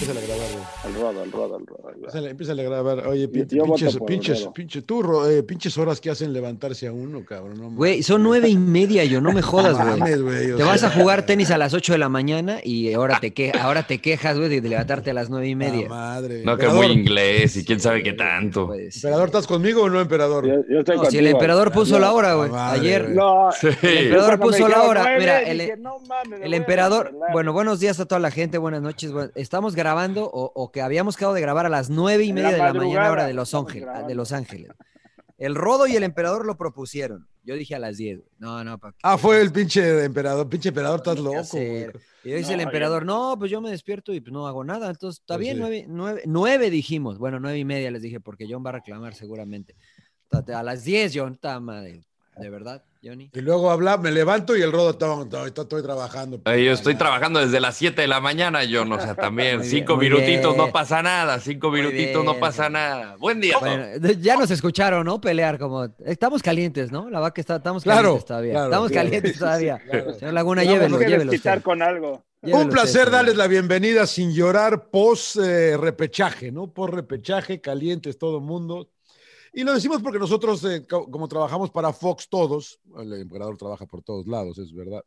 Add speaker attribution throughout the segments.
Speaker 1: Empieza a grabar,
Speaker 2: Al rodo, al rodo, al rodo. al rodo.
Speaker 1: Empieza a grabar. Oye,
Speaker 2: Yo-
Speaker 1: pinches,
Speaker 2: yo voto
Speaker 1: pinches,
Speaker 2: por
Speaker 1: pinches,
Speaker 2: Guerrero.
Speaker 1: pinche- tú, Ro- eh, pinches horas que hacen levantarse a uno, cabrón. No,
Speaker 3: Güey, son nueve y media, yo no me jodas,
Speaker 1: mames,
Speaker 3: güey.
Speaker 1: güey, o
Speaker 3: Te
Speaker 1: sea,
Speaker 3: vas a jugar tenis a las 8 de la mañana y ahora te, que, ahora te quejas, güey, de levantarte a las nueve y
Speaker 1: la
Speaker 3: media.
Speaker 1: madre.
Speaker 4: No, que
Speaker 1: Emperador,
Speaker 4: muy inglés y quién sabe qué tanto.
Speaker 3: Pues,
Speaker 1: Emperador, ¿estás conmigo o no, emperador?
Speaker 2: Yo, yo estoy
Speaker 3: no, si
Speaker 2: contigo.
Speaker 3: el emperador puso la hora, güey.
Speaker 1: La madre,
Speaker 3: Ayer,
Speaker 1: güey.
Speaker 2: No,
Speaker 4: Sí.
Speaker 2: yo
Speaker 3: emperador
Speaker 2: cuando me
Speaker 3: puso la
Speaker 2: dijeron
Speaker 3: hora,
Speaker 2: nueve,
Speaker 3: mira, el-
Speaker 2: dije, no mames, me voy
Speaker 3: El
Speaker 2: a
Speaker 3: emperador,
Speaker 2: desvelar.
Speaker 3: bueno, buenos días a toda la gente, buenas noches. bu- estamos grabando o, o que habíamos quedado de grabar a las nueve y
Speaker 2: En
Speaker 3: media
Speaker 2: la
Speaker 3: de la
Speaker 2: madrugada
Speaker 3: mañana hora de Los
Speaker 2: estamos
Speaker 3: Ángeles,
Speaker 2: grabando.
Speaker 3: de Los Ángeles. El Rodo y el Emperador lo propusieron. Yo dije a las diez. güey. No, no, papá.
Speaker 1: Ah, fue el pinche emperador. Pinche emperador, estás loco, güey.
Speaker 3: Y dice
Speaker 2: No,
Speaker 3: el
Speaker 2: ya-
Speaker 3: Emperador, no, pues yo me despierto y pues no hago nada. Entonces, está
Speaker 1: Pues
Speaker 3: bien,
Speaker 1: sí.
Speaker 3: nueve, nueve, nueve dijimos. Bueno, nueve y media les dije porque John va a reclamar seguramente. Ta- A las diez, John, ta madre. De verdad, Johnny.
Speaker 1: Y luego habla, me levanto y el rodo, "Tom, tom, estoy, estoy trabajando.
Speaker 4: Ay, yo estoy trabajando desde las 7 de la mañana, yo no sé, también.
Speaker 3: Muy bien,
Speaker 4: cinco
Speaker 3: muy
Speaker 4: minutitos
Speaker 3: bien.
Speaker 4: no pasa nada, cinco
Speaker 3: Muy
Speaker 4: minutitos
Speaker 3: bien,
Speaker 4: no pasa
Speaker 3: señor.
Speaker 4: nada. Buen día.
Speaker 3: Bueno, de- ya nos escucharon, ¿no? Pelear como... Estamos calientes, ¿no? La vaca está... Estamos
Speaker 1: Claro,
Speaker 3: calientes todavía.
Speaker 1: claro,
Speaker 3: estamos
Speaker 1: claro.
Speaker 3: calientes todavía.
Speaker 1: Claro.
Speaker 3: Señor Laguna,
Speaker 2: Tenemos
Speaker 3: llévelo,
Speaker 2: que
Speaker 3: llévelo.
Speaker 2: desquitar
Speaker 3: usted.
Speaker 2: con algo.
Speaker 3: Llévelo
Speaker 1: Un
Speaker 3: usted,
Speaker 1: placer
Speaker 3: señor.
Speaker 1: darles la bienvenida sin llorar, post eh, repechaje, ¿no? Post repechaje, calientes todo mundo. Y lo decimos porque nosotros, eh, co- como trabajamos para Fox todos, el emperador trabaja por todos lados, es verdad.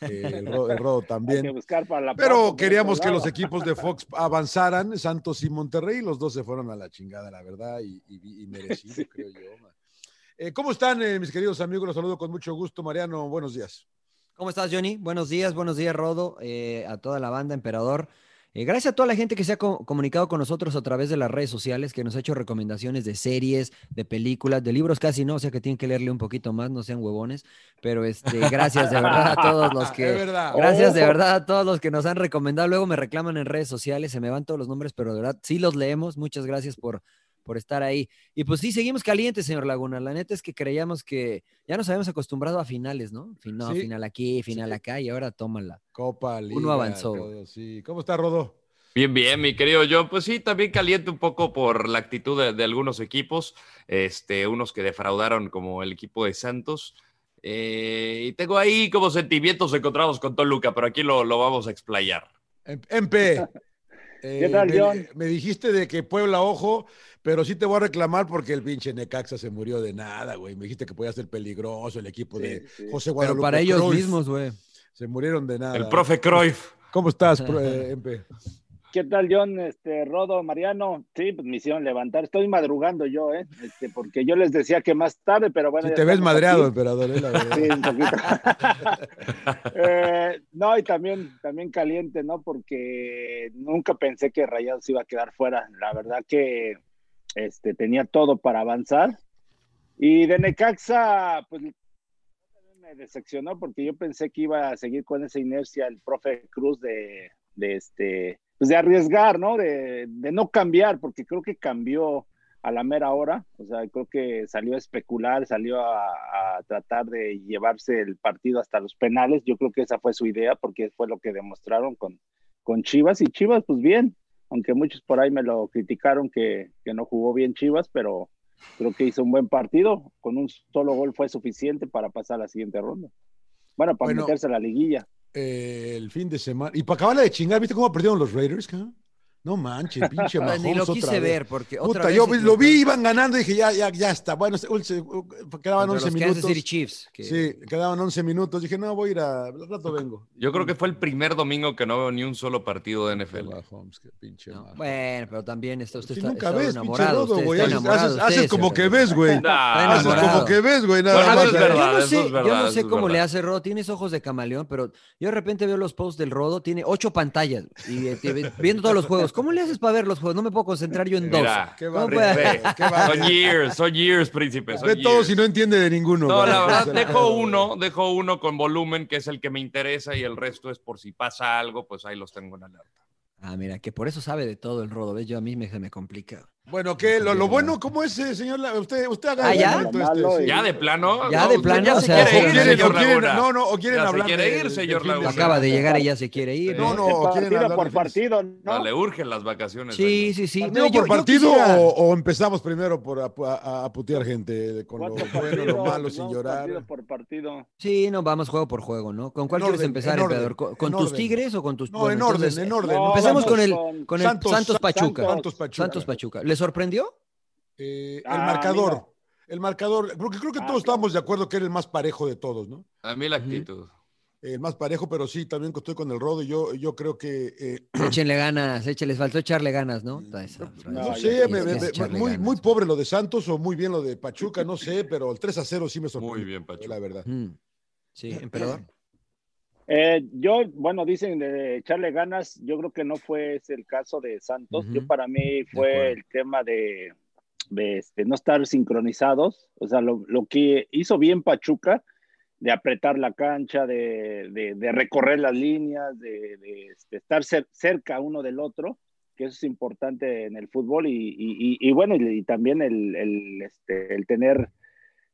Speaker 1: Eh, el, Ro- el Rodo
Speaker 2: Hay que
Speaker 1: también.
Speaker 2: buscar para la
Speaker 1: Pero
Speaker 2: próxima,
Speaker 1: queríamos que
Speaker 2: otro
Speaker 1: los
Speaker 2: lado.
Speaker 1: equipos de Fox avanzaran, Santos y Monterrey, los dos se fueron a la chingada, la verdad, y, y- y merecido,
Speaker 2: Sí.
Speaker 1: creo yo. man. Eh, ¿Cómo están, eh, mis queridos amigos? Los saludo con mucho gusto. Mariano, buenos días.
Speaker 3: ¿Cómo estás, Johnny? Buenos días, buenos días, Rodo, eh, a toda la banda, Emperador. Eh, gracias a toda la gente que se ha co- comunicado con nosotros a través de las redes sociales, que nos ha hecho recomendaciones de series, de películas, de libros casi no, o sea que tienen que leerle un poquito más, no sean huevones, pero este, gracias de verdad a todos los
Speaker 1: Ah, Es
Speaker 3: que...
Speaker 1: verdad.
Speaker 3: Gracias de
Speaker 2: Ojo.
Speaker 3: verdad a todos los que nos han recomendado. Luego me reclaman en redes sociales, se me van todos los nombres, pero de verdad sí los leemos. Muchas gracias por, por estar ahí. Y pues sí, seguimos calientes, señor Laguna. La neta es que creíamos que ya nos habíamos acostumbrado a finales, ¿no? Fin- no,
Speaker 1: Sí.
Speaker 3: final aquí, final acá y ahora tómala.
Speaker 1: Copa, Liga.
Speaker 3: avanzó,
Speaker 1: todo,
Speaker 3: güey.
Speaker 1: sí. ¿Cómo está, Rodo?
Speaker 4: Bien, bien, mi querido John. Pues sí, también caliente un poco por la actitud de, de algunos equipos, este, unos que defraudaron como el equipo de Santos. Eh, y tengo ahí como sentimientos encontrados con Toluca, pero aquí lo, lo vamos a explayar.
Speaker 1: Em- MP. Eh,
Speaker 2: tal,
Speaker 1: me-
Speaker 2: John?
Speaker 1: Me, dijiste de que Puebla, ojo, pero sí te voy a reclamar porque el pinche Necaxa se murió de nada, güey. Me dijiste que podía ser peligroso el equipo de
Speaker 2: Sí, sí.
Speaker 1: José Guadalupe.
Speaker 3: Pero para ellos
Speaker 1: Cruyff.
Speaker 3: mismos, güey.
Speaker 1: Se murieron de nada.
Speaker 4: El profe Cruyff.
Speaker 1: ¿Cómo estás, pro- eh, MP?
Speaker 2: ¿Qué tal, John? Este, Rodo, Mariano. Sí, pues me hicieron levantar. Estoy madrugando yo, ¿eh? Este, porque yo les decía que más tarde, pero bueno.
Speaker 1: Si
Speaker 2: ya
Speaker 1: te ves
Speaker 2: estamos
Speaker 1: madreado,
Speaker 2: aquí.
Speaker 1: emperador, eh, la verdad.
Speaker 2: Sí, un poquito. Eh, no, y también, también caliente, ¿no? Porque nunca pensé que Rayados iba a quedar fuera. La verdad que este, tenía todo para avanzar. Y de Necaxa, pues me decepcionó porque yo pensé que iba a seguir con esa inercia el profe Cruz de, de este, pues de arriesgar, ¿no? De, de no cambiar, porque creo que cambió a la mera hora, o sea, creo que salió a especular, salió a, a tratar de llevarse el partido hasta los penales, yo creo que esa fue su idea, porque fue lo que demostraron con, con Chivas, y Chivas, pues bien, aunque muchos por ahí me lo criticaron que, que no jugó bien Chivas, pero creo que hizo un buen partido, con un solo gol fue suficiente para pasar a la siguiente ronda. Bueno, para
Speaker 1: Bueno.
Speaker 2: meterse a la liguilla.
Speaker 1: Eh, el fin de semana. Y para acabar de chingar, ¿viste cómo perdieron los Raiders, cabrón? No manches, pinche Mahomes.
Speaker 3: Pues Ni lo
Speaker 1: otra
Speaker 3: quise
Speaker 1: vez.
Speaker 3: ver, porque otra
Speaker 1: Puta,
Speaker 3: vez
Speaker 1: yo
Speaker 3: se
Speaker 1: vi- lo
Speaker 3: equivocó.
Speaker 1: vi, iban ganando y dije, ya, ya, ya está. Bueno, se- once- quedaban 11
Speaker 3: Contra los Kansas
Speaker 1: minutos.
Speaker 3: City Chiefs, que-
Speaker 1: Sí, quedaban 11 minutos. Dije, no, voy a ir a. Al rato vengo.
Speaker 4: Yo creo que fue el primer domingo que no veo ni un solo partido de NFL.
Speaker 3: Bueno, pero también está usted
Speaker 1: Sí,
Speaker 3: está,
Speaker 1: nunca
Speaker 3: está
Speaker 1: ves, pinche
Speaker 3: enamorado.
Speaker 1: Rodo,
Speaker 3: usted
Speaker 1: güey.
Speaker 3: está
Speaker 1: Haces-
Speaker 3: enamorado,
Speaker 1: haces-
Speaker 3: usted,
Speaker 1: haces como
Speaker 3: señor.
Speaker 1: que ves, güey.
Speaker 3: Está
Speaker 1: Haces como
Speaker 3: enamorado.
Speaker 1: que ves, güey, nada
Speaker 4: Bueno,
Speaker 1: más.
Speaker 4: eso es
Speaker 1: Yo no
Speaker 4: verdad,
Speaker 3: Yo no
Speaker 4: eso
Speaker 3: sé,
Speaker 4: es
Speaker 3: yo
Speaker 4: verdad,
Speaker 3: no
Speaker 4: eso
Speaker 3: sé
Speaker 4: es
Speaker 3: cómo le
Speaker 4: verdad.
Speaker 3: hace Rodo, tienes ojos de camaleón, pero yo de repente veo los posts del Rodo, tiene ocho pantallas y eh, te- viendo todos los juegos. ¿Cómo le haces para ver los juegos? No me puedo concentrar yo en dos.
Speaker 4: Eh, Mira,
Speaker 1: Qué
Speaker 3: ¿Cómo
Speaker 1: barbaridad,
Speaker 3: puede-
Speaker 1: qué barbaridad.
Speaker 4: Son years, son years, príncipe. son
Speaker 1: Ve todos
Speaker 4: years.
Speaker 1: y no entiende de ninguno.
Speaker 4: No,
Speaker 1: güey.
Speaker 4: la verdad,
Speaker 1: Se la-
Speaker 4: dejo uno, dejo uno con volumen, que es el que me interesa, y el resto es por si pasa algo, pues ahí los tengo en alerta.
Speaker 3: Ah, mira, que por eso sabe de todo el Rodo, ¿ves? Yo a mí me, se me complica.
Speaker 1: Bueno, ¿qué? Lo, lo bueno, ¿cómo es, eh, señor? La- Usted, usted haga
Speaker 3: Ah,
Speaker 1: el
Speaker 3: ¿ya?
Speaker 1: momento
Speaker 2: Malo
Speaker 1: sí.
Speaker 2: y-
Speaker 4: Ya de plano.
Speaker 3: Ya
Speaker 4: No,
Speaker 3: de
Speaker 4: usted
Speaker 3: plano,
Speaker 4: ya
Speaker 3: o
Speaker 4: se
Speaker 3: sea,
Speaker 1: O
Speaker 4: quiere ir,
Speaker 1: quieren- o
Speaker 4: señor
Speaker 1: quieren-
Speaker 4: Laguna.
Speaker 1: no, no, o quieren
Speaker 4: Ya se
Speaker 1: hablar.
Speaker 4: quiere
Speaker 1: del-
Speaker 4: ir,
Speaker 1: del
Speaker 4: señor
Speaker 1: fin de
Speaker 4: Laguna.
Speaker 3: Acaba
Speaker 1: semana.
Speaker 3: de llegar y ya se quiere ir.
Speaker 1: No,
Speaker 3: ¿eh?
Speaker 1: no, quieren
Speaker 2: partido
Speaker 1: hablar
Speaker 2: por
Speaker 1: del fin de
Speaker 2: partido, ¿no?
Speaker 4: No, le urgen las vacaciones.
Speaker 3: Sí, sí, sí.
Speaker 1: ¿Partido
Speaker 3: No, yo-
Speaker 1: por
Speaker 3: yo
Speaker 1: partido
Speaker 3: quisiera-
Speaker 1: o, o empezamos primero por a, a- a putear gente de- con lo
Speaker 2: Cuatro
Speaker 1: bueno, lo
Speaker 2: partidos,
Speaker 1: malo, sin
Speaker 2: vamos
Speaker 1: llorar?
Speaker 2: Partido por partido.
Speaker 3: Sí, no, vamos juego por juego, ¿no? ¿Con cuál
Speaker 1: En
Speaker 3: quieres
Speaker 1: orden,
Speaker 3: empezar,
Speaker 1: en orden,
Speaker 3: Emperador? ¿Con, con
Speaker 1: en
Speaker 3: tus
Speaker 1: orden.
Speaker 3: Tigres o con tus
Speaker 1: No,
Speaker 3: bueno,
Speaker 1: en orden,
Speaker 3: entonces,
Speaker 1: en orden.
Speaker 2: No, vamos
Speaker 3: Empecemos con el,
Speaker 2: con
Speaker 3: con el Santos,
Speaker 1: Santos-
Speaker 3: Pachuca.
Speaker 1: Santos Pachuca.
Speaker 3: Santos Pachuca. ¿Le sorprendió?
Speaker 1: Eh, el
Speaker 2: Ah,
Speaker 1: marcador.
Speaker 2: mira.
Speaker 1: El marcador. Porque creo que
Speaker 2: Ah,
Speaker 1: todos
Speaker 2: claro.
Speaker 1: estábamos de acuerdo que era el más parejo de todos, ¿no?
Speaker 4: A mí la actitud.
Speaker 1: El más parejo, pero sí, también estoy con el rodo. Yo, yo creo que. eh,
Speaker 3: Échenle ganas, échenle, les faltó echarle ganas,
Speaker 1: Mm.
Speaker 3: ¿no? Está esa frase.
Speaker 1: no
Speaker 2: yo
Speaker 1: sé,
Speaker 2: creo
Speaker 1: me-
Speaker 2: que
Speaker 1: me-
Speaker 2: es
Speaker 1: me-
Speaker 3: echarle
Speaker 1: muy,
Speaker 3: ganas.
Speaker 1: muy pobre lo de Santos o muy bien lo de Pachuca, no sé, pero el 3 a 0 sí me sorprendió.
Speaker 4: Muy bien, Pachuca.
Speaker 1: La verdad.
Speaker 3: Mm. Sí, emperador.
Speaker 2: Eh, yo, bueno, dicen de echarle ganas, yo creo que no fue ese el caso de Santos.
Speaker 3: Ujú.
Speaker 2: Yo para mí
Speaker 3: acuerdo.
Speaker 2: fue el tema de, de, este, no estar sincronizados. O sea, lo, lo que hizo bien Pachuca, de apretar la cancha, de, de- de recorrer las líneas, de, de, este, estar cer- cerca uno del otro, que eso es importante en el fútbol. Y, y- y- y bueno, y, y también el, el, este, el tener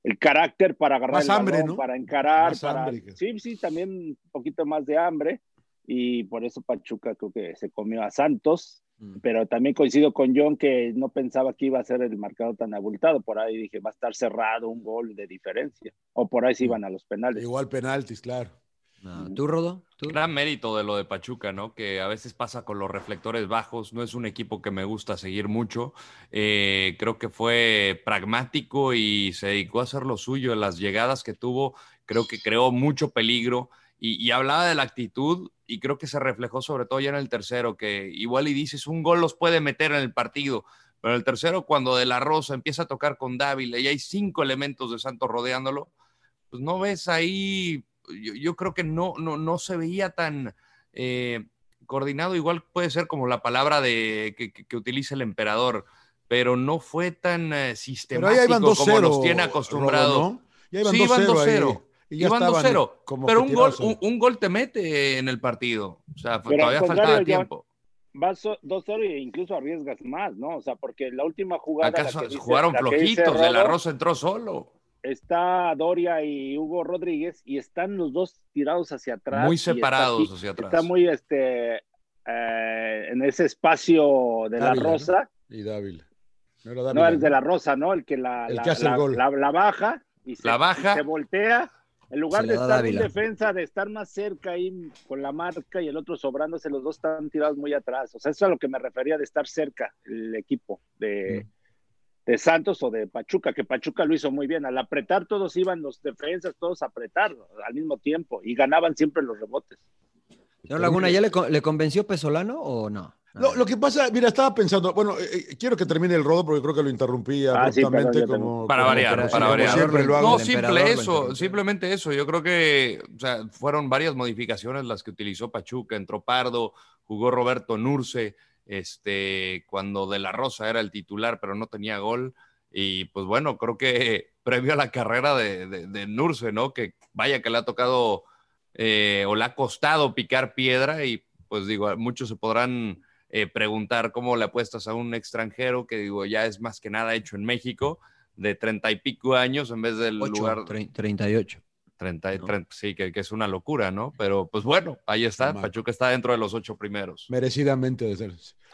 Speaker 2: el carácter para agarrar
Speaker 1: Más
Speaker 2: el
Speaker 1: hambre,
Speaker 2: balón,
Speaker 1: ¿no?
Speaker 2: para encarar,
Speaker 1: Más
Speaker 2: para-
Speaker 1: hambre que-
Speaker 2: sí, sí, también un poquito más de hambre y por eso Pachuca creo que se comió a Santos,
Speaker 3: Mm.
Speaker 2: pero también coincido con John que no pensaba que iba a ser el marcado tan abultado, por ahí dije va a estar cerrado un gol de diferencia, o por
Speaker 4: Mm.
Speaker 2: ahí se iban a los penales.
Speaker 1: Igual penaltis, claro.
Speaker 3: No, ¿Tú, Rodo? ¿Tú?
Speaker 4: Gran mérito de lo de Pachuca, ¿no? Que a veces pasa con los reflectores bajos. No es un equipo que me gusta seguir mucho. Eh, creo que fue pragmático y se dedicó a hacer lo suyo en las llegadas que tuvo. Creo que creó mucho peligro y, y hablaba de la actitud y creo que se reflejó sobre todo ya en el tercero, que igual y dices un gol los puede meter en el partido. Pero el tercero, cuando De La Rosa empieza a tocar con Dávila y hay cinco elementos de Santos rodeándolo, pues no ves ahí, yo, yo creo que no, no, no se veía tan eh, coordinado, igual puede ser como la palabra de, que, que- que utiliza el emperador, pero no fue tan eh,
Speaker 1: Pero ahí ahí
Speaker 4: sistemático
Speaker 1: van 2-0.
Speaker 4: como nos tiene
Speaker 1: Rodo,
Speaker 4: acostumbrados.
Speaker 1: ¿no? Ya iban
Speaker 4: Sí, iban
Speaker 1: 2-0.
Speaker 4: 2-0.
Speaker 1: ahí, y ya
Speaker 4: Iban
Speaker 1: estaban
Speaker 4: 2-0,
Speaker 1: como
Speaker 4: pero
Speaker 1: que
Speaker 4: un gol,
Speaker 1: tirados al-
Speaker 4: un, un gol te mete en el partido. O sea,
Speaker 2: Pero
Speaker 4: todavía
Speaker 2: al
Speaker 4: faltaba
Speaker 2: contrario,
Speaker 4: tiempo.
Speaker 2: Vas so- 2-0 e incluso arriesgas más, ¿no? O sea, porque la última jugada... la
Speaker 4: ¿Acaso
Speaker 2: que dice-
Speaker 4: jugaron
Speaker 2: la que dice
Speaker 4: flojitos? De la
Speaker 2: Rodo,
Speaker 4: Rosa entró solo.
Speaker 2: Está Doria y Hugo Rodríguez y están los dos tirados hacia atrás. y
Speaker 4: Muy
Speaker 2: está
Speaker 4: separados
Speaker 2: aquí-
Speaker 4: hacia atrás.
Speaker 2: Está muy este, eh, en ese espacio de la
Speaker 1: Dávila, ¿no?
Speaker 2: Rosa.
Speaker 1: Y Dávila. No era
Speaker 2: No,
Speaker 1: Dávila,
Speaker 2: el de la Rosa, ¿no? El que la,
Speaker 1: El
Speaker 2: la-
Speaker 1: que hace el
Speaker 2: la,
Speaker 1: gol.
Speaker 2: la- la baja y se,
Speaker 4: La baja.
Speaker 2: y se voltea. En lugar
Speaker 3: Se
Speaker 2: de
Speaker 3: la da
Speaker 2: estar en
Speaker 3: Dávila.
Speaker 2: defensa, de estar más cerca ahí con la marca y el otro sobrándose, los dos están tirados muy atrás. O sea, eso es a lo que me refería de estar cerca el equipo
Speaker 1: Mm.
Speaker 2: de, de Santos o de Pachuca, que Pachuca lo hizo muy bien. Al apretar todos iban los defensas, todos a apretar al mismo tiempo y ganaban siempre los rebotes.
Speaker 3: Señor Laguna, ¿ya le, con- le convenció Pesolano o no?
Speaker 1: Lo, lo que pasa, mira, estaba pensando, bueno, eh, eh, quiero que termine el rodo porque creo que lo interrumpí
Speaker 2: Ah, sí, perdón,
Speaker 1: abruptamente
Speaker 2: yo también.
Speaker 1: como
Speaker 4: Para
Speaker 1: como-
Speaker 4: variar,
Speaker 1: como
Speaker 4: para variar.
Speaker 1: Siempre lo hago.
Speaker 4: No,
Speaker 3: El emperador
Speaker 4: simple
Speaker 3: lo
Speaker 4: eso,
Speaker 3: interrumpió.
Speaker 4: simplemente eso. Yo creo que o sea, fueron varias modificaciones las que utilizó Pachuca. Entró Pardo, jugó Roberto Nurce, este, cuando De La Rosa era el titular, pero no tenía gol. Y pues bueno, creo que previo a la carrera de, de- de Nurce, ¿no? Que vaya que le ha tocado eh, o le ha costado picar piedra y pues digo, muchos se podrán eh, preguntar cómo le apuestas a un extranjero que digo, ya es más que nada hecho en México, de treinta y pico años en vez del
Speaker 3: Ocho,
Speaker 4: lugar
Speaker 3: tre- 38.
Speaker 4: 30, 30, sí, que, que es una locura, ¿no? Pero pues bueno, ahí está. Pachuca está dentro de los ocho primeros.
Speaker 1: Merecidamente de ser.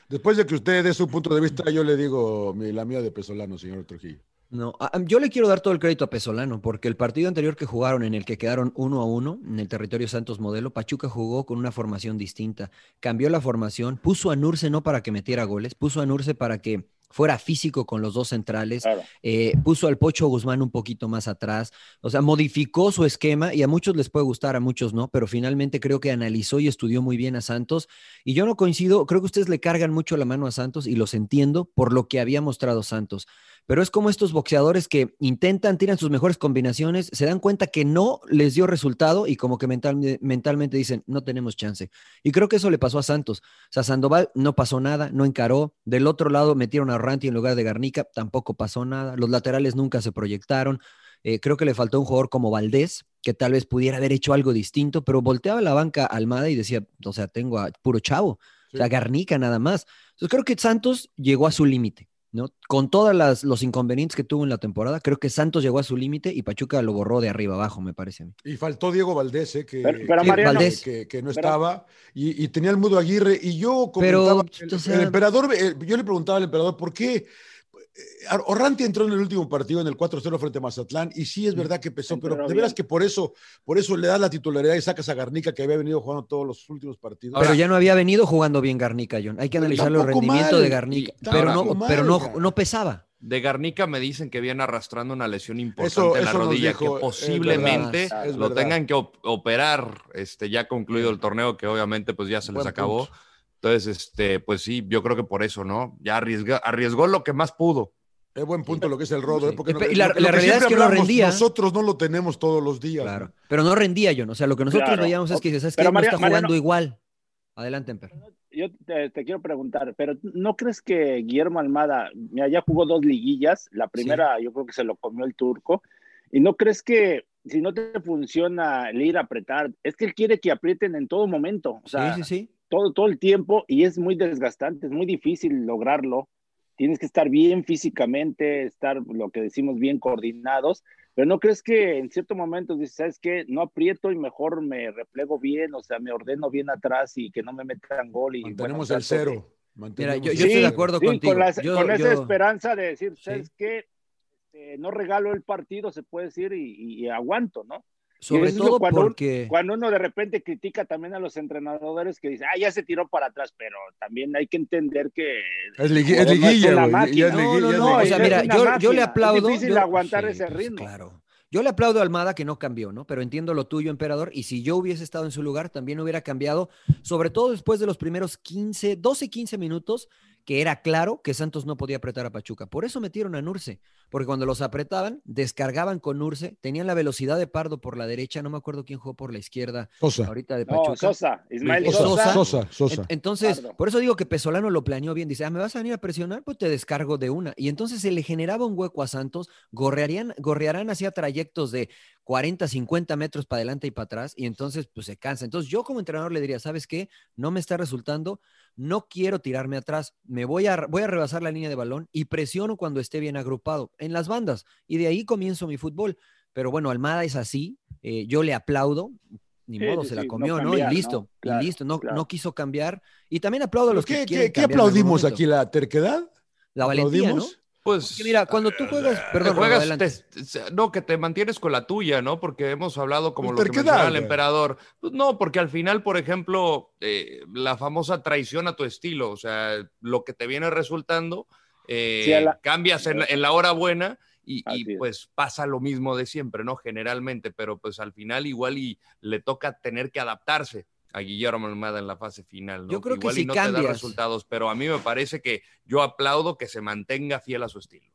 Speaker 1: Después de que usted dé su punto de vista, yo le digo mi- la mía de Pesolano, señor Trujillo.
Speaker 3: No, a- a- yo le quiero dar todo el crédito a Pesolano, porque el partido anterior que jugaron, en el que quedaron uno a uno, en el territorio Santos Modelo, Pachuca jugó con una formación distinta. Cambió la formación, puso a Nurse no para que metiera goles, puso a Nurse para que fuera físico con los dos centrales, eh, puso al Pocho Guzmán un poquito más atrás, o sea, modificó su esquema y a muchos les puede gustar, a muchos no, pero finalmente creo que analizó y estudió muy bien a Santos y yo no coincido, creo que ustedes le cargan mucho la mano a Santos y los entiendo por lo que había mostrado Santos pero es como estos boxeadores que intentan, tiran sus mejores combinaciones, se dan cuenta que no les dio resultado y como que mental- mentalmente dicen, no tenemos chance. Y creo que eso le pasó a Santos. O sea, Sandoval no pasó nada, no encaró. Del otro lado metieron a Ranti en lugar de Garnica, tampoco pasó nada. Los laterales nunca se proyectaron. Eh, creo que le faltó un jugador como Valdés, que tal vez pudiera haber hecho algo distinto, pero volteaba la banca a Almada y decía, o sea, tengo a puro chavo, o sea, Garnica nada más. Entonces creo que Santos llegó a su límite, ¿no? Con todos los inconvenientes que tuvo en la temporada, creo que Santos llegó a su límite y Pachuca lo borró de arriba abajo, me parece a mí.
Speaker 1: Y faltó Diego Valdés, eh, que,
Speaker 3: Pero- pero
Speaker 1: que-
Speaker 3: Mariano-
Speaker 1: que, que- que no
Speaker 3: pero-
Speaker 1: estaba, y, y tenía el mudo Aguirre, y yo
Speaker 3: Pero,
Speaker 1: comentaba, el,
Speaker 3: o sea-
Speaker 1: el emperador, eh, yo le preguntaba al emperador, ¿por qué? Eh, Orranti entró en el último partido, en el 4-0 frente a Mazatlán, y sí es verdad que pesó, pero de
Speaker 2: bien.
Speaker 1: veras que por eso, por eso le das la titularidad y sacas a Garnica, que había venido jugando todos los últimos partidos.
Speaker 3: pero ya no había venido jugando bien Garnica, John. Hay que analizar el
Speaker 1: tampoco
Speaker 3: rendimiento
Speaker 1: mal.
Speaker 3: de Garnica,
Speaker 1: Y-
Speaker 3: pero, no,
Speaker 1: tampoco mal,
Speaker 3: pero no,
Speaker 1: cara.
Speaker 3: no pesaba.
Speaker 4: De Garnica me dicen que viene arrastrando una lesión importante
Speaker 1: Eso-
Speaker 4: en la
Speaker 1: eso nos
Speaker 4: rodilla,
Speaker 1: dijo, eh,
Speaker 4: que
Speaker 1: es
Speaker 4: posiblemente
Speaker 1: verdad, es
Speaker 4: lo
Speaker 1: verdad.
Speaker 4: tengan que op- operar, este, ya concluido el torneo, que obviamente pues ya se les
Speaker 1: Buen
Speaker 4: acabó.
Speaker 1: punto.
Speaker 4: Entonces, este, pues sí, yo creo que por eso, ¿no? Ya arriesga- arriesgó lo que más pudo.
Speaker 1: Es buen punto lo que es el rodo, ¿eh? porque
Speaker 3: Y la- la
Speaker 1: siempre
Speaker 3: realidad es que no
Speaker 1: hablamos,
Speaker 3: rendía.
Speaker 1: Nosotros no lo tenemos todos los días. ¿no?
Speaker 3: Pero no rendía, John. O sea, lo que nosotros
Speaker 1: Claro.
Speaker 3: veíamos es que dices, ¿sabes qué?
Speaker 1: Pero
Speaker 3: No
Speaker 1: María-
Speaker 3: está jugando
Speaker 1: Mariano-
Speaker 3: igual. Adelante, Emper.
Speaker 2: Yo te, te quiero preguntar, pero ¿no crees que Guillermo Almada, mira, ya jugó dos liguillas, la primera yo creo que se lo comió el turco, y no crees que si no te funciona el ir a apretar, es que él quiere que aprieten en todo momento, o sea,
Speaker 3: Sí, sí, sí.
Speaker 2: Todo, todo el tiempo y es muy desgastante, es muy difícil lograrlo, tienes que estar bien físicamente, estar lo que decimos bien coordinados, pero no crees que en cierto momento dices, ¿sabes qué? No aprieto y mejor me replego bien, o sea, me ordeno bien atrás y que no me metan gol y
Speaker 1: Mantenemos
Speaker 2: bueno,
Speaker 1: el
Speaker 2: trato de-
Speaker 1: cero. Mantenemos
Speaker 3: pues, yo- yo
Speaker 1: el
Speaker 3: estoy de
Speaker 1: cero.
Speaker 3: acuerdo
Speaker 2: Sí,
Speaker 3: contigo.
Speaker 2: Con, la-
Speaker 3: Yo-
Speaker 2: con esa
Speaker 3: yo-
Speaker 2: esperanza de decir, ¿sabes qué? Este, no regalo el partido, se puede decir, y, y- y aguanto, ¿no? Y
Speaker 3: Sobre
Speaker 2: eso es
Speaker 3: todo
Speaker 2: cuando un-
Speaker 3: porque-
Speaker 2: cuando uno de repente critica también a los entrenadores que dicen, ah, ya se tiró para atrás, pero también hay que entender que.
Speaker 1: Es,
Speaker 2: el
Speaker 1: ligui- es
Speaker 2: jugador no
Speaker 1: liguilla,
Speaker 2: una
Speaker 1: güey, ya es
Speaker 2: máquina.
Speaker 1: ligui- ya es
Speaker 3: no, o
Speaker 1: liguilla.
Speaker 3: sea, mira,
Speaker 2: una
Speaker 3: yo, yo le
Speaker 2: máquina.
Speaker 3: aguantar
Speaker 2: Es difícil
Speaker 3: yo-
Speaker 2: aguantar
Speaker 3: sí,
Speaker 2: ese
Speaker 3: pues,
Speaker 2: ritmo.
Speaker 3: claro. Yo le aplaudo a Almada que no cambió, ¿no? Pero entiendo lo tuyo, emperador. Y si yo hubiese estado en su lugar, también hubiera cambiado, sobre todo después de los primeros 15, 12, 15 minutos, que era claro que Santos no podía apretar a Pachuca. Por eso metieron a Nurse, porque cuando los apretaban, descargaban con Nurse, tenían la velocidad de Pardo por la derecha, no me acuerdo quién jugó por la izquierda
Speaker 1: Sosa.
Speaker 3: ahorita de
Speaker 2: Ah. No,
Speaker 3: Pachuca. Pues
Speaker 2: Sosa, Ismael
Speaker 3: O
Speaker 2: Sosa.
Speaker 1: Sosa, Sosa.
Speaker 3: En- Entonces,
Speaker 2: Pardo.
Speaker 3: por eso digo que Pesolano lo planeó bien. Dice, ah, ¿me vas a venir a presionar? Pues te descargo de una. Y entonces se le generaba un hueco a Santos. Gorrearían, gorrearán hacia trayectos de 40, 50 metros para adelante y para atrás. Y entonces, pues se cansa. Entonces, yo como entrenador le diría, ¿sabes qué? No me está resultando. No quiero tirarme atrás. Me voy a, voy a rebasar la línea de balón y presiono cuando esté bien agrupado en las bandas. Y de ahí comienzo mi fútbol. Pero bueno, Almada es así. eh, yo le aplaudo. Ni
Speaker 1: Sí,
Speaker 3: modo,
Speaker 1: sí,
Speaker 3: se la
Speaker 1: sí, no
Speaker 3: comió, ¿no?
Speaker 1: cambiar,
Speaker 3: Y
Speaker 1: ¿no?
Speaker 3: listo, y
Speaker 1: Claro,
Speaker 3: listo. No,
Speaker 1: claro.
Speaker 3: no quiso cambiar. Y también aplaudo a los que
Speaker 1: ¿Qué,
Speaker 3: quieren
Speaker 1: qué- qué
Speaker 3: cambiar en algún
Speaker 1: aplaudimos
Speaker 3: momento.
Speaker 1: aquí? ¿La terquedad?
Speaker 3: La valentía, ¿no?
Speaker 4: Pues
Speaker 3: Que mira, cuando tú
Speaker 1: Ah,
Speaker 3: juegas, perdón, Rodo,
Speaker 4: juegas,
Speaker 3: adelante.
Speaker 4: te- te- no, que te mantienes con la tuya, ¿no? Porque hemos hablado como
Speaker 1: Pues,
Speaker 4: lo que
Speaker 1: terquedad,
Speaker 4: menciona el
Speaker 1: güey.
Speaker 4: emperador. Pues, no, porque al final, por ejemplo, eh, la famosa traición a tu estilo, o sea, lo que te viene resultando, eh,
Speaker 2: Sí, a la-
Speaker 4: cambias en, en la hora buena y, y, pues pasa lo mismo de siempre, ¿no? Generalmente, pero pues al final igual y le toca tener que adaptarse a Guillermo Almada en la fase final, ¿no?
Speaker 3: Yo creo que
Speaker 4: igual
Speaker 3: si
Speaker 4: y no te da
Speaker 3: cambias-
Speaker 4: resultados, pero a mí me parece que yo aplaudo que se mantenga fiel a su estilo.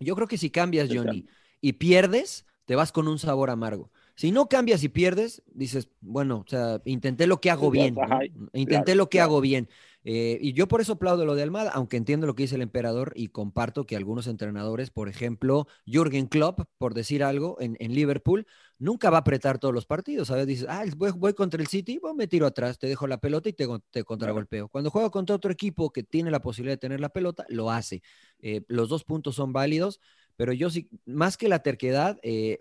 Speaker 3: Yo creo que si cambias, Johnny, y pierdes, te vas con un sabor amargo. Si no cambias y pierdes, dices, bueno, o sea, intenté lo que hago
Speaker 1: Pues
Speaker 2: Ya,
Speaker 3: bien. ¿no?
Speaker 2: ajá,
Speaker 3: Intenté
Speaker 2: claro,
Speaker 3: lo que
Speaker 2: claro.
Speaker 3: hago bien. Eh, y yo por eso aplaudo lo de Almada, aunque entiendo lo que dice el emperador y comparto que algunos entrenadores, por ejemplo, Jürgen Klopp, por decir algo, en, en Liverpool, nunca va a apretar todos los partidos. A veces dices, ah, voy, voy contra el City, bueno, me tiro atrás, te dejo la pelota y te, con- te contragolpeo. Cuando juego contra otro equipo que tiene la posibilidad de tener la pelota, lo hace. Eh, los dos puntos son válidos, pero yo sí, más que la terquedad, eh,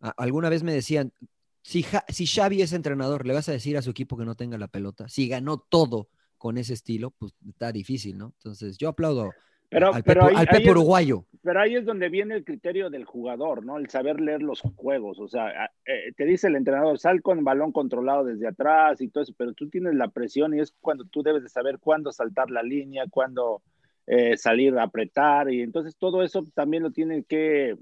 Speaker 3: a- alguna vez me decían, si, Ja- si Xavi es entrenador, ¿le vas a decir a su equipo que no tenga la pelota? Si ganó todo con ese estilo, pues está difícil, ¿no? Entonces yo aplaudo
Speaker 2: Pero,
Speaker 3: al,
Speaker 2: pero
Speaker 3: Pepe-
Speaker 2: ahí-
Speaker 3: al
Speaker 2: ahí
Speaker 3: Pepe
Speaker 2: es-
Speaker 3: uruguayo.
Speaker 2: Pero ahí es donde viene el criterio del jugador, ¿no? El saber leer los juegos. O sea, a- eh, te dice el entrenador, sal con balón controlado desde atrás y todo eso, pero tú tienes la presión y es cuando tú debes de saber cuándo saltar la línea, cuándo eh, salir a apretar. Y entonces todo eso también lo tiene que,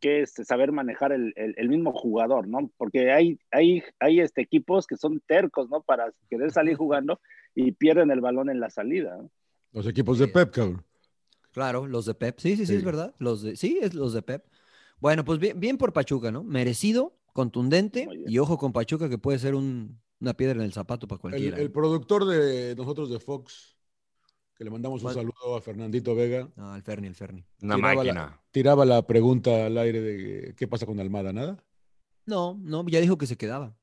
Speaker 2: que este, saber manejar el, el- el mismo jugador, ¿no? Porque hay, hay, hay este, equipos que son tercos, ¿no? Para querer salir jugando y pierden el balón en la salida. ¿no?
Speaker 1: Los equipos de Pep, cabrón.
Speaker 3: Claro, los de Pep. Sí, sí, sí,
Speaker 1: Sí.
Speaker 3: es verdad. Los de, sí, es los de Pep. Bueno, pues bien, bien por Pachuca, ¿no? Merecido, contundente y ojo con Pachuca que puede ser un- una piedra en el zapato para
Speaker 1: El,
Speaker 3: cualquiera.
Speaker 1: el
Speaker 3: ¿eh?
Speaker 1: productor de nosotros de Fox, que le mandamos un saludo a Fernandito Vega.
Speaker 3: No, al Ferni, al Ferni.
Speaker 4: Una
Speaker 1: Tiraba la-
Speaker 4: máquina.
Speaker 1: tiraba la pregunta al aire de qué pasa con Almada, nada.
Speaker 3: No, no, ya dijo que se quedaba.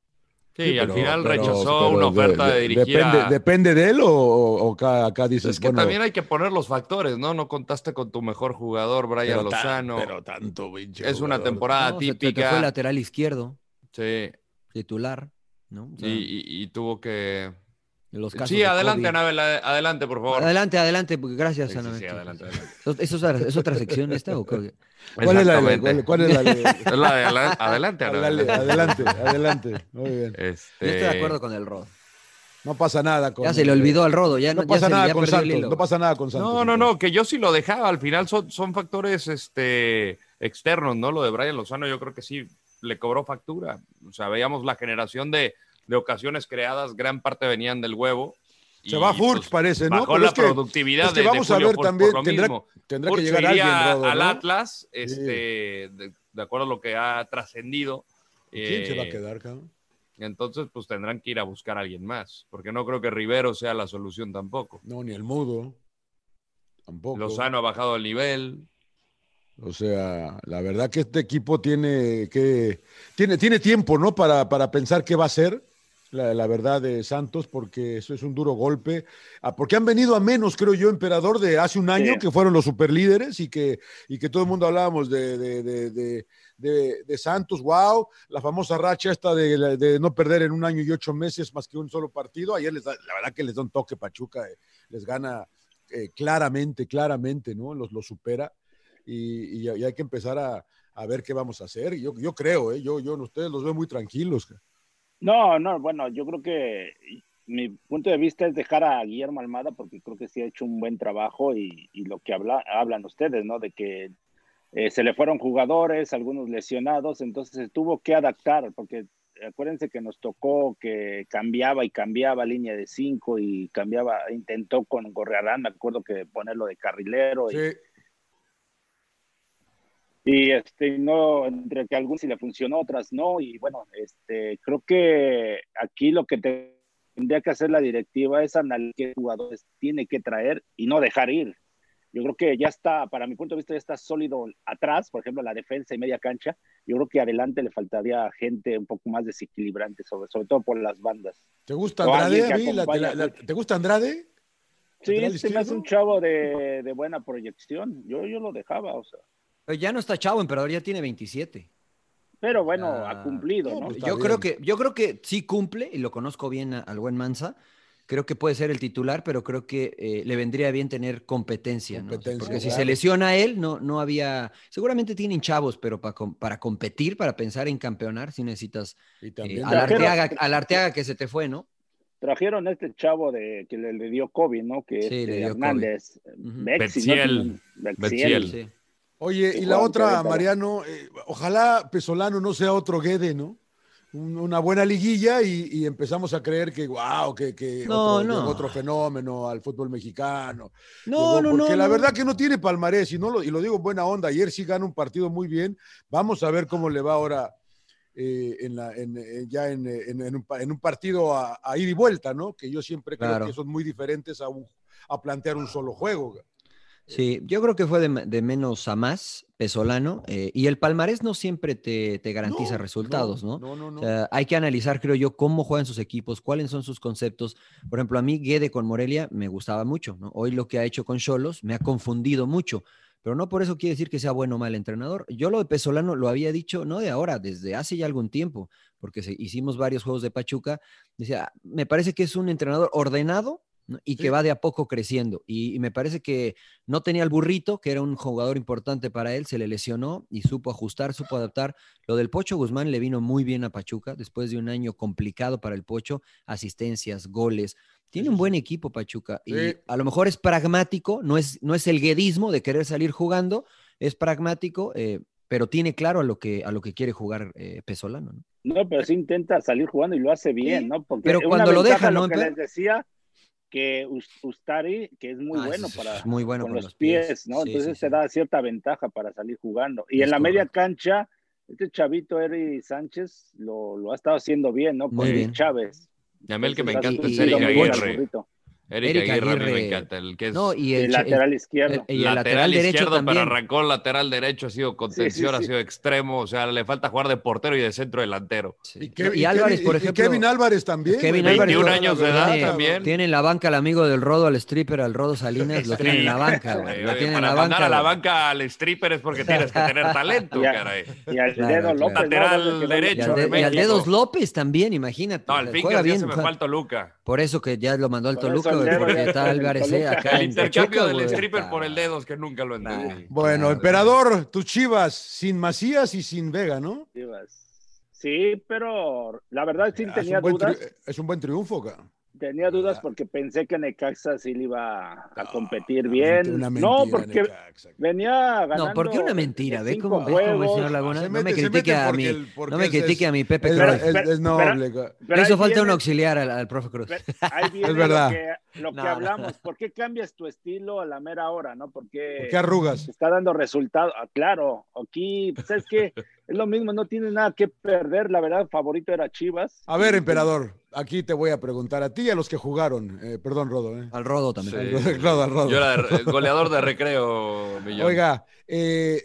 Speaker 4: Sí, al
Speaker 1: pero-
Speaker 4: final
Speaker 1: pero-
Speaker 4: rechazó
Speaker 1: pero
Speaker 4: una
Speaker 1: de-
Speaker 4: oferta de,
Speaker 1: de-
Speaker 4: dirigir
Speaker 1: depende,
Speaker 4: a- Pues
Speaker 1: ¿Depende de él o, o- o acá, acá dices,
Speaker 4: Es que
Speaker 1: bueno,
Speaker 4: también hay que poner los factores, ¿no? No contaste con tu mejor jugador, Brian
Speaker 1: Pero tan-
Speaker 4: Lozano.
Speaker 1: pero tanto, pinche
Speaker 4: Es una
Speaker 1: jugador.
Speaker 4: temporada
Speaker 3: No, se te- te fue
Speaker 4: Ah, típica.
Speaker 3: lateral izquierdo,
Speaker 4: Sí,
Speaker 3: titular, ¿no? O sea,
Speaker 4: y, y- y tuvo que.
Speaker 3: los casos
Speaker 4: Sí,
Speaker 3: de
Speaker 4: adelante,
Speaker 3: COVID.
Speaker 4: Anabel, ade- adelante, por favor.
Speaker 3: Adelante, adelante, porque gracias,
Speaker 4: Sí, sí,
Speaker 3: Ana
Speaker 4: sí,
Speaker 3: Beatriz.
Speaker 4: adelante, adelante.
Speaker 3: ¿Eso- ¿Es otra, ¿Es otra sección esta o qué?
Speaker 1: ¿cuál es la de-
Speaker 4: Exactamente.
Speaker 1: cuál- cuál es la de-
Speaker 4: Es la de ala- adelante, Ana
Speaker 1: Adelante,
Speaker 4: Belén.
Speaker 1: adelante, adelante. Muy bien.
Speaker 4: Este,
Speaker 3: Yo estoy de acuerdo con el Rodo.
Speaker 1: No pasa nada con
Speaker 3: Ya se le olvidó al Rodo, ya no-
Speaker 1: no
Speaker 3: ya
Speaker 1: pasa
Speaker 3: se-
Speaker 1: nada
Speaker 3: ya
Speaker 1: con
Speaker 3: perdió el
Speaker 1: Santos,
Speaker 3: hilo.
Speaker 1: no pasa nada con Santos.
Speaker 4: No, no, no, que yo sí lo dejaba. Al final son, son factores este, externos, ¿no? Lo de Brian Lozano, yo creo que sí le cobró factura. O sea, veíamos la generación de, de ocasiones creadas, gran parte venían del huevo.
Speaker 1: Se
Speaker 4: Y,
Speaker 1: va Furch,
Speaker 4: pues,
Speaker 1: parece, ¿no?
Speaker 4: bajó
Speaker 1: Pero
Speaker 4: la
Speaker 1: es que-
Speaker 4: productividad
Speaker 1: es que
Speaker 4: de- de
Speaker 1: vamos a
Speaker 4: Julio
Speaker 1: ver
Speaker 4: Furch
Speaker 1: también,
Speaker 4: por lo
Speaker 1: tendrá,
Speaker 4: mismo.
Speaker 1: tendrá que
Speaker 4: Furch
Speaker 1: llegar
Speaker 4: iría
Speaker 1: alguien, Rodo,
Speaker 4: al
Speaker 1: ¿no?
Speaker 4: Atlas, este, de, de acuerdo a lo que ha trascendido.
Speaker 1: ¿Quién se va a
Speaker 4: eh,
Speaker 1: quedar, cabrón?
Speaker 4: Entonces, pues tendrán que ir a buscar a alguien más, porque no creo que Rivero sea la solución tampoco.
Speaker 1: No, ni el mudo. Tampoco.
Speaker 4: Lozano ha bajado el nivel.
Speaker 1: O sea, la verdad que este equipo tiene que tiene, tiene tiempo, ¿no? Para, para pensar qué va a ser. La, la verdad de Santos, porque eso es un duro golpe. Ah, Porque han venido a menos, creo yo, emperador, de hace un año,
Speaker 2: Sí.
Speaker 1: que fueron los superlíderes y que, y que todo el mundo hablábamos de, de- de- de- de- de Santos, wow, la famosa racha esta de, la- de no perder en un año y ocho meses más que un solo partido. Ayer les da- la verdad que les da un toque Pachuca, eh, les gana eh, claramente, claramente, ¿no? Los, los supera y, y- y hay que empezar a, a ver qué vamos a hacer. Yo, yo creo, ¿eh? yo, yo en ustedes los veo muy tranquilos.
Speaker 2: No, no, bueno, yo creo que mi punto de vista es dejar a Guillermo Almada porque creo que sí ha hecho un buen trabajo y, y lo que habla- hablan ustedes, ¿no? De que eh, se le fueron jugadores, algunos lesionados, entonces se tuvo que adaptar porque acuérdense que nos tocó que cambiaba y cambiaba línea de cinco y cambiaba, intentó con Gorrearán, me acuerdo que ponerlo de carrilero y, y este no entre que algunas sí le funcionó otras no y bueno este creo que aquí lo que te- tendría que hacer la directiva es analizar qué jugadores tiene que traer y no dejar ir yo creo que ya está para mi punto de vista ya está sólido atrás por ejemplo la defensa y media cancha yo creo que adelante le faltaría gente un poco más desequilibrante sobre sobre todo por las bandas
Speaker 1: ¿Te gusta
Speaker 2: O
Speaker 1: Andrade,
Speaker 2: alguien que
Speaker 1: a mí? La-
Speaker 2: acompañe
Speaker 1: la-
Speaker 2: a
Speaker 1: la- ¿Te gusta Andrade?
Speaker 2: sí
Speaker 1: ¿Lateral
Speaker 2: este me hace
Speaker 1: izquierdo?
Speaker 2: un chavo de, de buena proyección yo yo lo dejaba o sea
Speaker 3: Pero ya no está chavo, emperador, ya tiene 27.
Speaker 2: pero bueno
Speaker 3: Ah,
Speaker 2: ha cumplido no
Speaker 1: pues, está
Speaker 3: yo creo
Speaker 1: bien.
Speaker 3: que yo creo que sí cumple y lo conozco bien a- al buen Mansa. Creo que puede ser el titular, pero creo que eh, le vendría bien tener competencia, ¿no? O sea,
Speaker 1: Competencia,
Speaker 3: porque si
Speaker 1: claro.
Speaker 3: se lesiona a él, no, no había. Seguramente tienen chavos, pero para, com- para competir, para pensar en campeonar, sí necesitas
Speaker 1: Y
Speaker 3: eh,
Speaker 1: también
Speaker 3: al,
Speaker 2: Trajeron-
Speaker 3: Arteaga, al Arteaga que se te fue, ¿no?
Speaker 2: trajeron a este chavo de que le, le dio COVID, ¿no? Que
Speaker 3: Sí,
Speaker 2: es este
Speaker 3: le dio
Speaker 2: Hernández.
Speaker 3: Ujú.
Speaker 2: Bexi, ¿no?
Speaker 4: Betziel.
Speaker 2: Bexi.
Speaker 4: Betziel.
Speaker 3: Sí.
Speaker 1: Oye, y
Speaker 2: Sí,
Speaker 1: la
Speaker 2: Juan,
Speaker 1: otra,
Speaker 2: Querétaro.
Speaker 1: Mariano, eh, ojalá Pesolano no sea otro Guede, ¿no? Un- Una buena liguilla y, y empezamos a creer que, wow, que, que
Speaker 3: No,
Speaker 1: otro,
Speaker 3: no.
Speaker 1: llegó otro fenómeno al fútbol mexicano.
Speaker 3: No,
Speaker 1: Llegó-
Speaker 3: no, no.
Speaker 1: porque la
Speaker 3: no.
Speaker 1: verdad que no tiene palmarés y, no lo, y lo digo en buena onda. Ayer sí gana un partido muy bien. Vamos a ver cómo le va ahora eh, en la- en- en- ya en, eh, en- en un, pa- en un partido a, a ir y vuelta, ¿no? Que yo siempre creo
Speaker 3: Claro.
Speaker 1: que son muy diferentes a, un- a plantear un solo juego.
Speaker 3: Sí, yo creo que fue de, de menos a más, Pesolano, eh, y el palmarés no siempre te, te garantiza
Speaker 1: No,
Speaker 3: resultados, ¿no?
Speaker 1: No, no, no.
Speaker 3: O sea, hay que analizar, creo yo, cómo juegan sus equipos, cuáles son sus conceptos. Por ejemplo, a mí Guede con Morelia me gustaba mucho, ¿no? Hoy lo que ha hecho con Cholos me ha confundido mucho, pero no por eso quiere decir que sea bueno o mal entrenador. Yo lo de Pesolano lo había dicho, no de ahora, desde hace ya algún tiempo, porque se, hicimos varios juegos de Pachuca. Decía, "Ah, me parece que es un entrenador ordenado, ¿no? y que va de a poco creciendo. Y, y, me parece que no tenía el burrito, que era un jugador importante para él, se le lesionó y supo ajustar, supo adaptar. Lo del Pocho Guzmán le vino muy bien a Pachuca después de un año complicado para el Pocho, asistencias, goles. Tiene un buen equipo Pachuca y sí. a lo mejor es pragmático, no es, no es el guedismo de querer salir jugando, es pragmático, eh, pero tiene claro a lo que, a lo que quiere jugar eh, Pesolano. ¿no?
Speaker 2: ¿no? pero sí intenta salir jugando y lo hace bien, sí. ¿no?
Speaker 3: Porque pero cuando lo deja,
Speaker 2: ¿no? Lo que les decía, que Ustari, que es muy ah, bueno para
Speaker 3: muy bueno
Speaker 2: con, con los, los pies, pies ¿no? Sí, Entonces se sí, sí. da cierta ventaja para salir jugando. Y es en la correcto. media cancha, este chavito Eri Sánchez lo, lo, ha estado haciendo bien, ¿no? Con Luis Chávez.
Speaker 4: Y a mí el que me encanta es Eric Aguirre. Eric Aguirre, Aguirre me encanta, el que es
Speaker 3: no, y el,
Speaker 2: el lateral izquierdo.
Speaker 3: Eh,
Speaker 4: El, el lateral, lateral, izquierdo, derecho pero arrancó lateral derecho, ha sido contención, ha sido extremo, o sea, le falta jugar de portero y de centro delantero.
Speaker 1: Sí. Y, Kevin, y, Álvarez, por ejemplo. Y Kevin Álvarez también.
Speaker 4: Kevin 21 Álvarez, años de edad tiene, también.
Speaker 3: Tiene en la banca al amigo del Rodo, al stripper, al Rodo Salinas, lo tiene en la banca. Güey, lo tiene
Speaker 4: Para
Speaker 3: en la
Speaker 4: mandar
Speaker 3: banca,
Speaker 4: a la banca al stripper es porque tienes que tener talento,
Speaker 2: y a,
Speaker 4: caray.
Speaker 2: Y al claro, Dedo López.
Speaker 4: Lateral
Speaker 2: no,
Speaker 4: derecho.
Speaker 3: Y, de, y al Dedos López también, imagínate.
Speaker 4: No, al Finger se me falta Luca.
Speaker 3: Por eso que ya lo mandó al Toluca, porque está Álvarez eh, acá.
Speaker 4: El intercambio del stripper por el Dedos, que nunca lo entendí.
Speaker 1: Bueno, emperador, tus chivas sin Macías y sin Vega, ¿no?
Speaker 2: Chivas. Sí, pero la verdad sí
Speaker 1: Ah, es
Speaker 2: tenía
Speaker 1: un
Speaker 2: dudas.
Speaker 1: Es un buen triunfo, cara.
Speaker 2: Tenía dudas porque pensé que Necaxa sí le iba a Ah. no, competir bien. Ah, Mentira, no, porque Necaxa. venía ganando.
Speaker 3: No, porque una mentira. Ve cómo, ve cómo el señor
Speaker 1: Ah,
Speaker 3: Laguna. Se mete, no me critique, a, mi, el, no me critique es, a mi Pepe
Speaker 1: es,
Speaker 3: Cruz.
Speaker 1: Es, es noble.
Speaker 3: Pero, pero eso falta viene, un auxiliar al, al, profe Cruz.
Speaker 2: Ahí viene es verdad. Lo que, lo no, que hablamos. ¿Por qué cambias tu estilo a la mera hora? ¿no? Porque
Speaker 1: ¿Por qué arrugas?
Speaker 2: Está dando resultado. Ah, claro, aquí, ¿sabes qué? es lo mismo, no tiene nada que perder. La verdad, favorito era Chivas.
Speaker 1: A ver, emperador, aquí te voy a preguntar a ti y a los que jugaron. Eh, perdón, Rodo. ¿eh?
Speaker 3: Al Rodo también.
Speaker 1: Sí. Al Rodo, claro, al Rodo.
Speaker 4: Yo era el goleador de recreo, Millón.
Speaker 1: Oiga, eh,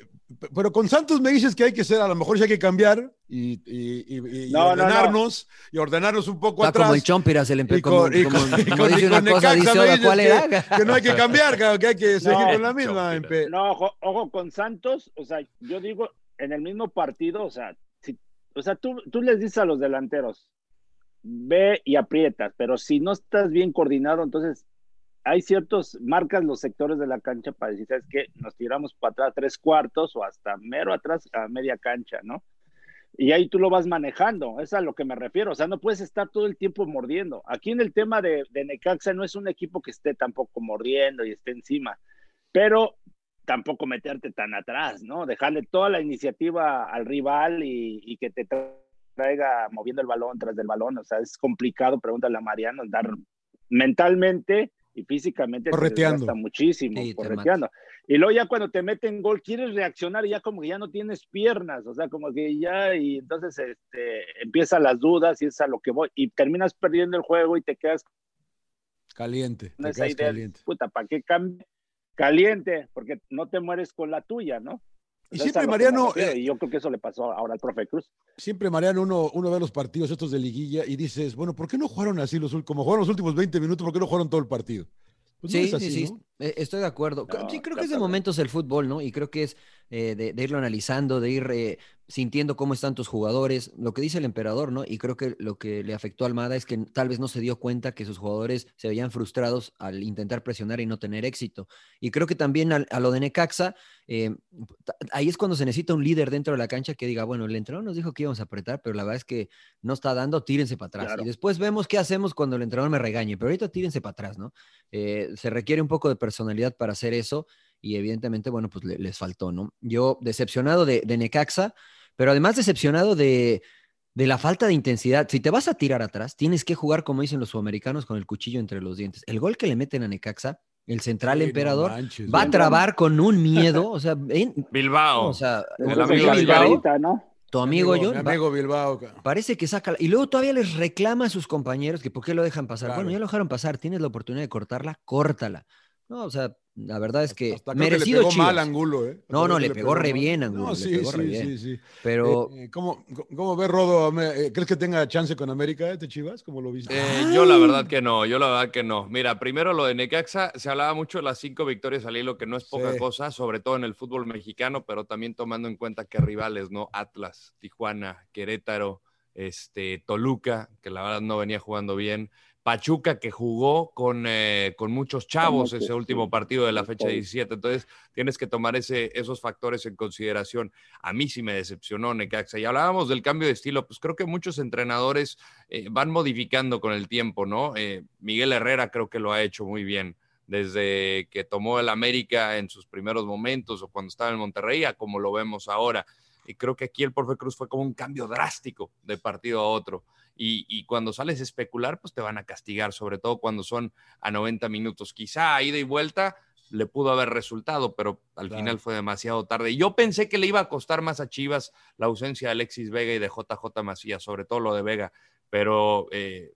Speaker 1: pero con Santos me dices que hay que ser, a lo mejor ya hay que cambiar y, y, y, y no, ordenarnos no, no. y ordenarnos un poco
Speaker 3: Está
Speaker 1: atrás.
Speaker 3: como el Chompiras, el empe, como, como, como, dice una cosa, dice otra, ¿cuál era?
Speaker 1: Que, que, no hay que cambiar, que hay que seguir con la misma. Empe.
Speaker 2: No, ojo, ojo, con Santos, o sea, yo digo, en el mismo partido, o sea, si, o sea tú, tú les dices a los delanteros, ve y aprietas, pero si no estás bien coordinado, entonces hay ciertos, marcas los sectores de la cancha para decir, ¿sabes qué? Nos tiramos para atrás tres cuartos o hasta mero atrás a media cancha, ¿no? Y ahí tú lo vas manejando, es a lo que me refiero, o sea, no puedes estar todo el tiempo mordiendo. Aquí en el tema de, de Necaxa no es un equipo que esté tampoco mordiendo y esté encima, pero tampoco meterte tan atrás, ¿no? Dejarle toda la iniciativa al rival y, y, que te traiga moviendo el balón tras del balón. O sea, es complicado, pregúntale a Mariano, andar mentalmente y físicamente
Speaker 1: correteando.
Speaker 2: te muchísimo, sí, correteando. Te y luego ya cuando te meten gol, quieres reaccionar y ya como que ya no tienes piernas, o sea, como que ya, y entonces este, empiezan las dudas y es a lo que voy, y terminas perdiendo el juego y te quedas
Speaker 1: caliente. Te quedas idea, caliente.
Speaker 2: Puta, ¿para qué cambia? caliente, porque no te mueres con la tuya, ¿no?
Speaker 1: Y Entonces, siempre, Mariano.
Speaker 2: Refiero, eh, y yo creo que eso le pasó ahora al profe Cruz.
Speaker 1: Siempre, Mariano, uno, uno ve los partidos estos de liguilla y dices, bueno, ¿por qué no jugaron así los como jugaron los últimos 20 minutos? ¿Por qué no jugaron todo el partido?
Speaker 3: Pues sí, no así, sí, sí, ¿no? estoy de acuerdo. No, sí, creo que es de momentos el fútbol, ¿no? Y creo que es eh, de, de, irlo analizando, de ir eh, sintiendo cómo están tus jugadores, lo que dice el emperador, ¿no? Y creo que lo que le afectó a Almada es que tal vez no se dio cuenta que sus jugadores se veían frustrados al intentar presionar y no tener éxito. Y creo que también a, a lo de Necaxa, eh, ahí es cuando se necesita un líder dentro de la cancha que diga, bueno, el entrenador nos dijo que íbamos a apretar, pero la verdad es que no está dando, tírense para atrás. Claro. Y después vemos qué hacemos cuando el entrenador me regañe, pero ahorita tírense para atrás, ¿no? Eh, se requiere un poco de personalidad para hacer eso y evidentemente, bueno, pues le, les faltó, ¿no? Yo decepcionado de, de Necaxa, pero además decepcionado de, de, la falta de intensidad. Si te vas a tirar atrás, tienes que jugar, como dicen los sudamericanos, con el cuchillo entre los dientes. El gol que le meten a Necaxa, el central sí, emperador, no manches, va a trabar con un miedo, o sea, en,
Speaker 4: Bilbao.
Speaker 3: O sea,
Speaker 2: el amigo Bilbao, Bilbao, ¿no?
Speaker 3: Tu amigo,
Speaker 1: amigo
Speaker 3: John.
Speaker 1: Mi amigo Bilbao. Cara.
Speaker 3: Parece que saca. Y luego todavía les reclama a sus compañeros que por qué lo dejan pasar. Claro. Bueno, ya lo dejaron pasar. Tienes la oportunidad de cortarla, córtala. No, o sea, La verdad es que
Speaker 1: Hasta creo que le
Speaker 3: merecido
Speaker 1: pegó
Speaker 3: Chivas.
Speaker 1: mal Angulo, ¿eh?
Speaker 3: No,
Speaker 1: Creo
Speaker 3: no,
Speaker 1: que
Speaker 3: le pegó re
Speaker 1: mal.
Speaker 3: bien Angulo,
Speaker 1: No,
Speaker 3: le
Speaker 1: sí,
Speaker 3: pegó
Speaker 1: sí,
Speaker 3: re bien.
Speaker 1: sí, sí.
Speaker 3: Pero-
Speaker 1: Eh, eh, ¿cómo, ¿Cómo ve Rodo? Me- eh, ¿Crees que tenga chance con América, este Chivas? ¿Cómo lo viste?
Speaker 4: Eh, yo la verdad que no, yo la verdad que no. Mira, primero lo de Necaxa, se hablaba mucho de las cinco victorias al hilo, que no es poca
Speaker 1: Sí.
Speaker 4: cosa, sobre todo en el fútbol mexicano, pero también tomando en cuenta que rivales, ¿no? Atlas, Tijuana, Querétaro, este, Toluca, que la verdad no venía jugando bien. Pachuca, que jugó con, eh, con muchos chavos
Speaker 2: Con muchos,
Speaker 4: ese último
Speaker 2: sí.
Speaker 4: partido de la fecha
Speaker 2: Sí.
Speaker 4: 17. Entonces, tienes que tomar ese, esos factores en consideración. A mí sí me decepcionó Necaxa. Y hablábamos del cambio de estilo, pues creo que muchos entrenadores eh, van modificando con el tiempo, ¿no? Eh, Miguel Herrera creo que lo ha hecho muy bien. Desde que tomó el América en sus primeros momentos o cuando estaba en Monterrey, a como lo vemos ahora. Y creo que aquí el Profe Cruz fue como un cambio drástico de partido a otro. Y, y cuando sales a especular, pues te van a castigar, sobre todo cuando son a 90 minutos. Quizá a ida y vuelta le pudo haber resultado, pero al
Speaker 1: Claro.
Speaker 4: final fue demasiado tarde. Yo pensé que le iba a costar más a Chivas la ausencia de Alexis Vega y de JJ Macías, sobre todo lo de Vega, pero eh,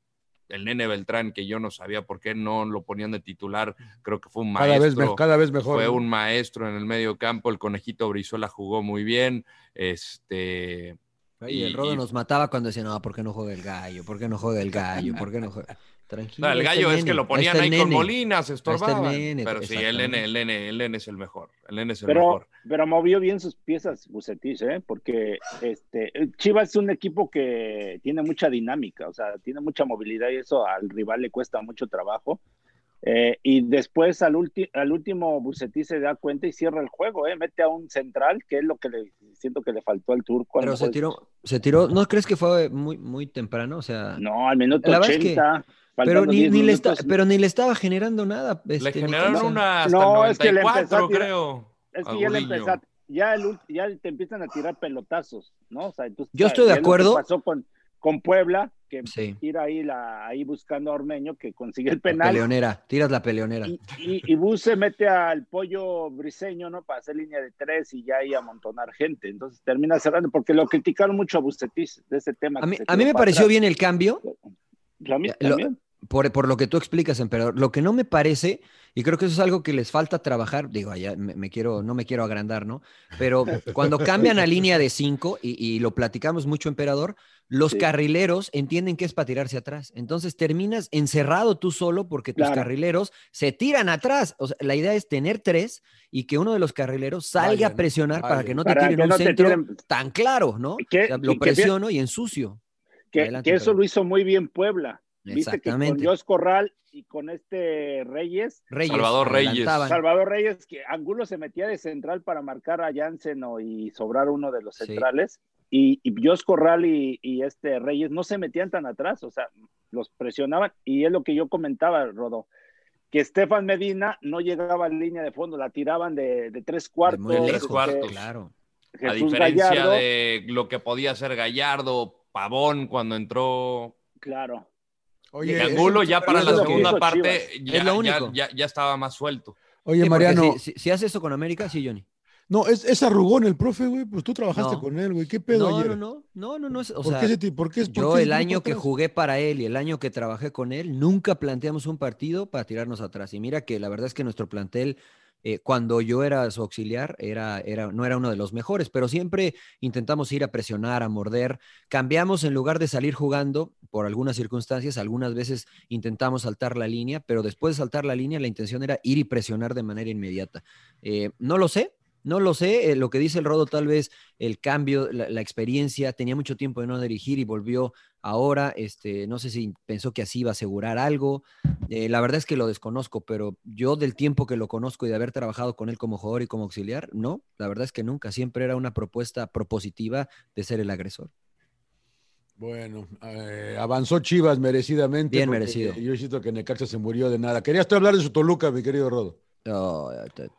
Speaker 4: el nene Beltrán, que yo no sabía por qué no lo ponían de titular, creo que fue un
Speaker 1: cada, vez,
Speaker 4: maestro
Speaker 1: me- cada vez mejor.
Speaker 4: fue
Speaker 1: ¿no?
Speaker 4: un maestro en el medio campo, el conejito Brizuela jugó muy bien, este
Speaker 3: Ay, el
Speaker 4: y-
Speaker 3: Rodo
Speaker 4: y-
Speaker 3: nos mataba cuando decía, no, ¿por qué no juega el gallo? ¿Por qué no juega el gallo? ¿Por qué no juega? Tranquilo.
Speaker 4: no, el
Speaker 3: ahí está
Speaker 4: gallo es
Speaker 3: nene,
Speaker 4: que lo ponían
Speaker 3: está
Speaker 4: ahí
Speaker 3: el
Speaker 4: con
Speaker 3: nene.
Speaker 4: Molina, se
Speaker 3: está el
Speaker 4: estorbaban,
Speaker 3: nene,
Speaker 4: pero sí, el nene,
Speaker 3: exactamente.
Speaker 4: el nene, el nene es el mejor, el nene es el
Speaker 2: Pero,
Speaker 4: mejor.
Speaker 2: pero movió bien sus piezas Bucetich, ¿eh? porque este, Chivas es un equipo que tiene mucha dinámica, o sea, tiene mucha movilidad y eso al rival le cuesta mucho trabajo. Eh, y después al, ulti- al último Bucetich se da cuenta y cierra el juego, ¿eh? mete a un central, que es lo que le siento que le faltó al turco. a lo
Speaker 3: Pero se
Speaker 2: mejor-
Speaker 3: tiró, se tiró. ¿No crees que fue muy, muy temprano? O sea,
Speaker 2: No, al minuto
Speaker 3: La verdad es que-
Speaker 2: 80.
Speaker 3: pero
Speaker 2: faltando
Speaker 3: ni,
Speaker 2: 10
Speaker 3: ni le
Speaker 2: minutos.
Speaker 3: esta- pero ni le estaba generando nada.
Speaker 4: Le
Speaker 3: este,
Speaker 4: generaron
Speaker 3: Necaxa.
Speaker 4: una hasta
Speaker 2: No, es que le
Speaker 4: 94,
Speaker 2: empezó a tirar-
Speaker 4: creo.
Speaker 2: Es
Speaker 4: a
Speaker 2: que ya, le
Speaker 4: Gudiño.
Speaker 2: empezat- ya, el ult- ya te empiezan a tirar pelotazos, ¿no? O sea, tú-
Speaker 3: Yo estoy de
Speaker 2: ya lo que
Speaker 3: acuerdo.
Speaker 2: Pasó con, con Puebla, que
Speaker 3: Sí.
Speaker 2: tira ahí, la, ahí buscando a Ormeño, que consigue el
Speaker 3: La
Speaker 2: penal.
Speaker 3: peleonera, tiras la peleonera.
Speaker 2: Y, y, y Bus se mete al pollo briseño, ¿no? Para hacer línea de tres y ya ahí amontonar gente. Entonces termina cerrando, porque lo criticaron mucho a Bucetich de ese tema.
Speaker 3: A
Speaker 2: que
Speaker 3: mí,
Speaker 2: se
Speaker 3: a mí
Speaker 2: quedó
Speaker 3: me
Speaker 2: para
Speaker 3: pareció
Speaker 2: atrás.
Speaker 3: bien el cambio,
Speaker 2: A mí
Speaker 3: Lo-
Speaker 2: también.
Speaker 3: por, por lo que tú explicas, emperador. Lo que no me parece, y creo que eso es algo que les falta trabajar, digo, allá me, me quiero, no me quiero agrandar, ¿no? Pero cuando cambian a línea de cinco, y, y lo platicamos mucho, emperador, los
Speaker 2: Sí.
Speaker 3: carrileros entienden que es para tirarse atrás. Entonces terminas encerrado tú solo porque tus
Speaker 2: Claro.
Speaker 3: carrileros se tiran atrás. O sea, la idea es tener tres y que uno de los carrileros salga
Speaker 1: Vaya,
Speaker 3: a presionar para
Speaker 1: vaya.
Speaker 3: que no te
Speaker 2: Para
Speaker 3: tiren
Speaker 2: que
Speaker 3: un
Speaker 2: no te
Speaker 3: centro
Speaker 2: tiren.
Speaker 3: tan claro, ¿no?
Speaker 2: Que-
Speaker 3: O sea,
Speaker 2: y
Speaker 3: lo
Speaker 2: que bien-
Speaker 3: presiono y ensucio.
Speaker 2: Que,
Speaker 3: Adelante,
Speaker 2: que eso
Speaker 3: Pedro.
Speaker 2: lo hizo muy bien Puebla. Viste que con
Speaker 3: Exactamente.
Speaker 2: Dios Corral y con este Reyes,
Speaker 3: Reyes,
Speaker 4: Salvador Reyes.
Speaker 3: adelantaban.
Speaker 2: Salvador Reyes, que Angulo se metía de central para marcar a Jansen o- y sobrar uno de los
Speaker 3: Sí.
Speaker 2: centrales. Y, y Dios Corral y, y este Reyes no se metían tan atrás, o sea, los presionaban. Y es lo que yo comentaba, Rodo, que Estefan Medina no llegaba a línea de fondo, la tiraban de, de tres
Speaker 3: De
Speaker 2: cuartos.
Speaker 3: muy
Speaker 2: este,
Speaker 3: lejos,
Speaker 4: cuartos.
Speaker 3: claro.
Speaker 4: A
Speaker 2: Jesús
Speaker 4: diferencia
Speaker 2: Gallardo,
Speaker 4: de lo que podía hacer Gallardo, Pavón cuando entró
Speaker 2: Claro.
Speaker 1: Oye,
Speaker 4: Y Angulo
Speaker 1: eh,
Speaker 4: ya para
Speaker 3: es
Speaker 4: la
Speaker 3: lo que
Speaker 4: segunda
Speaker 2: hizo
Speaker 4: parte ya,
Speaker 3: Es lo
Speaker 4: ya-
Speaker 3: único.
Speaker 4: ya- ya estaba más suelto.
Speaker 1: Oye,
Speaker 3: Sí, porque
Speaker 1: Mariano,
Speaker 3: Si, si, si hace eso con América, sí, Johnny.
Speaker 1: no, es, es arrugón el profe, güey. Pues tú trabajaste
Speaker 3: No.
Speaker 1: con él, güey. ¿Qué pedo
Speaker 3: No,
Speaker 1: ayer?
Speaker 3: no, no, no, no, no. es- O
Speaker 1: ¿Por
Speaker 3: sea,
Speaker 1: qué ese tipo? ¿Por qué es
Speaker 3: yo el año que jugué para él y el año que trabajé con él, nunca planteamos un partido para tirarnos atrás. Y mira que la verdad es que nuestro plantel, eh, cuando yo era su auxiliar, era, era, no era uno de los mejores, pero siempre intentamos ir a presionar, a morder. Cambiamos en lugar de salir jugando por algunas circunstancias, algunas veces intentamos saltar la línea, pero después de saltar la línea, la intención era ir y presionar de manera inmediata. Eh, no lo sé. No lo sé, eh, lo que dice el Rodo tal vez el cambio, la, la experiencia, tenía mucho tiempo de no dirigir y volvió ahora, este, no sé si pensó que así iba a asegurar algo, eh, la verdad es que lo desconozco, pero yo del tiempo que lo conozco y de haber trabajado con él como jugador y como auxiliar, no, la verdad es que nunca, siempre era una propuesta propositiva de ser el agresor.
Speaker 1: Bueno, eh, avanzó Chivas merecidamente.
Speaker 3: Bien
Speaker 1: porque
Speaker 3: merecido.
Speaker 1: Yo siento que Necaxa se murió de nada. Querías tú hablar de su Toluca, mi querido Rodo.
Speaker 3: No, eh, te-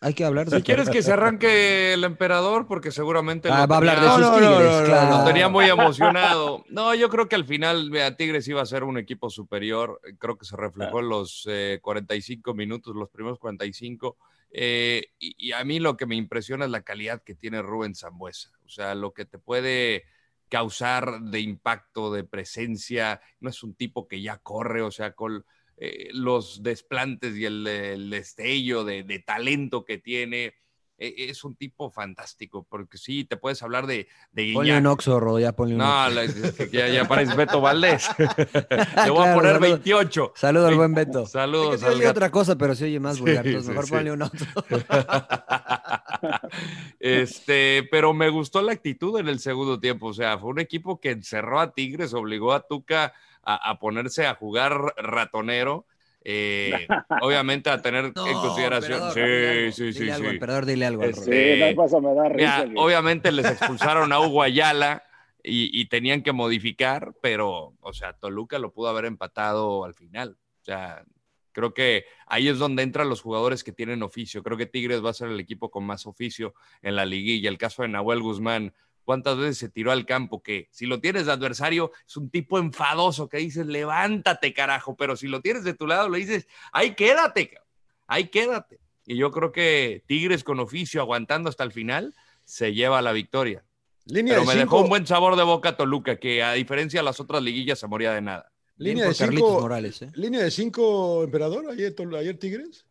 Speaker 3: hay que hablar de...
Speaker 4: Si quieres que se arranque el emperador, porque seguramente
Speaker 3: Ah,
Speaker 4: lo
Speaker 3: va a hablar de
Speaker 4: tenía-
Speaker 3: sus
Speaker 1: No, no, no,
Speaker 3: tigres,
Speaker 1: no, no,
Speaker 3: claro.
Speaker 4: Lo tenía muy emocionado. No, yo creo que al final vea, Tigres iba a ser un equipo superior. Creo que se reflejó en los eh, 45 minutos, los primeros 45. Eh, y, y a mí lo que me impresiona es la calidad que tiene Rubén Zambuesa. O sea, lo que te puede causar de impacto, de presencia. No es un tipo que ya corre, o sea, col- eh, los desplantes y el, el destello de, de talento que tiene. Eh, Es un tipo fantástico, porque sí, te puedes hablar de, de
Speaker 3: Ponle
Speaker 4: Guiñac,
Speaker 3: un oxo, Rodo, ya ponle un
Speaker 4: no,
Speaker 3: oxo.
Speaker 4: la- es que ya, ya parece Beto Valdés. Le voy a
Speaker 3: Ah, Claro,
Speaker 4: poner
Speaker 3: saludo.
Speaker 4: 28.
Speaker 3: Saludo al buen Beto.
Speaker 4: Saludos
Speaker 3: Yo
Speaker 4: al
Speaker 3: digo
Speaker 4: gato.
Speaker 3: otra cosa, pero se oye más
Speaker 4: Sí,
Speaker 3: vulgar. entonces
Speaker 4: sí,
Speaker 3: mejor
Speaker 4: sí.
Speaker 3: ponle un oxo.
Speaker 4: Este, pero me gustó la actitud en el segundo tiempo. O sea, fue un equipo que encerró a Tigres, obligó a Tuca a, a ponerse a jugar ratonero. eh, obviamente a tener en consideración.
Speaker 3: emperador, dile algo,
Speaker 4: sí, sí, sí.
Speaker 3: dile algo,
Speaker 4: sí.
Speaker 3: emperador, dile algo al Rodo.
Speaker 4: Este,
Speaker 2: Sí, no pasa, me da
Speaker 4: Mira,
Speaker 2: risa. güey.
Speaker 4: obviamente les expulsaron a Hugo Ayala y, y tenían que modificar, pero, o sea, Toluca lo pudo haber empatado al final. O sea, creo que ahí es donde entran los jugadores que tienen oficio. Creo que Tigres va a ser el equipo con más oficio en la liguilla. El caso de Nahuel Guzmán, ¿cuántas veces se tiró al campo? Que si lo tienes de adversario, es un tipo enfadoso que dices, levántate, carajo, pero si lo tienes de tu lado, le dices, ahí quédate, cabrón, ahí quédate. Y yo creo que Tigres con oficio, aguantando hasta el final, se lleva la victoria.
Speaker 1: Línea
Speaker 4: Pero
Speaker 1: de
Speaker 4: me
Speaker 1: cinco,
Speaker 4: dejó un buen sabor de boca Toluca, que a diferencia de las otras liguillas se moría de nada.
Speaker 3: Bien
Speaker 1: línea, de
Speaker 3: por Carlitos
Speaker 1: cinco
Speaker 3: Morales, ¿eh?
Speaker 1: línea de cinco, emperador, ayer, Tol- ayer Tigres.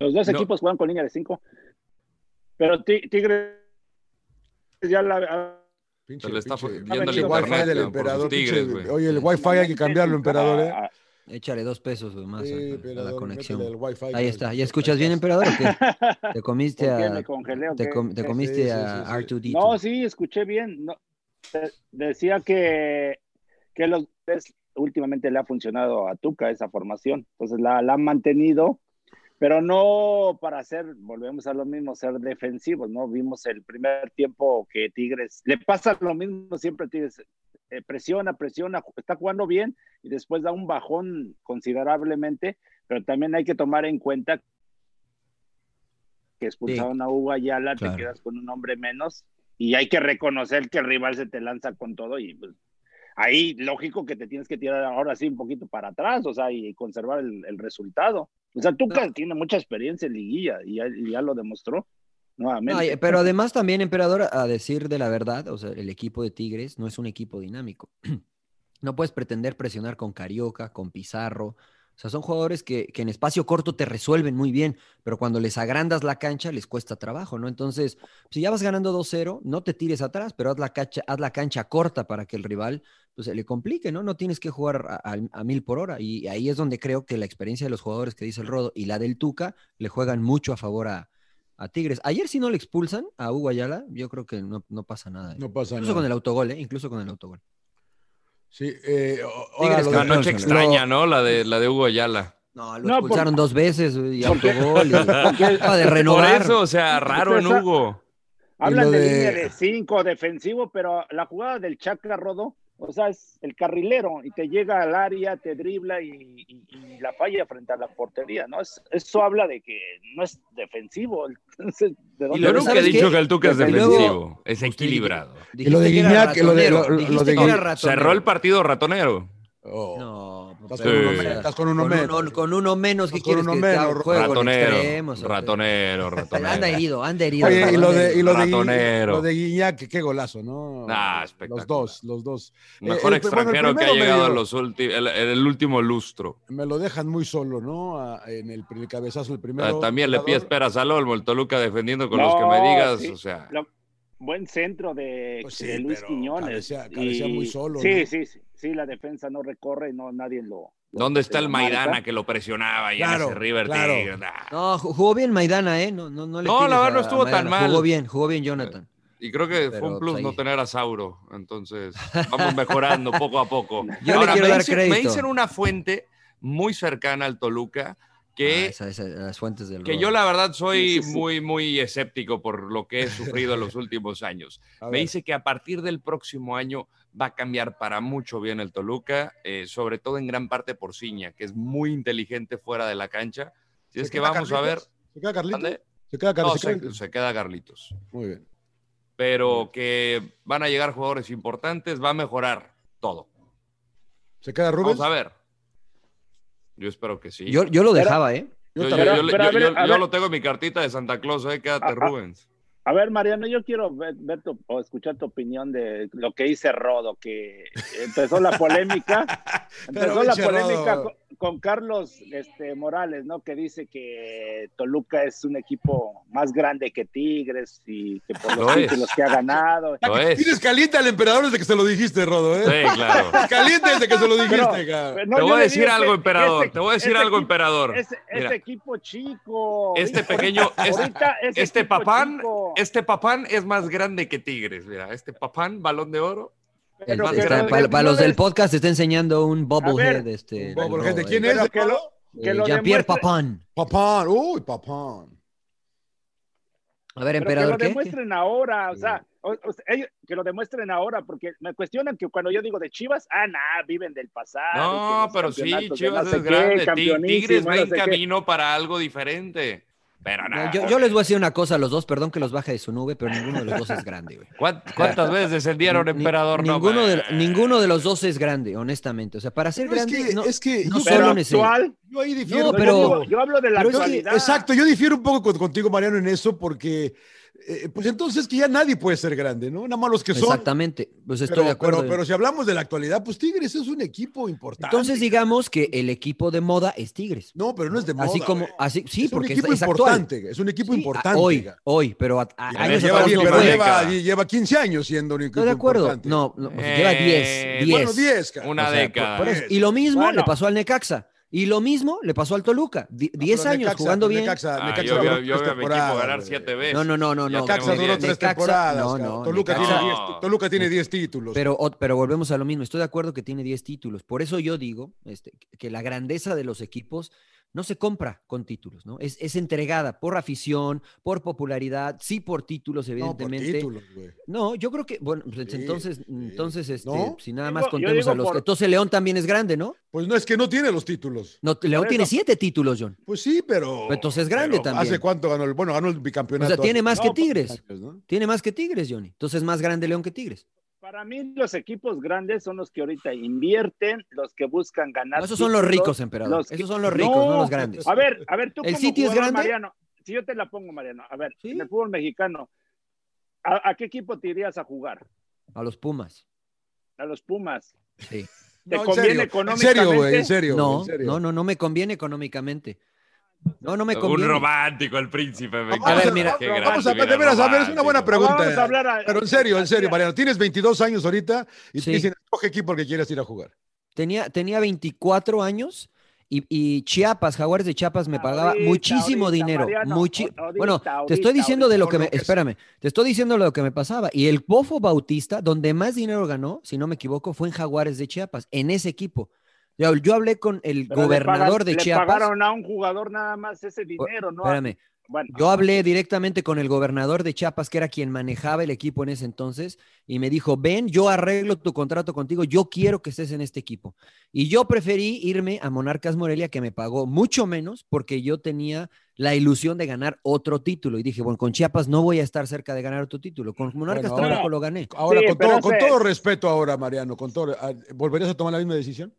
Speaker 2: Los dos
Speaker 4: No.
Speaker 2: equipos juegan con línea de cinco. Pero Ti- Tigres ya la
Speaker 1: Pinche,
Speaker 4: Se le está
Speaker 1: pinche-
Speaker 4: viendo el
Speaker 1: pinche
Speaker 4: internet,
Speaker 1: wifi del
Speaker 4: cabrón, por
Speaker 1: emperador.
Speaker 4: sus tigres,
Speaker 1: pinche-
Speaker 4: güey.
Speaker 1: oye, el wifi hay que cambiarlo, emperador. ¿eh?
Speaker 2: Ah,
Speaker 3: Échale dos pesos güey, más
Speaker 1: Sí,
Speaker 3: a- a
Speaker 1: emperador,
Speaker 3: la conexión.
Speaker 1: métele el wifi,
Speaker 3: Ahí
Speaker 1: cabrón.
Speaker 3: está. ¿Ya escuchas bien, emperador? o qué? Te comiste
Speaker 2: ¿Por qué me
Speaker 3: a.
Speaker 2: congelé o
Speaker 3: Te,
Speaker 2: qué?
Speaker 3: com- te
Speaker 2: Sí,
Speaker 3: comiste
Speaker 1: sí, sí,
Speaker 3: a
Speaker 1: sí.
Speaker 3: R2D2.
Speaker 2: No, sí, escuché bien. No, de- decía que, que los es- últimamente le ha funcionado a Tuca esa formación. Entonces la, la han mantenido, pero no para ser, volvemos a lo mismo, ser defensivos, ¿no? Vimos el primer tiempo que Tigres, le pasa lo mismo siempre a Tigres. eh, presiona, presiona, ju- está jugando bien y después da un bajón considerablemente, pero también hay que tomar en cuenta que expulsaron a Hugo Ayala,
Speaker 3: Claro.
Speaker 2: te quedas con un hombre menos y hay que reconocer que el rival se te lanza con todo y pues, ahí lógico que te tienes que tirar ahora sí un poquito para atrás, o sea, y conservar el, el resultado. O sea, Tuca tiene mucha experiencia en liguilla y ya, y ya lo demostró
Speaker 3: No,
Speaker 2: nuevamente.
Speaker 3: y- pero además también, emperador, a decir de la verdad, o sea, el equipo de Tigres no es un equipo dinámico. No puedes pretender presionar con Carioca, con Pizarro. O sea, son jugadores que, que en espacio corto te resuelven muy bien, pero cuando les agrandas la cancha les cuesta trabajo, ¿no? Entonces, si ya vas ganando 2-0, no te tires atrás, pero haz la cancha, haz la cancha corta para que el rival pues, se le complique, ¿no? No tienes que jugar a, a- a mil por hora. Y ahí es donde creo que la experiencia de los jugadores que dice el Rodo y la del Tuca le juegan mucho a favor a, a Tigres. Ayer si no le expulsan a Hugo Ayala, yo creo que no, no pasa nada. ¿eh?
Speaker 1: No pasa
Speaker 3: incluso
Speaker 1: nada.
Speaker 3: con el autogol, ¿eh? Incluso con el autogol.
Speaker 1: Sí, eh, o- ahora
Speaker 3: Tigres
Speaker 1: lo
Speaker 4: La
Speaker 1: de-
Speaker 3: campeón.
Speaker 4: noche
Speaker 3: Lo-
Speaker 4: extraña, ¿no? La de, la de Hugo Ayala.
Speaker 3: No, lo
Speaker 2: No, por-
Speaker 3: expulsaron dos veces y
Speaker 2: porque-
Speaker 3: autogol. y- Acaba de
Speaker 4: Por
Speaker 3: renovar.
Speaker 4: eso, o sea, raro en
Speaker 2: Esa-
Speaker 4: Hugo.
Speaker 2: Hablan
Speaker 1: lo
Speaker 2: de,
Speaker 1: de-
Speaker 2: línea de cinco defensivo, pero la jugada del Chakra Rodo, o sea, es el carrilero y te llega al área, te dribla y, y- y la falla frente a la portería, ¿no? Es- eso habla de que no es defensivo. Entonces, ¿de dónde
Speaker 4: Yo
Speaker 3: luego,
Speaker 4: nunca he
Speaker 3: ¿sabes
Speaker 4: dicho
Speaker 3: qué?
Speaker 4: que el Tuca es
Speaker 3: Y luego-
Speaker 4: defensivo, es equilibrado.
Speaker 1: Y lo de
Speaker 3: Dijiste que era
Speaker 1: Guiñac, lo de-
Speaker 3: ratonero,
Speaker 1: lo- lo- lo de
Speaker 3: dijiste que era
Speaker 1: Guiñac.
Speaker 3: ratonero.
Speaker 4: Cerró el partido ratonero.
Speaker 1: Oh.
Speaker 3: No,
Speaker 1: Estás
Speaker 4: con
Speaker 3: pero,
Speaker 4: uno
Speaker 3: o sea,
Speaker 4: menos,
Speaker 1: estás con uno menos.
Speaker 3: con uno menos, ¿qué
Speaker 1: Estás con
Speaker 3: quieres
Speaker 1: uno
Speaker 3: que te haga
Speaker 1: menos,
Speaker 3: un juego en
Speaker 4: Ratonero,
Speaker 3: extremos, o sea,
Speaker 4: ratonero,
Speaker 3: Anda
Speaker 4: ratonero.
Speaker 3: herido, anda herido.
Speaker 1: Oye, y lo de, y lo de, Gui-
Speaker 4: Ratonero.
Speaker 1: lo de Guiñac, qué golazo, ¿no?
Speaker 4: Ah,
Speaker 1: los
Speaker 4: espectacular.
Speaker 1: dos, los dos.
Speaker 4: Mejor
Speaker 1: Eh, el- bueno, el
Speaker 4: extranjero que ha
Speaker 1: primero me
Speaker 4: llegado a
Speaker 1: dio-
Speaker 4: los últimos, el, el último lustro.
Speaker 1: Me lo dejan muy solo, ¿no? A- en el, el cabezazo, el
Speaker 4: Ah,
Speaker 1: primero.
Speaker 4: También le pides
Speaker 1: emperador.
Speaker 4: peras al Olmo, el Toluca defendiendo con
Speaker 2: No,
Speaker 4: los que me digas,
Speaker 2: sí.
Speaker 4: o sea.
Speaker 2: Lo- buen centro de,
Speaker 1: Pues sí,
Speaker 2: de Luis
Speaker 1: pero
Speaker 2: Quiñones.
Speaker 1: cabecea- cabecea muy solo,
Speaker 2: Sí,
Speaker 1: ¿no?
Speaker 2: sí, sí, sí, la defensa no recorre, no nadie lo. lo-
Speaker 4: ¿Dónde está
Speaker 2: lo
Speaker 4: el
Speaker 2: marca.
Speaker 4: Maidana que lo presionaba y
Speaker 1: Claro,
Speaker 4: en ese River
Speaker 1: claro.
Speaker 4: Tigre? Nah.
Speaker 3: No, ju- jugó bien Maidana, ¿eh? No, no, no, le
Speaker 4: No, la
Speaker 3: tires
Speaker 4: verdad no
Speaker 3: a- a
Speaker 4: estuvo tan
Speaker 3: Maidana.
Speaker 4: mal.
Speaker 3: Jugó bien, jugó bien Jonathan.
Speaker 4: Y creo que
Speaker 3: Pero,
Speaker 4: fue un plus
Speaker 3: pues, ahí.
Speaker 4: no tener a Sauro. Entonces, vamos mejorando poco a poco.
Speaker 3: le quiero
Speaker 4: me,
Speaker 3: dar
Speaker 4: dicen,
Speaker 3: crédito.
Speaker 4: me dicen una fuente muy cercana al Toluca
Speaker 3: Ah,
Speaker 4: Eh, que,
Speaker 3: esa- esa- las fuentes del
Speaker 4: que
Speaker 3: Rodo.
Speaker 4: yo la verdad soy
Speaker 2: Sí, sí, sí.
Speaker 4: muy, muy escéptico por lo que he sufrido en los últimos años.
Speaker 1: A
Speaker 4: Me
Speaker 1: ver.
Speaker 4: dice que a partir del próximo año va a cambiar para mucho bien el Toluca, eh, sobre todo en gran parte por Ciña, que es muy inteligente fuera de la cancha. Si
Speaker 1: ¿Se
Speaker 4: es que
Speaker 1: queda
Speaker 4: vamos a ver...
Speaker 1: Carlitos? ¿Se queda Carlitos?
Speaker 4: ¿Dónde?
Speaker 1: ¿Se queda
Speaker 4: No,
Speaker 1: Carlitos? ¿Se
Speaker 4: se,
Speaker 1: queda-
Speaker 4: se queda Carlitos.
Speaker 1: Muy bien.
Speaker 4: Pero que van a llegar jugadores importantes, va a mejorar todo.
Speaker 1: ¿Se queda Rubens?
Speaker 4: Vamos a ver. Yo espero que sí.
Speaker 3: Yo, yo lo dejaba, ¿eh?
Speaker 1: Yo
Speaker 4: Yo- yo-
Speaker 1: también.
Speaker 4: yo-
Speaker 2: Pero- pero a
Speaker 4: yo-
Speaker 2: ver,
Speaker 4: yo-
Speaker 2: a
Speaker 4: yo
Speaker 2: ver.
Speaker 4: lo tengo en mi cartita de Santa Claus, eh, quédate
Speaker 2: Ah, ah.
Speaker 4: Rubens.
Speaker 2: A ver, Mariano, yo quiero ver, ver tu- o escuchar tu opinión de lo que dice Rodo, que empezó la polémica, empezó
Speaker 1: Pero,
Speaker 2: la
Speaker 1: pinche Rodo.
Speaker 2: polémica con, con Carlos este, Morales, ¿no? Que dice que Toluca es un equipo más grande que Tigres y que por
Speaker 1: Lo
Speaker 2: los
Speaker 1: es.
Speaker 2: títulos que ha ganado.
Speaker 1: Tienes caliente al emperador desde que se lo dijiste, Rodo, ¿eh?
Speaker 4: Sí, claro.
Speaker 1: Caliente desde que se lo dijiste,
Speaker 2: Pero,
Speaker 1: cara.
Speaker 2: pero
Speaker 4: Te
Speaker 2: yo
Speaker 4: voy a
Speaker 2: le
Speaker 4: decir
Speaker 2: digo
Speaker 4: algo,
Speaker 2: que-
Speaker 4: emperador,
Speaker 2: que
Speaker 4: te voy a decir
Speaker 2: este
Speaker 4: algo,
Speaker 2: equi-
Speaker 4: emperador.
Speaker 2: Ese, ese
Speaker 4: Mira.
Speaker 2: equipo chico.
Speaker 4: Este
Speaker 2: ahorita-
Speaker 4: pequeño, este,
Speaker 2: ahorita ese
Speaker 4: este
Speaker 2: equipo
Speaker 4: papán,
Speaker 2: chico.
Speaker 4: este papán es más grande que Tigres, mira, este papán, balón de oro. es
Speaker 3: El-
Speaker 4: más
Speaker 3: está-
Speaker 4: grande.
Speaker 3: para, para los del podcast está enseñando
Speaker 4: ver,
Speaker 3: un bobblehead. Este, del
Speaker 1: Bobblehead, ¿de
Speaker 3: Rodo,
Speaker 1: quién
Speaker 3: eh.
Speaker 1: es?
Speaker 2: Pero que lo-
Speaker 3: Eh,
Speaker 2: que lo
Speaker 3: Jean-Pierre
Speaker 2: demuestre-
Speaker 3: Papán.
Speaker 1: Papán, uy, papán.
Speaker 3: A ver,
Speaker 2: Pero
Speaker 3: emperador,
Speaker 2: que lo
Speaker 3: ¿qué? ¿Qué?
Speaker 2: demuestren ahora, o sea, o- o sea, ellos- que lo demuestren ahora, porque me cuestionan que cuando yo digo de Chivas, ah, nah, viven del pasado.
Speaker 4: No,
Speaker 2: que Ah, los
Speaker 4: pero sí,
Speaker 2: campeonatos de
Speaker 4: Chivas
Speaker 2: no sé
Speaker 4: es
Speaker 2: qué,
Speaker 4: grande. Ti-
Speaker 2: campeonísimo,
Speaker 4: Tigres va
Speaker 2: no
Speaker 4: en
Speaker 2: sé qué.
Speaker 4: camino para algo diferente. Pero nada.
Speaker 3: Yo, yo les voy a decir una cosa a los dos, perdón que los baje de su nube, pero ninguno de los dos es grande, güey.
Speaker 4: ¿Cuán- ¿Cuántas veces descendieron,
Speaker 3: Ni-
Speaker 4: emperador? No,
Speaker 3: ninguno, de,
Speaker 4: man.
Speaker 3: ninguno de los dos es grande, honestamente. O sea, para ser
Speaker 1: Pero es
Speaker 3: grande,
Speaker 1: que-
Speaker 3: no,
Speaker 1: es que
Speaker 3: no
Speaker 1: yo-
Speaker 3: solo
Speaker 1: Pero
Speaker 3: necesito-
Speaker 2: Actual,
Speaker 1: Yo ahí difiero.
Speaker 3: No,
Speaker 2: yo
Speaker 3: pero-
Speaker 2: digo- yo hablo de la
Speaker 1: Pero es que-
Speaker 2: actualidad.
Speaker 1: exacto, yo difiero un poco con- contigo, Mariano, en eso, porque eh, pues entonces que ya nadie puede ser grande, ¿no? Nada más los que son.
Speaker 3: Exactamente, pues estoy
Speaker 1: Pero-
Speaker 3: de acuerdo.
Speaker 1: Pero, pero si hablamos de la actualidad, pues Tigres es un equipo importante.
Speaker 3: Entonces digamos que el equipo de moda es Tigres.
Speaker 1: no, pero no es de moda.
Speaker 3: así como,
Speaker 1: güey.
Speaker 3: así, sí,
Speaker 1: es
Speaker 3: porque
Speaker 1: un
Speaker 3: es,
Speaker 1: equipo
Speaker 3: es actual.
Speaker 1: importante. Es un equipo
Speaker 3: Sí, a-
Speaker 1: importante.
Speaker 3: hoy,
Speaker 1: güey.
Speaker 3: hoy, pero a, a-
Speaker 4: Ya
Speaker 3: años
Speaker 1: lleva,
Speaker 3: atrás
Speaker 4: bien,
Speaker 3: no
Speaker 1: pero
Speaker 3: fue.
Speaker 4: década.
Speaker 1: lleva, lleva 15 años siendo un equipo
Speaker 3: Estoy de acuerdo.
Speaker 1: importante.
Speaker 3: No, no, pues,
Speaker 4: Eh,
Speaker 3: lleva 10, 10.
Speaker 1: Bueno, 10, cara.
Speaker 4: Una
Speaker 1: O sea,
Speaker 4: década.
Speaker 3: Por eso. Y lo mismo
Speaker 2: Bueno.
Speaker 3: le pasó al Necaxa. Y lo mismo le pasó al Toluca. Di-
Speaker 1: No,
Speaker 3: 10
Speaker 1: Ah, pero
Speaker 3: años
Speaker 1: Necaxa-
Speaker 3: jugando bien.
Speaker 1: Necaxa-
Speaker 4: Ah,
Speaker 1: Necaxa
Speaker 4: yo
Speaker 1: duró
Speaker 4: veo- yo veo a
Speaker 1: tres
Speaker 4: mi equipo
Speaker 1: temporadas,
Speaker 4: ganar
Speaker 1: güey.
Speaker 4: siete veces.
Speaker 3: No, no, no, no.
Speaker 4: Ya
Speaker 3: no.
Speaker 1: Necaxa
Speaker 4: tenemos
Speaker 1: duró
Speaker 4: diez.
Speaker 1: tres
Speaker 3: Necaxa-
Speaker 1: temporadas.
Speaker 3: no,
Speaker 1: cara.
Speaker 3: no,
Speaker 1: Toluca,
Speaker 4: Necaxa-
Speaker 1: tiene,
Speaker 4: No.
Speaker 1: 10, Toluca tiene 10 títulos.
Speaker 3: Pero, ot- pero volvemos a lo mismo. Estoy de acuerdo que tiene 10 títulos. Por eso yo digo este, que la grandeza de los equipos no se compra con títulos, ¿no? Es, es entregada por afición, por popularidad, sí por títulos,
Speaker 1: no, por
Speaker 3: evidentemente. No,
Speaker 1: títulos, güey.
Speaker 3: yo creo que, bueno, pues,
Speaker 1: Sí,
Speaker 3: entonces, entonces, este,
Speaker 1: ¿No?
Speaker 3: si nada
Speaker 2: Digo,
Speaker 3: más
Speaker 2: yo
Speaker 3: contemos
Speaker 2: digo
Speaker 3: a los.
Speaker 2: por-
Speaker 3: Entonces León también es grande, ¿no?
Speaker 1: Pues no es que no tiene los títulos.
Speaker 3: no León
Speaker 2: eso-
Speaker 3: tiene siete títulos, John.
Speaker 1: Pues sí, pero.
Speaker 3: Entonces es grande
Speaker 1: pero
Speaker 3: también.
Speaker 1: ¿Hace cuánto ganó el? Bueno, ganó el
Speaker 3: O
Speaker 1: bicampeonato.
Speaker 3: sea, tiene
Speaker 1: hace
Speaker 3: más que
Speaker 1: cuatro
Speaker 3: Tigres.
Speaker 1: años, ¿no?
Speaker 3: Tiene más que Tigres, Johnny. Entonces es más grande León que Tigres.
Speaker 2: Para mí, los equipos grandes son los que ahorita invierten, los que buscan ganar.
Speaker 3: No, esos son los
Speaker 2: títulos,
Speaker 3: ricos, emperador.
Speaker 2: los que- pues,
Speaker 3: Esos son los ricos, no, los grandes.
Speaker 2: A ver, a ver, tú
Speaker 3: ¿El
Speaker 2: como
Speaker 3: City es
Speaker 2: jugador,
Speaker 3: grande?
Speaker 2: Mariano, si yo te la pongo, Mariano, a ver,
Speaker 3: Sí.
Speaker 2: en el fútbol mexicano, ¿a, a qué equipo te irías a jugar?
Speaker 3: A los Pumas.
Speaker 2: A los Pumas.
Speaker 3: Sí.
Speaker 2: ¿Te
Speaker 1: No, en
Speaker 2: conviene
Speaker 1: serio,
Speaker 2: económicamente?
Speaker 1: En serio, güey, en serio. güey,
Speaker 3: No,
Speaker 1: en serio.
Speaker 3: no, no, no me conviene económicamente. No, no me
Speaker 4: Un
Speaker 3: conviene.
Speaker 4: romántico el príncipe. me
Speaker 1: Vamos
Speaker 4: encanta.
Speaker 3: a ver, mira,
Speaker 4: Qué
Speaker 1: Vamos a,
Speaker 4: grande,
Speaker 1: de
Speaker 4: mira,
Speaker 1: veras, a ver, es una buena
Speaker 4: romántico.
Speaker 1: pregunta.
Speaker 2: Vamos a hablar a-
Speaker 1: Pero en serio, en serio,
Speaker 2: Así-
Speaker 1: Mariano. Tienes 22 años ahorita y
Speaker 3: Sí.
Speaker 1: te dicen, escoge equipo al que quieras ir a jugar.
Speaker 3: Tenía, tenía 24 años y, y Chiapas, Jaguares de Chiapas me pagaba
Speaker 2: Ahorita,
Speaker 3: muchísimo
Speaker 2: ahorita,
Speaker 3: dinero.
Speaker 2: Mariano,
Speaker 3: muchi-
Speaker 2: ahorita,
Speaker 3: bueno, te
Speaker 2: ahorita,
Speaker 3: estoy diciendo de lo
Speaker 1: ahorita,
Speaker 3: que me...
Speaker 1: por lo que
Speaker 3: espérame, te estoy diciendo lo que me pasaba. Y el Bofo Bautista, donde más dinero ganó, si no me equivoco, fue en Jaguares de Chiapas, en ese equipo. Yo, yo hablé con el
Speaker 2: Pero le
Speaker 3: gobernador
Speaker 2: pagan-
Speaker 3: de
Speaker 2: le
Speaker 3: Chiapas.
Speaker 2: pagaron a un jugador nada más ese dinero, ¿no?
Speaker 3: Espérame,
Speaker 2: Bueno,
Speaker 3: Yo hablé directamente con el gobernador de Chiapas, que era quien manejaba el equipo en ese entonces, y me dijo, ven, yo arreglo tu contrato contigo, yo quiero que estés en este equipo. Y yo preferí irme a Monarcas Morelia, que me pagó mucho menos, porque yo tenía la ilusión de ganar otro título. Y dije, bueno, con Chiapas no voy a estar cerca de ganar otro título. Con Monarcas
Speaker 1: Bueno, ahora-
Speaker 3: tampoco lo gané.
Speaker 1: Ahora,
Speaker 2: Sí,
Speaker 1: con,
Speaker 2: pero
Speaker 1: todo, con
Speaker 2: ese-
Speaker 1: todo respeto ahora, Mariano, con todo, ah, ¿volverías a tomar la misma decisión?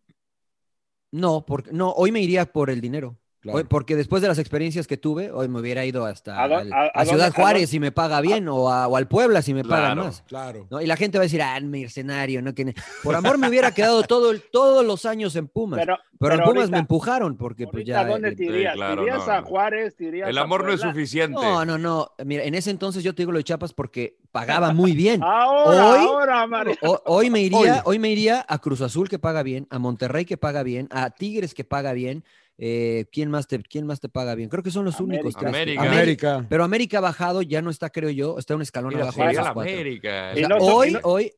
Speaker 3: No, porque, no, hoy me iría por el dinero.
Speaker 1: Claro.
Speaker 3: Hoy- porque después de las experiencias que tuve, hoy me hubiera ido hasta
Speaker 2: ¿A dó-
Speaker 3: al-
Speaker 2: a- a
Speaker 3: a,
Speaker 2: dónde-
Speaker 3: Ciudad
Speaker 2: a
Speaker 3: Juárez
Speaker 2: dónde-
Speaker 3: si me paga bien, o, a- o al Puebla si me pagan
Speaker 4: Claro.
Speaker 3: más.
Speaker 1: Claro.
Speaker 3: ¿no? Y la gente va a decir, ah, mercenario, no que ne-". Por amor me hubiera quedado todo el- todos los años en Pumas. Pero,
Speaker 2: pero,
Speaker 3: en Pumas me
Speaker 2: ahorita-
Speaker 3: empujaron porque pues
Speaker 2: ahorita,
Speaker 3: ya.
Speaker 2: ¿dónde
Speaker 3: eh,
Speaker 2: te irías?
Speaker 4: Sí, claro,
Speaker 2: ¿Te irías
Speaker 4: no,
Speaker 2: a
Speaker 4: no.
Speaker 2: Juárez? ¿Te irías
Speaker 4: El
Speaker 2: a
Speaker 4: amor no es
Speaker 2: Puebla?
Speaker 4: suficiente.
Speaker 3: no, no, no. Mira, en ese entonces yo te digo lo de Chiapas porque pagaba muy bien.
Speaker 2: Ah, Ahora,
Speaker 3: Hoy-
Speaker 2: ahora, Mario.
Speaker 3: O- hoy me iría, hoy. me iría a Cruz Azul que paga bien, a Monterrey que paga bien, a Tigres que paga bien. eh, ¿quién, más te, ¿Quién más te paga bien? Creo que son los únicos tres. que-
Speaker 4: América.
Speaker 3: Ameri-
Speaker 1: América.
Speaker 3: Pero América ha bajado, ya no está, creo yo, está un escalón
Speaker 4: Mira,
Speaker 3: abajo
Speaker 4: se
Speaker 3: de
Speaker 4: iría a
Speaker 3: esos
Speaker 4: la
Speaker 3: cuatro.
Speaker 4: América.
Speaker 3: O sea,
Speaker 2: Y no- y
Speaker 3: hoy,
Speaker 2: no-
Speaker 3: hoy,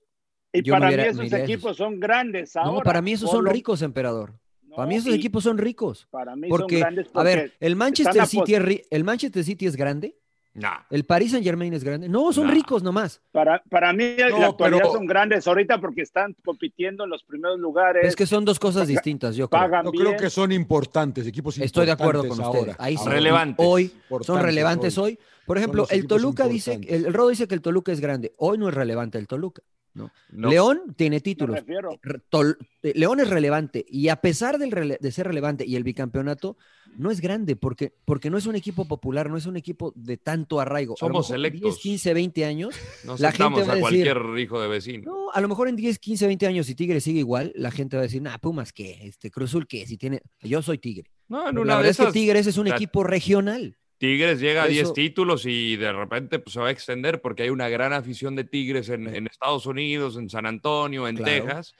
Speaker 2: Y
Speaker 3: yo me
Speaker 2: para
Speaker 3: hubiera-
Speaker 2: mí
Speaker 3: me
Speaker 2: esos
Speaker 3: iría a esos.
Speaker 2: equipos son grandes ahora.
Speaker 3: no, para mí esos
Speaker 2: Por
Speaker 3: son
Speaker 2: lo-
Speaker 3: ricos, emperador.
Speaker 2: No,
Speaker 3: Para mí esos
Speaker 2: y
Speaker 3: equipos son ricos.
Speaker 2: Para mí son
Speaker 3: Porque,
Speaker 2: grandes
Speaker 3: a ver,
Speaker 2: porque
Speaker 3: el Manchester,
Speaker 2: están
Speaker 3: City es ri- el Manchester City es grande,
Speaker 4: Nah.
Speaker 3: el Paris Saint Germain es grande. No, son
Speaker 4: Nah.
Speaker 3: ricos nomás.
Speaker 2: para, para mí en la
Speaker 1: No,
Speaker 2: actualidad
Speaker 1: pero-
Speaker 2: son grandes ahorita porque están compitiendo en los primeros
Speaker 3: Pero
Speaker 2: lugares,
Speaker 3: es que son dos cosas distintas, yo creo.
Speaker 2: pagan
Speaker 1: Yo
Speaker 2: bien.
Speaker 1: creo que son importantes, equipos importantes.
Speaker 3: Estoy de acuerdo con
Speaker 1: ahora,
Speaker 3: ustedes. Ahí sí.
Speaker 1: ahora.
Speaker 4: Relevantes.
Speaker 3: Hoy son
Speaker 1: Importantes
Speaker 3: relevantes hoy. Por ejemplo,
Speaker 1: los
Speaker 3: el
Speaker 1: equipos
Speaker 3: Toluca dice,
Speaker 1: importantes.
Speaker 3: el, el Rodo dice que el Toluca es grande. Hoy no es relevante el Toluca. ¿no? León tiene títulos.
Speaker 2: Me refiero.
Speaker 3: Tol- eh, León es relevante y a pesar del rele- de ser relevante y el bicampeonato no es grande porque, porque no es un equipo popular, no es un equipo de tanto arraigo. A lo
Speaker 4: Somos
Speaker 3: mejor
Speaker 4: selectos.
Speaker 3: 10, 15, 20 años,
Speaker 4: Nos
Speaker 3: la gente
Speaker 4: sentamos
Speaker 3: va a
Speaker 4: a
Speaker 3: decir,
Speaker 4: cualquier hijo de vecino.
Speaker 3: no, a lo mejor en 10, 15, 20 años si Tigre sigue igual, la gente va a decir, nah, Pumas qué, este Cruz Azul qué, si tiene, yo soy Tigre.
Speaker 4: No, en
Speaker 3: Pero
Speaker 4: una
Speaker 3: la
Speaker 4: de
Speaker 3: verdad es que
Speaker 4: esas,
Speaker 3: Tigres es un
Speaker 4: la-
Speaker 3: equipo regional.
Speaker 4: Tigres llega a
Speaker 3: Por
Speaker 4: 10
Speaker 3: eso-
Speaker 4: títulos y de repente pues, se va a extender porque hay una gran afición de Tigres en, en Estados Unidos, en San Antonio, en
Speaker 3: Claro.
Speaker 4: Texas.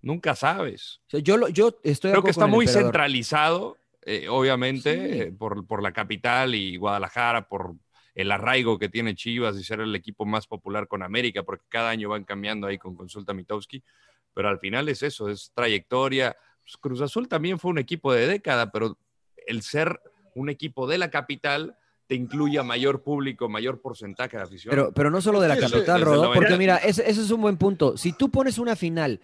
Speaker 4: Nunca sabes.
Speaker 3: O sea, yo, lo- yo estoy
Speaker 4: Creo
Speaker 3: de
Speaker 4: que
Speaker 3: acuerdo con
Speaker 4: está
Speaker 3: el
Speaker 4: muy
Speaker 3: emperador.
Speaker 4: centralizado, eh, obviamente,
Speaker 3: Sí.
Speaker 4: eh, por, por la capital y Guadalajara, por el arraigo que tiene Chivas y ser el equipo más popular con América, porque cada año van cambiando ahí con Consulta Mitowski. Pero al final es eso, es trayectoria. Pues Cruz Azul también fue un equipo de década, pero el ser un equipo de la capital te incluye a mayor público, mayor porcentaje de afición.
Speaker 3: Pero, pero no solo de la
Speaker 4: Desde-
Speaker 3: capital,
Speaker 4: desde el
Speaker 3: Rodolfo, porque
Speaker 4: 90.
Speaker 3: mira, ese, ese es un buen punto. Si tú pones una final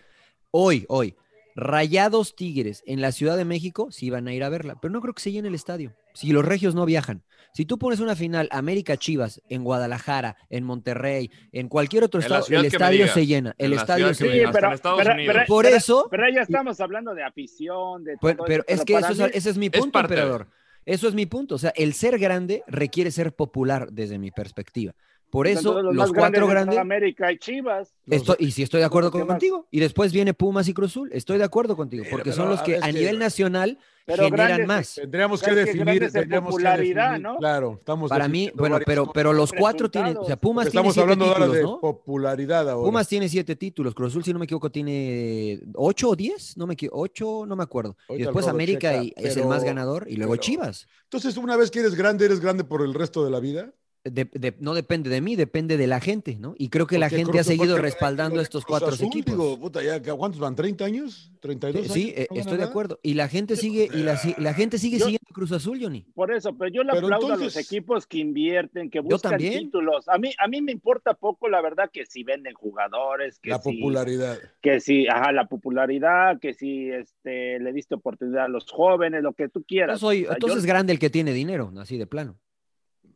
Speaker 3: hoy, hoy, Rayados Tigres en la Ciudad de México, sí van a ir a verla, pero no creo que se llene el estadio, si los regios no viajan. Si tú pones una final América Chivas en Guadalajara, en Monterrey, en cualquier otro
Speaker 4: En la
Speaker 3: estado,
Speaker 4: ciudad
Speaker 3: el
Speaker 4: que me
Speaker 3: estadio
Speaker 4: digas,
Speaker 3: se llena,
Speaker 4: en
Speaker 3: el
Speaker 4: la
Speaker 3: estadio
Speaker 4: ciudad
Speaker 3: se
Speaker 4: que me
Speaker 3: llena.
Speaker 4: digas. hasta en Estados Unidos.
Speaker 3: Por eso-
Speaker 2: Pero ya estamos hablando de afición, de
Speaker 3: Pero,
Speaker 2: todo
Speaker 3: pero
Speaker 2: eso,
Speaker 3: es que
Speaker 2: para
Speaker 3: eso es-
Speaker 2: mí-
Speaker 3: ese es mi
Speaker 4: es
Speaker 3: punto,
Speaker 4: parte de-
Speaker 3: emperador. Eso es mi punto. O sea, el ser grande requiere ser popular desde mi perspectiva. Por eso
Speaker 2: entonces
Speaker 3: los,
Speaker 2: más
Speaker 3: cuatro
Speaker 2: de
Speaker 3: grandes...
Speaker 2: toda América y Chivas.
Speaker 3: Estoy- y si estoy de acuerdo
Speaker 2: ¿qué
Speaker 3: con-
Speaker 2: más?
Speaker 3: contigo. Y después viene Pumas y Cruz Azul. Estoy de acuerdo contigo,
Speaker 1: Pero-
Speaker 3: porque
Speaker 1: pero
Speaker 3: son los
Speaker 1: a
Speaker 3: que
Speaker 1: ver,
Speaker 3: a
Speaker 1: es que-
Speaker 3: nivel nacional
Speaker 2: Pero
Speaker 3: generan
Speaker 2: grandes-
Speaker 3: más.
Speaker 1: Tendríamos que
Speaker 2: Creo que
Speaker 1: definir,
Speaker 2: grandes de
Speaker 1: tendríamos que
Speaker 2: popularidad,
Speaker 1: definir,
Speaker 2: ¿no?
Speaker 1: claro, estamos
Speaker 3: Para mí,
Speaker 1: definiendo
Speaker 3: bueno,
Speaker 1: varias
Speaker 3: pero,
Speaker 1: cosas.
Speaker 3: pero los
Speaker 2: Resultados.
Speaker 3: cuatro tienen, o sea, Pumas tiene
Speaker 1: estamos
Speaker 3: siete
Speaker 1: hablando ahora
Speaker 3: títulos,
Speaker 1: de
Speaker 3: ¿no?
Speaker 1: popularidad ahora.
Speaker 3: Pumas tiene siete títulos, Cruz Azul, si no me equivoco, tiene ocho o diez, no me equivoco, ocho, no me acuerdo.
Speaker 1: Ahorita
Speaker 3: y después
Speaker 1: Rodo
Speaker 3: América
Speaker 1: checa,
Speaker 3: y- es el
Speaker 1: pero-
Speaker 3: más ganador, y luego
Speaker 1: pero-
Speaker 3: Chivas.
Speaker 1: Entonces, una vez que eres grande, eres grande por el resto de la vida.
Speaker 3: De- de- no depende de mí, depende de la gente, ¿no? Y creo que la
Speaker 1: Porque
Speaker 3: gente
Speaker 1: Cruz
Speaker 3: ha
Speaker 1: Azul,
Speaker 3: seguido
Speaker 1: porque
Speaker 3: respaldando
Speaker 1: Cruz
Speaker 3: estos
Speaker 1: Azul,
Speaker 3: cuatro equipos.
Speaker 1: digo, puta, ya, ¿Cuántos van? ¿30 años? ¿32 años?
Speaker 3: sí, eh,
Speaker 1: ¿No gana
Speaker 3: estoy de
Speaker 1: nada?
Speaker 3: acuerdo. Y la gente sigue, y la, si- la gente sigue
Speaker 1: Yo-
Speaker 3: siguiendo a Cruz Azul, Johnny.
Speaker 2: Por eso, pero yo le
Speaker 1: Pero
Speaker 2: aplaudo a los
Speaker 1: entonces-
Speaker 2: equipos que invierten, que buscan
Speaker 3: también.
Speaker 2: títulos. A mí, a mí me importa poco, la verdad, que si venden jugadores, que
Speaker 1: La
Speaker 2: si,
Speaker 1: popularidad.
Speaker 2: que si, ajá, la popularidad, que si este, le diste oportunidad a los jóvenes, lo que tú
Speaker 3: Yo
Speaker 2: quieras.
Speaker 3: soy,
Speaker 2: O sea,
Speaker 3: entonces es grande el que tiene dinero, así de plano.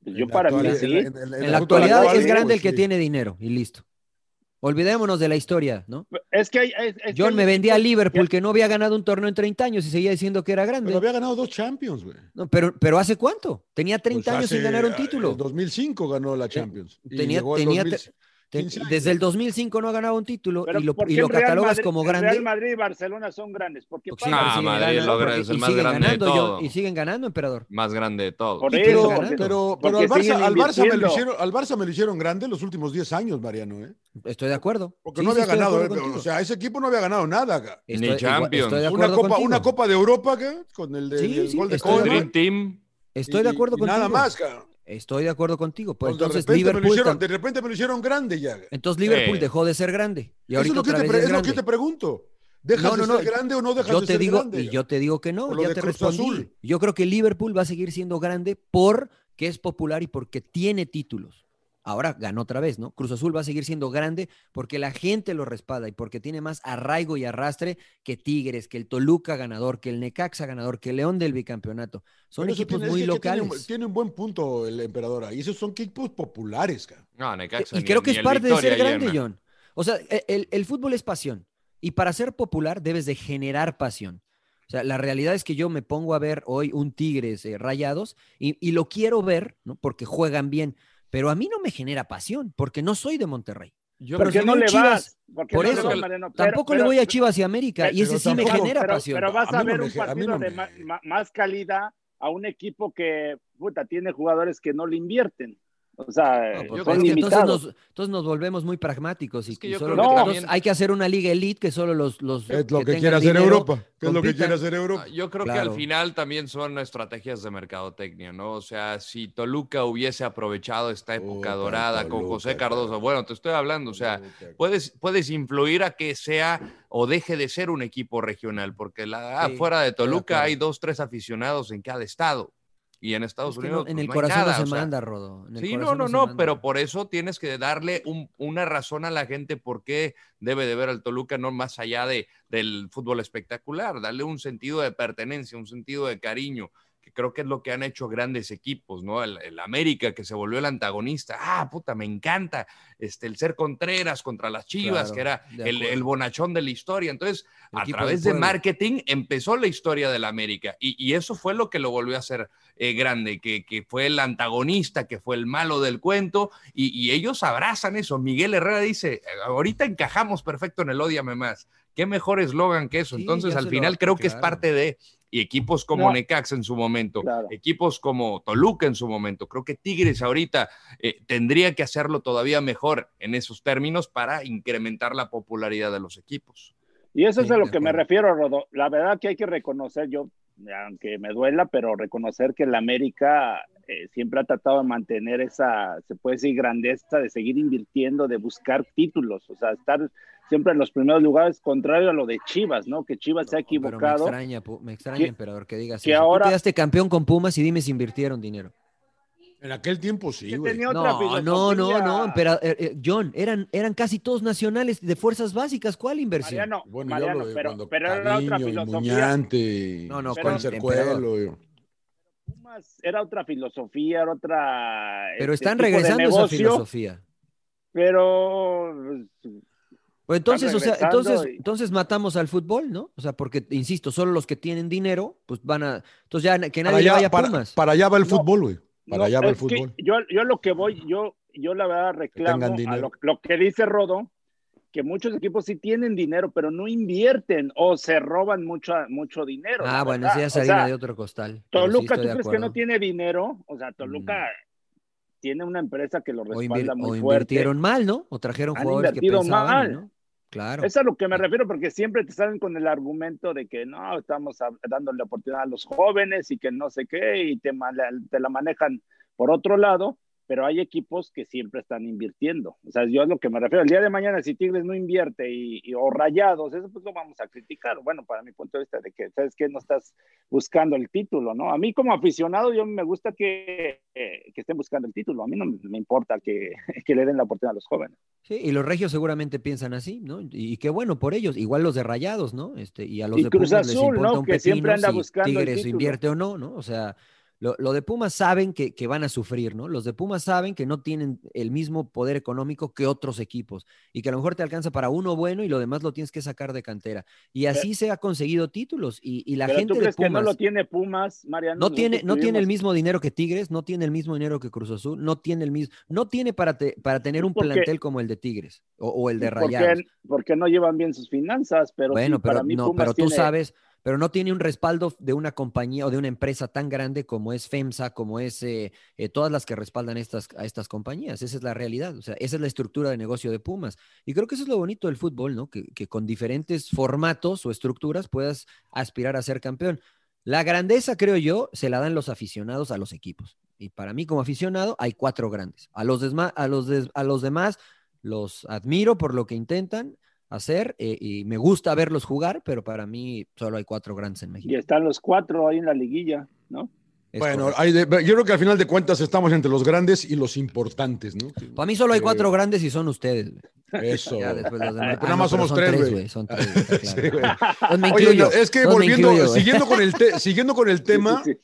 Speaker 2: yo,
Speaker 1: En
Speaker 2: yo
Speaker 1: la
Speaker 2: para mí
Speaker 1: actualidad-
Speaker 2: sí.
Speaker 1: en la- en la-
Speaker 3: En,
Speaker 1: en
Speaker 3: la
Speaker 1: la actualidad,
Speaker 3: actualidad, es
Speaker 1: sí,
Speaker 3: grande el
Speaker 1: sí.
Speaker 3: que tiene dinero y listo. Olvidémonos de la historia, ¿no?
Speaker 2: Es que hay- Pues es- es que
Speaker 3: John
Speaker 2: hay
Speaker 3: me vendía a
Speaker 2: equipos-
Speaker 3: Liverpool que no había ganado un torneo en 30 años y seguía diciendo que era
Speaker 1: Pero
Speaker 3: grande.
Speaker 1: había ganado dos Champions, güey.
Speaker 3: No, pero, pero ¿hace cuánto? Tenía 30
Speaker 1: Pues
Speaker 3: años sin
Speaker 1: hace-
Speaker 3: ganar un
Speaker 1: En
Speaker 3: título. Eh,
Speaker 1: 2005 ganó la Champions. y
Speaker 3: tenía-
Speaker 1: llegó al
Speaker 3: tenía
Speaker 1: 2000.
Speaker 3: Te-
Speaker 1: 15 años.
Speaker 3: Desde el 2005 no ha ganado un título
Speaker 2: Pero
Speaker 3: y lo,
Speaker 2: ¿por
Speaker 3: y
Speaker 2: qué
Speaker 3: lo
Speaker 2: el Real
Speaker 3: catalogas
Speaker 2: Madrid-
Speaker 3: como
Speaker 2: el
Speaker 3: grande.
Speaker 2: Real Madrid y Barcelona son grandes. Porque
Speaker 3: Porque
Speaker 2: pagan-
Speaker 4: Ah,
Speaker 3: siguen
Speaker 4: Madrid, el
Speaker 3: ganando,
Speaker 4: hombre
Speaker 3: porque-
Speaker 4: es el
Speaker 3: y
Speaker 4: más
Speaker 3: siguen
Speaker 4: grande de
Speaker 3: ganando, John,
Speaker 4: todo.
Speaker 3: y siguen ganando, emperador.
Speaker 4: Más grande de todos.
Speaker 2: Por
Speaker 1: Sí,
Speaker 2: eso,
Speaker 1: pero,
Speaker 3: ganando.
Speaker 1: pero-
Speaker 2: porque
Speaker 1: pero al, Barça,
Speaker 2: siguen
Speaker 1: al Barça me
Speaker 2: invirtiendo.
Speaker 1: lo hicieron, al Barça me lo hicieron grande los últimos 10 años, Mariano. ¿eh?
Speaker 3: Estoy de acuerdo.
Speaker 1: Porque
Speaker 3: Sí,
Speaker 1: no
Speaker 3: sí,
Speaker 1: había
Speaker 3: estoy de
Speaker 1: ganado.
Speaker 3: acuerdo
Speaker 1: ¿eh?
Speaker 3: contigo.
Speaker 1: O sea, ese equipo no había ganado nada. ca.
Speaker 4: Ni
Speaker 3: igual-
Speaker 4: Champions.
Speaker 3: estoy de
Speaker 1: Una
Speaker 3: acuerdo
Speaker 1: copa,
Speaker 3: contigo.
Speaker 1: una copa de Europa ca, con el, de-
Speaker 3: Sí,
Speaker 1: del
Speaker 3: sí,
Speaker 1: gol de
Speaker 3: estoy de
Speaker 1: Koeman,
Speaker 4: Dream Team.
Speaker 3: Estoy de
Speaker 1: y-
Speaker 3: acuerdo
Speaker 1: y
Speaker 3: contigo.
Speaker 1: Nada más. ca.
Speaker 3: Estoy de acuerdo contigo. Pues
Speaker 1: Pues de,
Speaker 3: entonces
Speaker 1: repente me lo
Speaker 3: Liverpool,
Speaker 1: hicieron,
Speaker 3: tam-
Speaker 1: de repente me lo hicieron grande ya. ca.
Speaker 3: entonces Liverpool
Speaker 4: Sí.
Speaker 3: dejó de ser grande. Y
Speaker 1: Eso es
Speaker 3: ahorita
Speaker 1: lo que,
Speaker 3: otra
Speaker 1: te,
Speaker 3: vez
Speaker 1: pre-
Speaker 3: es
Speaker 1: es lo que te
Speaker 3: grande.
Speaker 1: pregunto. ¿Dejas
Speaker 3: No,
Speaker 1: de
Speaker 3: no, no,
Speaker 1: ser grande o no dejas
Speaker 3: Yo
Speaker 1: de
Speaker 3: te
Speaker 1: ser
Speaker 3: digo,
Speaker 1: grande?
Speaker 3: y yo te digo que
Speaker 1: Por
Speaker 3: no,
Speaker 1: lo
Speaker 3: ya
Speaker 1: de
Speaker 3: te
Speaker 1: Cruz
Speaker 3: respondí.
Speaker 1: Azul.
Speaker 3: Yo creo que Liverpool va a seguir siendo grande porque es popular y porque tiene títulos. Ahora ganó otra vez, ¿no? Cruz Azul va a seguir siendo grande porque la gente lo respalda y porque tiene más arraigo y arrastre que Tigres, que el Toluca ganador, que el Necaxa ganador, que el León del bicampeonato. Son
Speaker 1: Pero eso
Speaker 3: equipos
Speaker 1: tiene- es
Speaker 3: muy
Speaker 1: que- que tiene un-
Speaker 3: locales.
Speaker 1: Tiene, un buen punto el emperador ahí. Esos son equipos populares. ca.
Speaker 4: No, Necaxa,
Speaker 3: y
Speaker 4: ni-
Speaker 3: creo que
Speaker 4: ni
Speaker 3: es
Speaker 4: el
Speaker 3: parte de
Speaker 4: Victoria
Speaker 3: ser
Speaker 4: ayer
Speaker 3: grande,
Speaker 4: me-
Speaker 3: John. O sea, e- el, el fútbol es pasión. Y para ser popular debes de generar pasión. O sea, la realidad es que yo me pongo a ver hoy un Tigres eh, rayados y, y lo quiero ver, ¿no? Porque juegan bien. Pero a mí no me genera pasión porque no soy de Monterrey.
Speaker 4: Yo
Speaker 3: Pero
Speaker 2: ¿Por qué
Speaker 3: si
Speaker 2: no
Speaker 3: no
Speaker 2: le
Speaker 3: Chivas,
Speaker 2: vas? ¿Por qué
Speaker 3: por
Speaker 2: no
Speaker 3: eso,
Speaker 2: le vas, Mariano? Pero-
Speaker 3: Tampoco le
Speaker 2: pero-
Speaker 3: voy a Chivas y América y
Speaker 1: pero
Speaker 3: ese sí me
Speaker 1: tampoco-
Speaker 3: genera
Speaker 2: pero,
Speaker 3: pasión.
Speaker 2: pero
Speaker 1: No,
Speaker 2: vas a
Speaker 1: a mí no
Speaker 2: ver
Speaker 1: me
Speaker 2: un
Speaker 1: ge- a mí
Speaker 2: partido
Speaker 1: no me
Speaker 2: de ma-
Speaker 1: genera.
Speaker 2: ma- más calidad a un equipo que, puta, tiene jugadores que no le invierten. O sea,
Speaker 3: No,
Speaker 2: eh,
Speaker 3: pues,
Speaker 4: yo
Speaker 2: son
Speaker 3: es que entonces,
Speaker 2: limitados.
Speaker 3: nos, entonces nos volvemos muy pragmáticos y,
Speaker 4: Es que
Speaker 3: y
Speaker 4: yo
Speaker 3: solo
Speaker 2: creo que
Speaker 3: no,
Speaker 4: también-
Speaker 3: entonces hay que hacer una liga elite que solo los, los
Speaker 1: Es lo que,
Speaker 3: tengan
Speaker 1: quiere hacer
Speaker 3: dinero
Speaker 1: Europa. que es lo que
Speaker 3: compitan.
Speaker 1: quiere hacer Europa?
Speaker 4: Ah, Yo creo que
Speaker 3: Claro.
Speaker 4: al final también son estrategias de mercadotecnia, ¿no? O sea, si Toluca hubiese aprovechado esta época
Speaker 1: Puta,
Speaker 4: dorada con
Speaker 1: Toluca,
Speaker 4: José
Speaker 1: cabrón.
Speaker 4: Cardoso, bueno, te estoy hablando, o sea,
Speaker 1: Puta,
Speaker 4: puedes, puedes influir a que sea o deje de ser un equipo regional, porque la, ah,
Speaker 3: Sí,
Speaker 4: fuera de Toluca
Speaker 3: acuerdo.
Speaker 4: hay dos, tres aficionados en cada estado. Y en Estados
Speaker 3: Es que no,
Speaker 4: Unidos.
Speaker 3: en
Speaker 4: pues,
Speaker 3: el
Speaker 4: no hay
Speaker 3: corazón
Speaker 4: nada,
Speaker 3: no
Speaker 4: o
Speaker 3: se
Speaker 4: sea,
Speaker 3: manda, Rodo. en el
Speaker 4: Sí, no,
Speaker 3: corazón
Speaker 4: no,
Speaker 3: se
Speaker 4: no,
Speaker 3: manda.
Speaker 4: pero por eso tienes que darle un- una razón a la gente por qué debe de ver al Toluca, no más allá de, del fútbol espectacular, darle un sentido de pertenencia, un sentido de cariño. que creo que es lo que han hecho grandes equipos, ¿no? El, el América que se volvió el antagonista, ah, puta, me encanta, este, el ser Contreras contra las Chivas,
Speaker 5: Claro,
Speaker 4: que era
Speaker 5: de
Speaker 4: el,
Speaker 5: acuerdo.
Speaker 4: el bonachón de la historia. Entonces,
Speaker 5: El
Speaker 4: a
Speaker 5: equipo
Speaker 4: través
Speaker 5: del
Speaker 4: de
Speaker 5: pueblo.
Speaker 4: marketing empezó la historia del América y, y eso fue lo que lo volvió a hacer eh, grande, que, que fue el antagonista, que fue el malo del cuento y, y ellos abrazan eso. Miguel Herrera dice, "Eh, ahorita encajamos perfecto en el Ódiame Más. Qué mejor eslogan que eso.
Speaker 5: Sí,
Speaker 4: Entonces,
Speaker 5: ya
Speaker 4: al
Speaker 5: se lo-
Speaker 4: final creo que es
Speaker 5: claro.
Speaker 4: parte de... Y equipos como
Speaker 5: No.
Speaker 4: Necaxa en su momento, equipos como Toluca en su momento, creo que Tigres ahorita eh, tendría que hacerlo todavía mejor en esos términos para incrementar la popularidad de los equipos.
Speaker 2: Y eso es
Speaker 4: Sí,
Speaker 2: a lo
Speaker 4: de
Speaker 2: que me
Speaker 4: acuerdo.
Speaker 2: refiero, Rodo. La verdad que hay que reconocer, yo, aunque me duela, pero reconocer que el América eh, siempre ha tratado de mantener esa, se puede decir, grandeza, de seguir invirtiendo, de buscar títulos, o sea, estar siempre en los primeros lugares, contrario a lo de Chivas, ¿no? Que Chivas se ha
Speaker 3: Pero me
Speaker 2: equivocado.
Speaker 3: extraña, pu- me extraña,
Speaker 2: que-
Speaker 3: emperador, que digas
Speaker 2: que
Speaker 3: eso.
Speaker 2: ahora-
Speaker 3: Tú quedaste campeón con Pumas y dime si invirtieron dinero.
Speaker 1: En aquel tiempo sí,
Speaker 3: güey.
Speaker 1: tenía
Speaker 3: No,
Speaker 1: otra
Speaker 3: no, no,
Speaker 1: filosofía.
Speaker 3: no, empera- eh, eh, John, eran, eran casi todos nacionales de fuerzas básicas. ¿Cuál inversión?
Speaker 2: Mariano,
Speaker 1: Bueno, yo
Speaker 2: Mariano,
Speaker 1: hablo de
Speaker 2: pero,
Speaker 1: cuando
Speaker 2: pero era otra
Speaker 1: Niño, y
Speaker 2: filosofía.
Speaker 1: Muñante, y
Speaker 3: No, no,
Speaker 1: Juan
Speaker 3: con-
Speaker 1: Cercuelo, y-
Speaker 2: Pumas era otra filosofía, era otra.
Speaker 3: Pero
Speaker 2: este,
Speaker 3: están
Speaker 2: tipo de
Speaker 3: regresando a esa
Speaker 2: negocio,
Speaker 3: filosofía.
Speaker 2: Pero.
Speaker 3: Pues entonces, o sea,
Speaker 2: regresando
Speaker 3: entonces,
Speaker 2: y-
Speaker 3: entonces matamos al fútbol, ¿no? O sea, porque, insisto, solo los que tienen dinero, pues van a. Entonces ya na- que
Speaker 1: Para
Speaker 3: nadie le
Speaker 1: allá,
Speaker 3: vaya a
Speaker 1: para,
Speaker 3: Pumas.
Speaker 1: para allá va el fútbol, güey. Para
Speaker 2: No,
Speaker 1: allá va el
Speaker 2: es que
Speaker 1: fútbol.
Speaker 2: Yo, yo lo que voy, yo, yo la verdad reclamo
Speaker 1: tengan
Speaker 2: a
Speaker 1: dinero.
Speaker 2: lo, lo que dice Rodo, que muchos equipos sí tienen dinero, pero no invierten o se roban mucho, mucho dinero.
Speaker 3: ah,
Speaker 2: la
Speaker 3: bueno,
Speaker 2: verdad.
Speaker 3: esa ya es
Speaker 2: O
Speaker 3: harina
Speaker 2: sea,
Speaker 3: de otro costal. pero sí
Speaker 2: Toluca,
Speaker 3: estoy
Speaker 2: ¿tú
Speaker 3: de
Speaker 2: crees que no
Speaker 3: acuerdo. Mm.
Speaker 2: tiene dinero? O sea, Toluca tiene una empresa que lo
Speaker 3: O,
Speaker 2: respalda
Speaker 3: invir-
Speaker 2: muy
Speaker 3: o
Speaker 2: fuerte.
Speaker 3: invirtieron mal, ¿no? O trajeron
Speaker 2: Han
Speaker 3: jugadores que
Speaker 2: invertido
Speaker 3: pensaban, y
Speaker 2: mal.
Speaker 3: ¿no? Claro.
Speaker 2: Es a lo que me refiero, porque siempre te salen con el argumento de que no, estamos a- dándole oportunidad a los jóvenes y que no sé qué, y te, mala- te la manejan por otro lado, pero hay equipos que siempre están invirtiendo. O sea, yo es lo que me refiero. El día de mañana, si Tigres no invierte y, y- o rayados, eso pues lo vamos a criticar. Bueno, para mi punto de vista, de que, ¿sabes qué? No estás buscando el título, ¿no? A mí como aficionado, yo me gusta que, eh, que estén buscando el título. A mí no me importa que, que le den la oportunidad a los jóvenes.
Speaker 3: Sí, y los regios seguramente piensan así, ¿no? Y, y qué bueno por ellos, igual los de Rayados, ¿no? Este, y a los
Speaker 2: Y
Speaker 3: de
Speaker 2: Cruz
Speaker 3: Pumas les
Speaker 2: Azul,
Speaker 3: importa
Speaker 2: ¿no?
Speaker 3: un
Speaker 2: Que siempre
Speaker 3: pepino
Speaker 2: anda
Speaker 3: si
Speaker 2: buscando el
Speaker 3: Tigres
Speaker 2: título.
Speaker 3: invierte o no, ¿no? O sea, lo, lo de Pumas saben que, que van a sufrir, ¿no? Los de Pumas saben que no tienen el mismo poder económico que otros equipos y que a lo mejor te alcanza para uno bueno y lo demás lo tienes que sacar de cantera. Y así se ha conseguido títulos y, y la
Speaker 2: Pero
Speaker 3: gente
Speaker 2: tú
Speaker 3: de
Speaker 2: crees
Speaker 3: Pumas
Speaker 2: que no lo tiene Pumas, Mariano.
Speaker 3: no tiene, no tiene el
Speaker 2: Nosotros
Speaker 3: mismo dinero que Tigres, no tiene el mismo dinero que Cruz Azul, no tiene el mismo, no tiene para, te- para tener un
Speaker 2: porque-
Speaker 3: plantel como el de Tigres o, o el de
Speaker 2: tuvimos- ¿por qué-
Speaker 3: Rayados.
Speaker 2: por qué no llevan bien sus finanzas? Pero
Speaker 3: Bueno,
Speaker 2: sí,
Speaker 3: pero
Speaker 2: para mí
Speaker 3: no,
Speaker 2: Pumas
Speaker 3: pero tú
Speaker 2: tiene-
Speaker 3: sabes, pero no tiene un respaldo de una compañía o de una empresa tan grande como es FEMSA, como es eh, eh, todas las que respaldan estas, a estas compañías. Esa es la realidad, o sea, esa es la estructura de negocio de Pumas. Y creo que eso es lo bonito del fútbol, ¿no? Que, que con diferentes formatos o estructuras puedas aspirar a ser campeón. La grandeza, creo yo, se la dan los aficionados a los equipos. Y para mí, como aficionado, hay cuatro grandes. A los, desma- a los, des- a los demás los admiro por lo que intentan hacer eh, y me gusta verlos jugar, pero para mí solo hay cuatro grandes en México.
Speaker 2: Y están los cuatro ahí en la liguilla, ¿no?
Speaker 3: Es
Speaker 1: Bueno,
Speaker 3: correcto.
Speaker 1: hay de- yo creo que al final de cuentas estamos entre los grandes y los importantes, ¿no?
Speaker 3: Para mí solo hay
Speaker 1: Eh,
Speaker 3: cuatro grandes y son ustedes. güey.
Speaker 1: Eso.
Speaker 3: Ya después los demás-
Speaker 1: Pero nada
Speaker 3: Ah,
Speaker 1: más
Speaker 3: no,
Speaker 1: somos
Speaker 3: pero son
Speaker 1: tres, güey.
Speaker 3: Son tres, está claro.
Speaker 1: Sí, güey.
Speaker 3: Entonces me
Speaker 1: Oye,
Speaker 3: incluyo,
Speaker 1: es que
Speaker 3: entonces me
Speaker 1: volviendo,
Speaker 3: incluyo, güey.
Speaker 1: siguiendo con el te- siguiendo con el tema,
Speaker 2: sí,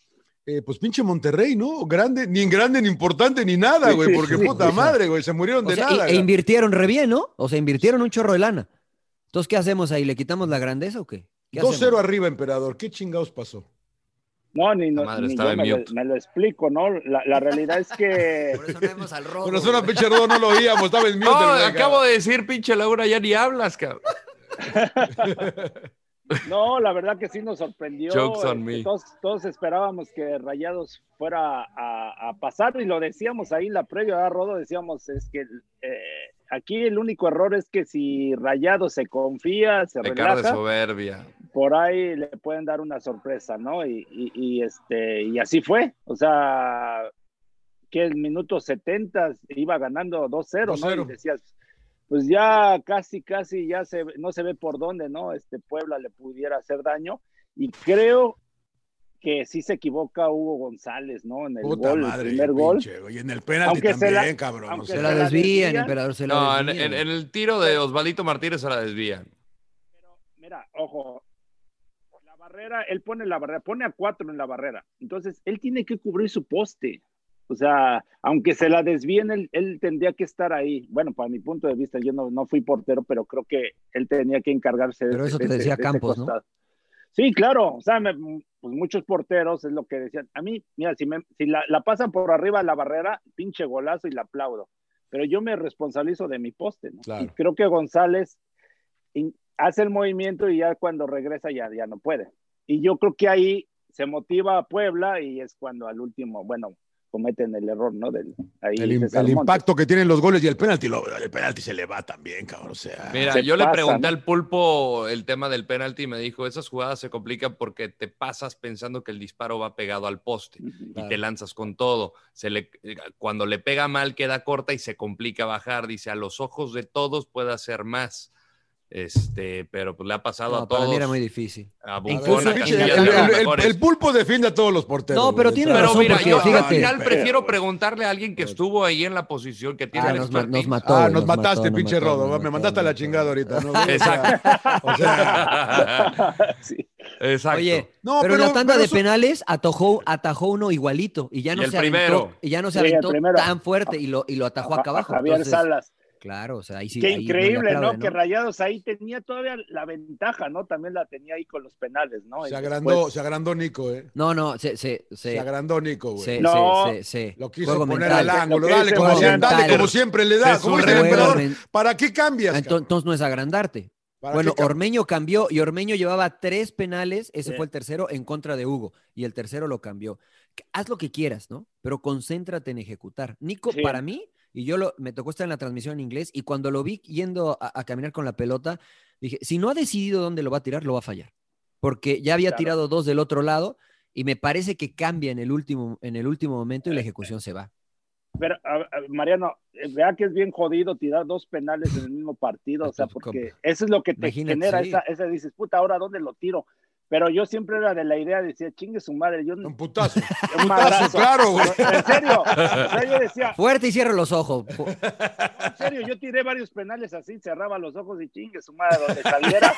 Speaker 1: eh, pues pinche Monterrey, ¿no? Grande, ni en grande, ni importante, ni nada, güey, porque
Speaker 3: Sí,
Speaker 1: puta
Speaker 3: o sea,
Speaker 1: madre, güey, se murieron
Speaker 3: O
Speaker 1: de
Speaker 3: sea, y-
Speaker 1: nada.
Speaker 3: e
Speaker 1: güey.
Speaker 3: invirtieron re bien, ¿no? O sea, invirtieron un chorro de lana. Entonces, ¿qué hacemos ahí? ¿Le quitamos la grandeza o qué? ¿Qué hacemos?
Speaker 1: 2-0 arriba, emperador. ¿Qué chingados pasó?
Speaker 2: No, ni, no-
Speaker 4: madre
Speaker 2: ni
Speaker 4: estaba
Speaker 2: yo
Speaker 4: en
Speaker 2: me lo,
Speaker 4: mute.
Speaker 2: me lo explico, ¿no? La, la realidad es que...
Speaker 3: al
Speaker 1: Con razón a pinche Rodo no lo oíamos, estaba en mute.
Speaker 4: No,
Speaker 1: güey,
Speaker 4: acabo de decir, pinche Laura, ya ni hablas, cabrón.
Speaker 2: No, la verdad que sí nos sorprendió.
Speaker 4: Jokes on
Speaker 2: Este,
Speaker 4: me.
Speaker 2: Todos, todos esperábamos que Rayados fuera a, a pasar y lo decíamos ahí en la previa, ¿verdad, Rodo? Decíamos, es que eh, aquí el único error es que si Rayados se confía, se
Speaker 4: Pecar de
Speaker 2: relaja,
Speaker 4: soberbia.
Speaker 2: por ahí le pueden dar una sorpresa, ¿no? Y, y- y, este, y así fue. O sea, que el minuto 70 iba ganando 2-0, ¿no?
Speaker 1: 2-0.
Speaker 2: Y decías, pues ya casi, casi, ya se, no se ve por dónde, ¿no? Este Puebla le pudiera hacer daño. Y creo que sí se equivoca Hugo González, ¿no? En el
Speaker 1: Puta
Speaker 2: gol,
Speaker 1: madre,
Speaker 2: el primer gol.
Speaker 1: pinche, güey, en el penalti
Speaker 2: Aunque se
Speaker 1: también,
Speaker 2: la-
Speaker 1: cabrón.
Speaker 2: aunque
Speaker 1: o sea.
Speaker 3: Se la
Speaker 2: Se la
Speaker 3: desvían,
Speaker 2: desvían.
Speaker 3: emperador, se la
Speaker 4: No, en,
Speaker 3: desvían.
Speaker 4: en- en el tiro de Osvaldito Martínez se la desvían.
Speaker 2: Mira, ojo, la barrera, él pone la barrera, pone a cuatro en la barrera. Entonces, él tiene que cubrir su poste. O sea, aunque se la desvíen, él, él tendría que estar ahí. Bueno, para mi punto de vista, yo no, no fui portero, pero creo que él tenía que encargarse de
Speaker 3: Pero eso
Speaker 2: ese-
Speaker 3: te
Speaker 2: de
Speaker 3: decía
Speaker 2: ese- de ese
Speaker 3: Campos, ¿no?
Speaker 2: costado. Sí, claro. O sea, me- pues muchos porteros es lo que decían. A mí, mira, si, me- si la, la pasan por arriba de la barrera, pinche golazo y la aplaudo. Pero yo me responsabilizo de mi poste, ¿no?
Speaker 1: Claro.
Speaker 2: Y creo que González in- hace el movimiento y ya cuando regresa ya, ya no puede. Y yo creo que ahí se motiva a Puebla y es cuando al último, bueno, cometen el error, ¿no? Del, ahí
Speaker 1: El, im-
Speaker 2: César
Speaker 1: el
Speaker 2: Montes.
Speaker 1: impacto que tienen los goles y el penalti, lo- el penalti se le va también, cabrón. O sea,
Speaker 4: Mira,
Speaker 2: se
Speaker 4: yo le
Speaker 2: pasan.
Speaker 4: pregunté al pulpo el tema del penalti y me dijo, esas jugadas se complican porque te pasas pensando que el disparo va pegado al poste y te lanzas con todo. Se le, eh, cuando le pega mal queda corta y se complica bajar. Dice, a los ojos de todos puede hacer más. Este, pero pues le ha pasado
Speaker 3: No,
Speaker 4: a
Speaker 3: para
Speaker 4: todos.
Speaker 3: mí era muy difícil.
Speaker 4: A
Speaker 1: A ver,
Speaker 4: Buffon, a
Speaker 1: pinche-
Speaker 4: Casillas,
Speaker 1: el,
Speaker 4: a los
Speaker 1: el- el-
Speaker 4: mejores.
Speaker 1: el pulpo defiende a todos los porteros.
Speaker 3: No, pero
Speaker 1: güey.
Speaker 3: tiene
Speaker 1: O sea,
Speaker 4: Pero
Speaker 3: razón,
Speaker 4: mira,
Speaker 3: porque
Speaker 4: yo al
Speaker 3: fíjate-
Speaker 4: final prefiero
Speaker 1: Pero-
Speaker 4: preguntarle a alguien que estuvo ahí en la posición que tiene
Speaker 3: Ah,
Speaker 4: el
Speaker 3: nos, ma- nos
Speaker 4: expertise.
Speaker 3: mató.
Speaker 1: Ah,
Speaker 3: güey,
Speaker 1: nos mataste,
Speaker 3: mató, nos
Speaker 1: pinche
Speaker 3: mató,
Speaker 1: Rodo.
Speaker 3: nos
Speaker 1: me
Speaker 3: mató,
Speaker 1: mandaste a la
Speaker 3: nos
Speaker 1: chingada
Speaker 3: mató.
Speaker 1: ahorita, ¿no? güey? O sea,
Speaker 4: Exacto.
Speaker 1: o sea,
Speaker 2: Sí.
Speaker 4: Exacto.
Speaker 3: Oye,
Speaker 1: No,
Speaker 3: pero, en
Speaker 1: pero-
Speaker 3: la tanda
Speaker 1: pero
Speaker 3: de
Speaker 1: eso-
Speaker 3: penales atajó, atajó uno igualito y ya no
Speaker 4: Y el
Speaker 3: se aventó,
Speaker 4: primero.
Speaker 3: y ya no se
Speaker 2: Sí, el
Speaker 3: aventó
Speaker 2: primero.
Speaker 3: tan fuerte y lo, y lo atajó
Speaker 2: A-
Speaker 3: acá
Speaker 2: a
Speaker 3: abajo.
Speaker 2: Javier
Speaker 3: Entonces,
Speaker 2: Salas.
Speaker 3: Claro, o sea, ahí sí.
Speaker 2: Qué
Speaker 3: ahí no le
Speaker 2: increíble, ¿no?
Speaker 3: aplaude,
Speaker 2: Que Rayados ahí tenía todavía la ventaja, ¿no? También la tenía ahí con los penales, ¿no? Y
Speaker 1: se agrandó,
Speaker 2: después-
Speaker 1: se agrandó Nico, ¿eh?
Speaker 3: No, no, se, se, se,
Speaker 1: Se agrandó Nico, güey.
Speaker 3: se-
Speaker 2: No.
Speaker 3: se- se- se-
Speaker 1: Lo quiso
Speaker 3: juego
Speaker 1: poner
Speaker 3: mental.
Speaker 1: al ángulo.
Speaker 2: Lo que
Speaker 1: Dale,
Speaker 2: dice
Speaker 1: como, siempre,
Speaker 3: Juan
Speaker 1: dale,
Speaker 3: Mental.
Speaker 1: como siempre le da.
Speaker 4: Se
Speaker 1: Como dice el
Speaker 4: surreó.
Speaker 1: emperador,
Speaker 3: Juego
Speaker 1: ¿para qué cambias?
Speaker 3: Ento-
Speaker 1: cabrón?
Speaker 3: Entonces no es agrandarte.
Speaker 1: ¿Para
Speaker 3: Bueno,
Speaker 1: qué cambias?
Speaker 3: Ormeño cambió y Ormeño llevaba tres penales, ese
Speaker 2: Sí.
Speaker 3: fue el tercero en contra de Hugo y el tercero lo cambió. Que- Haz lo que quieras, ¿no? Pero concéntrate en ejecutar. Nico,
Speaker 2: Sí.
Speaker 3: para mí, y yo lo, me tocó estar en la transmisión en inglés y cuando lo vi yendo a, a caminar con la pelota, dije, si no ha decidido dónde lo va a tirar, lo va a fallar, porque ya había
Speaker 2: Claro.
Speaker 3: tirado dos del otro lado y me parece que cambia en el último, en el último momento y la ejecución se va.
Speaker 2: Pero, a- a- Mariano, eh, vea que es bien jodido tirar dos penales en el mismo partido, o sea, porque eso es lo que te
Speaker 3: Ah, pues, Imagínate,
Speaker 2: genera
Speaker 3: sí.
Speaker 2: esa, esa dices, puta, ahora dónde lo tiro. Pero yo siempre era de la idea, decía, chingue su madre, yo
Speaker 1: Un
Speaker 2: un
Speaker 1: putazo.
Speaker 2: madrazo.
Speaker 1: claro, güey.
Speaker 2: En serio, o sea, yo decía,
Speaker 3: Fuerte y cierra los ojos. Fu-
Speaker 2: en serio, yo tiré varios penales así, cerraba los ojos y chingue su madre, donde saliera,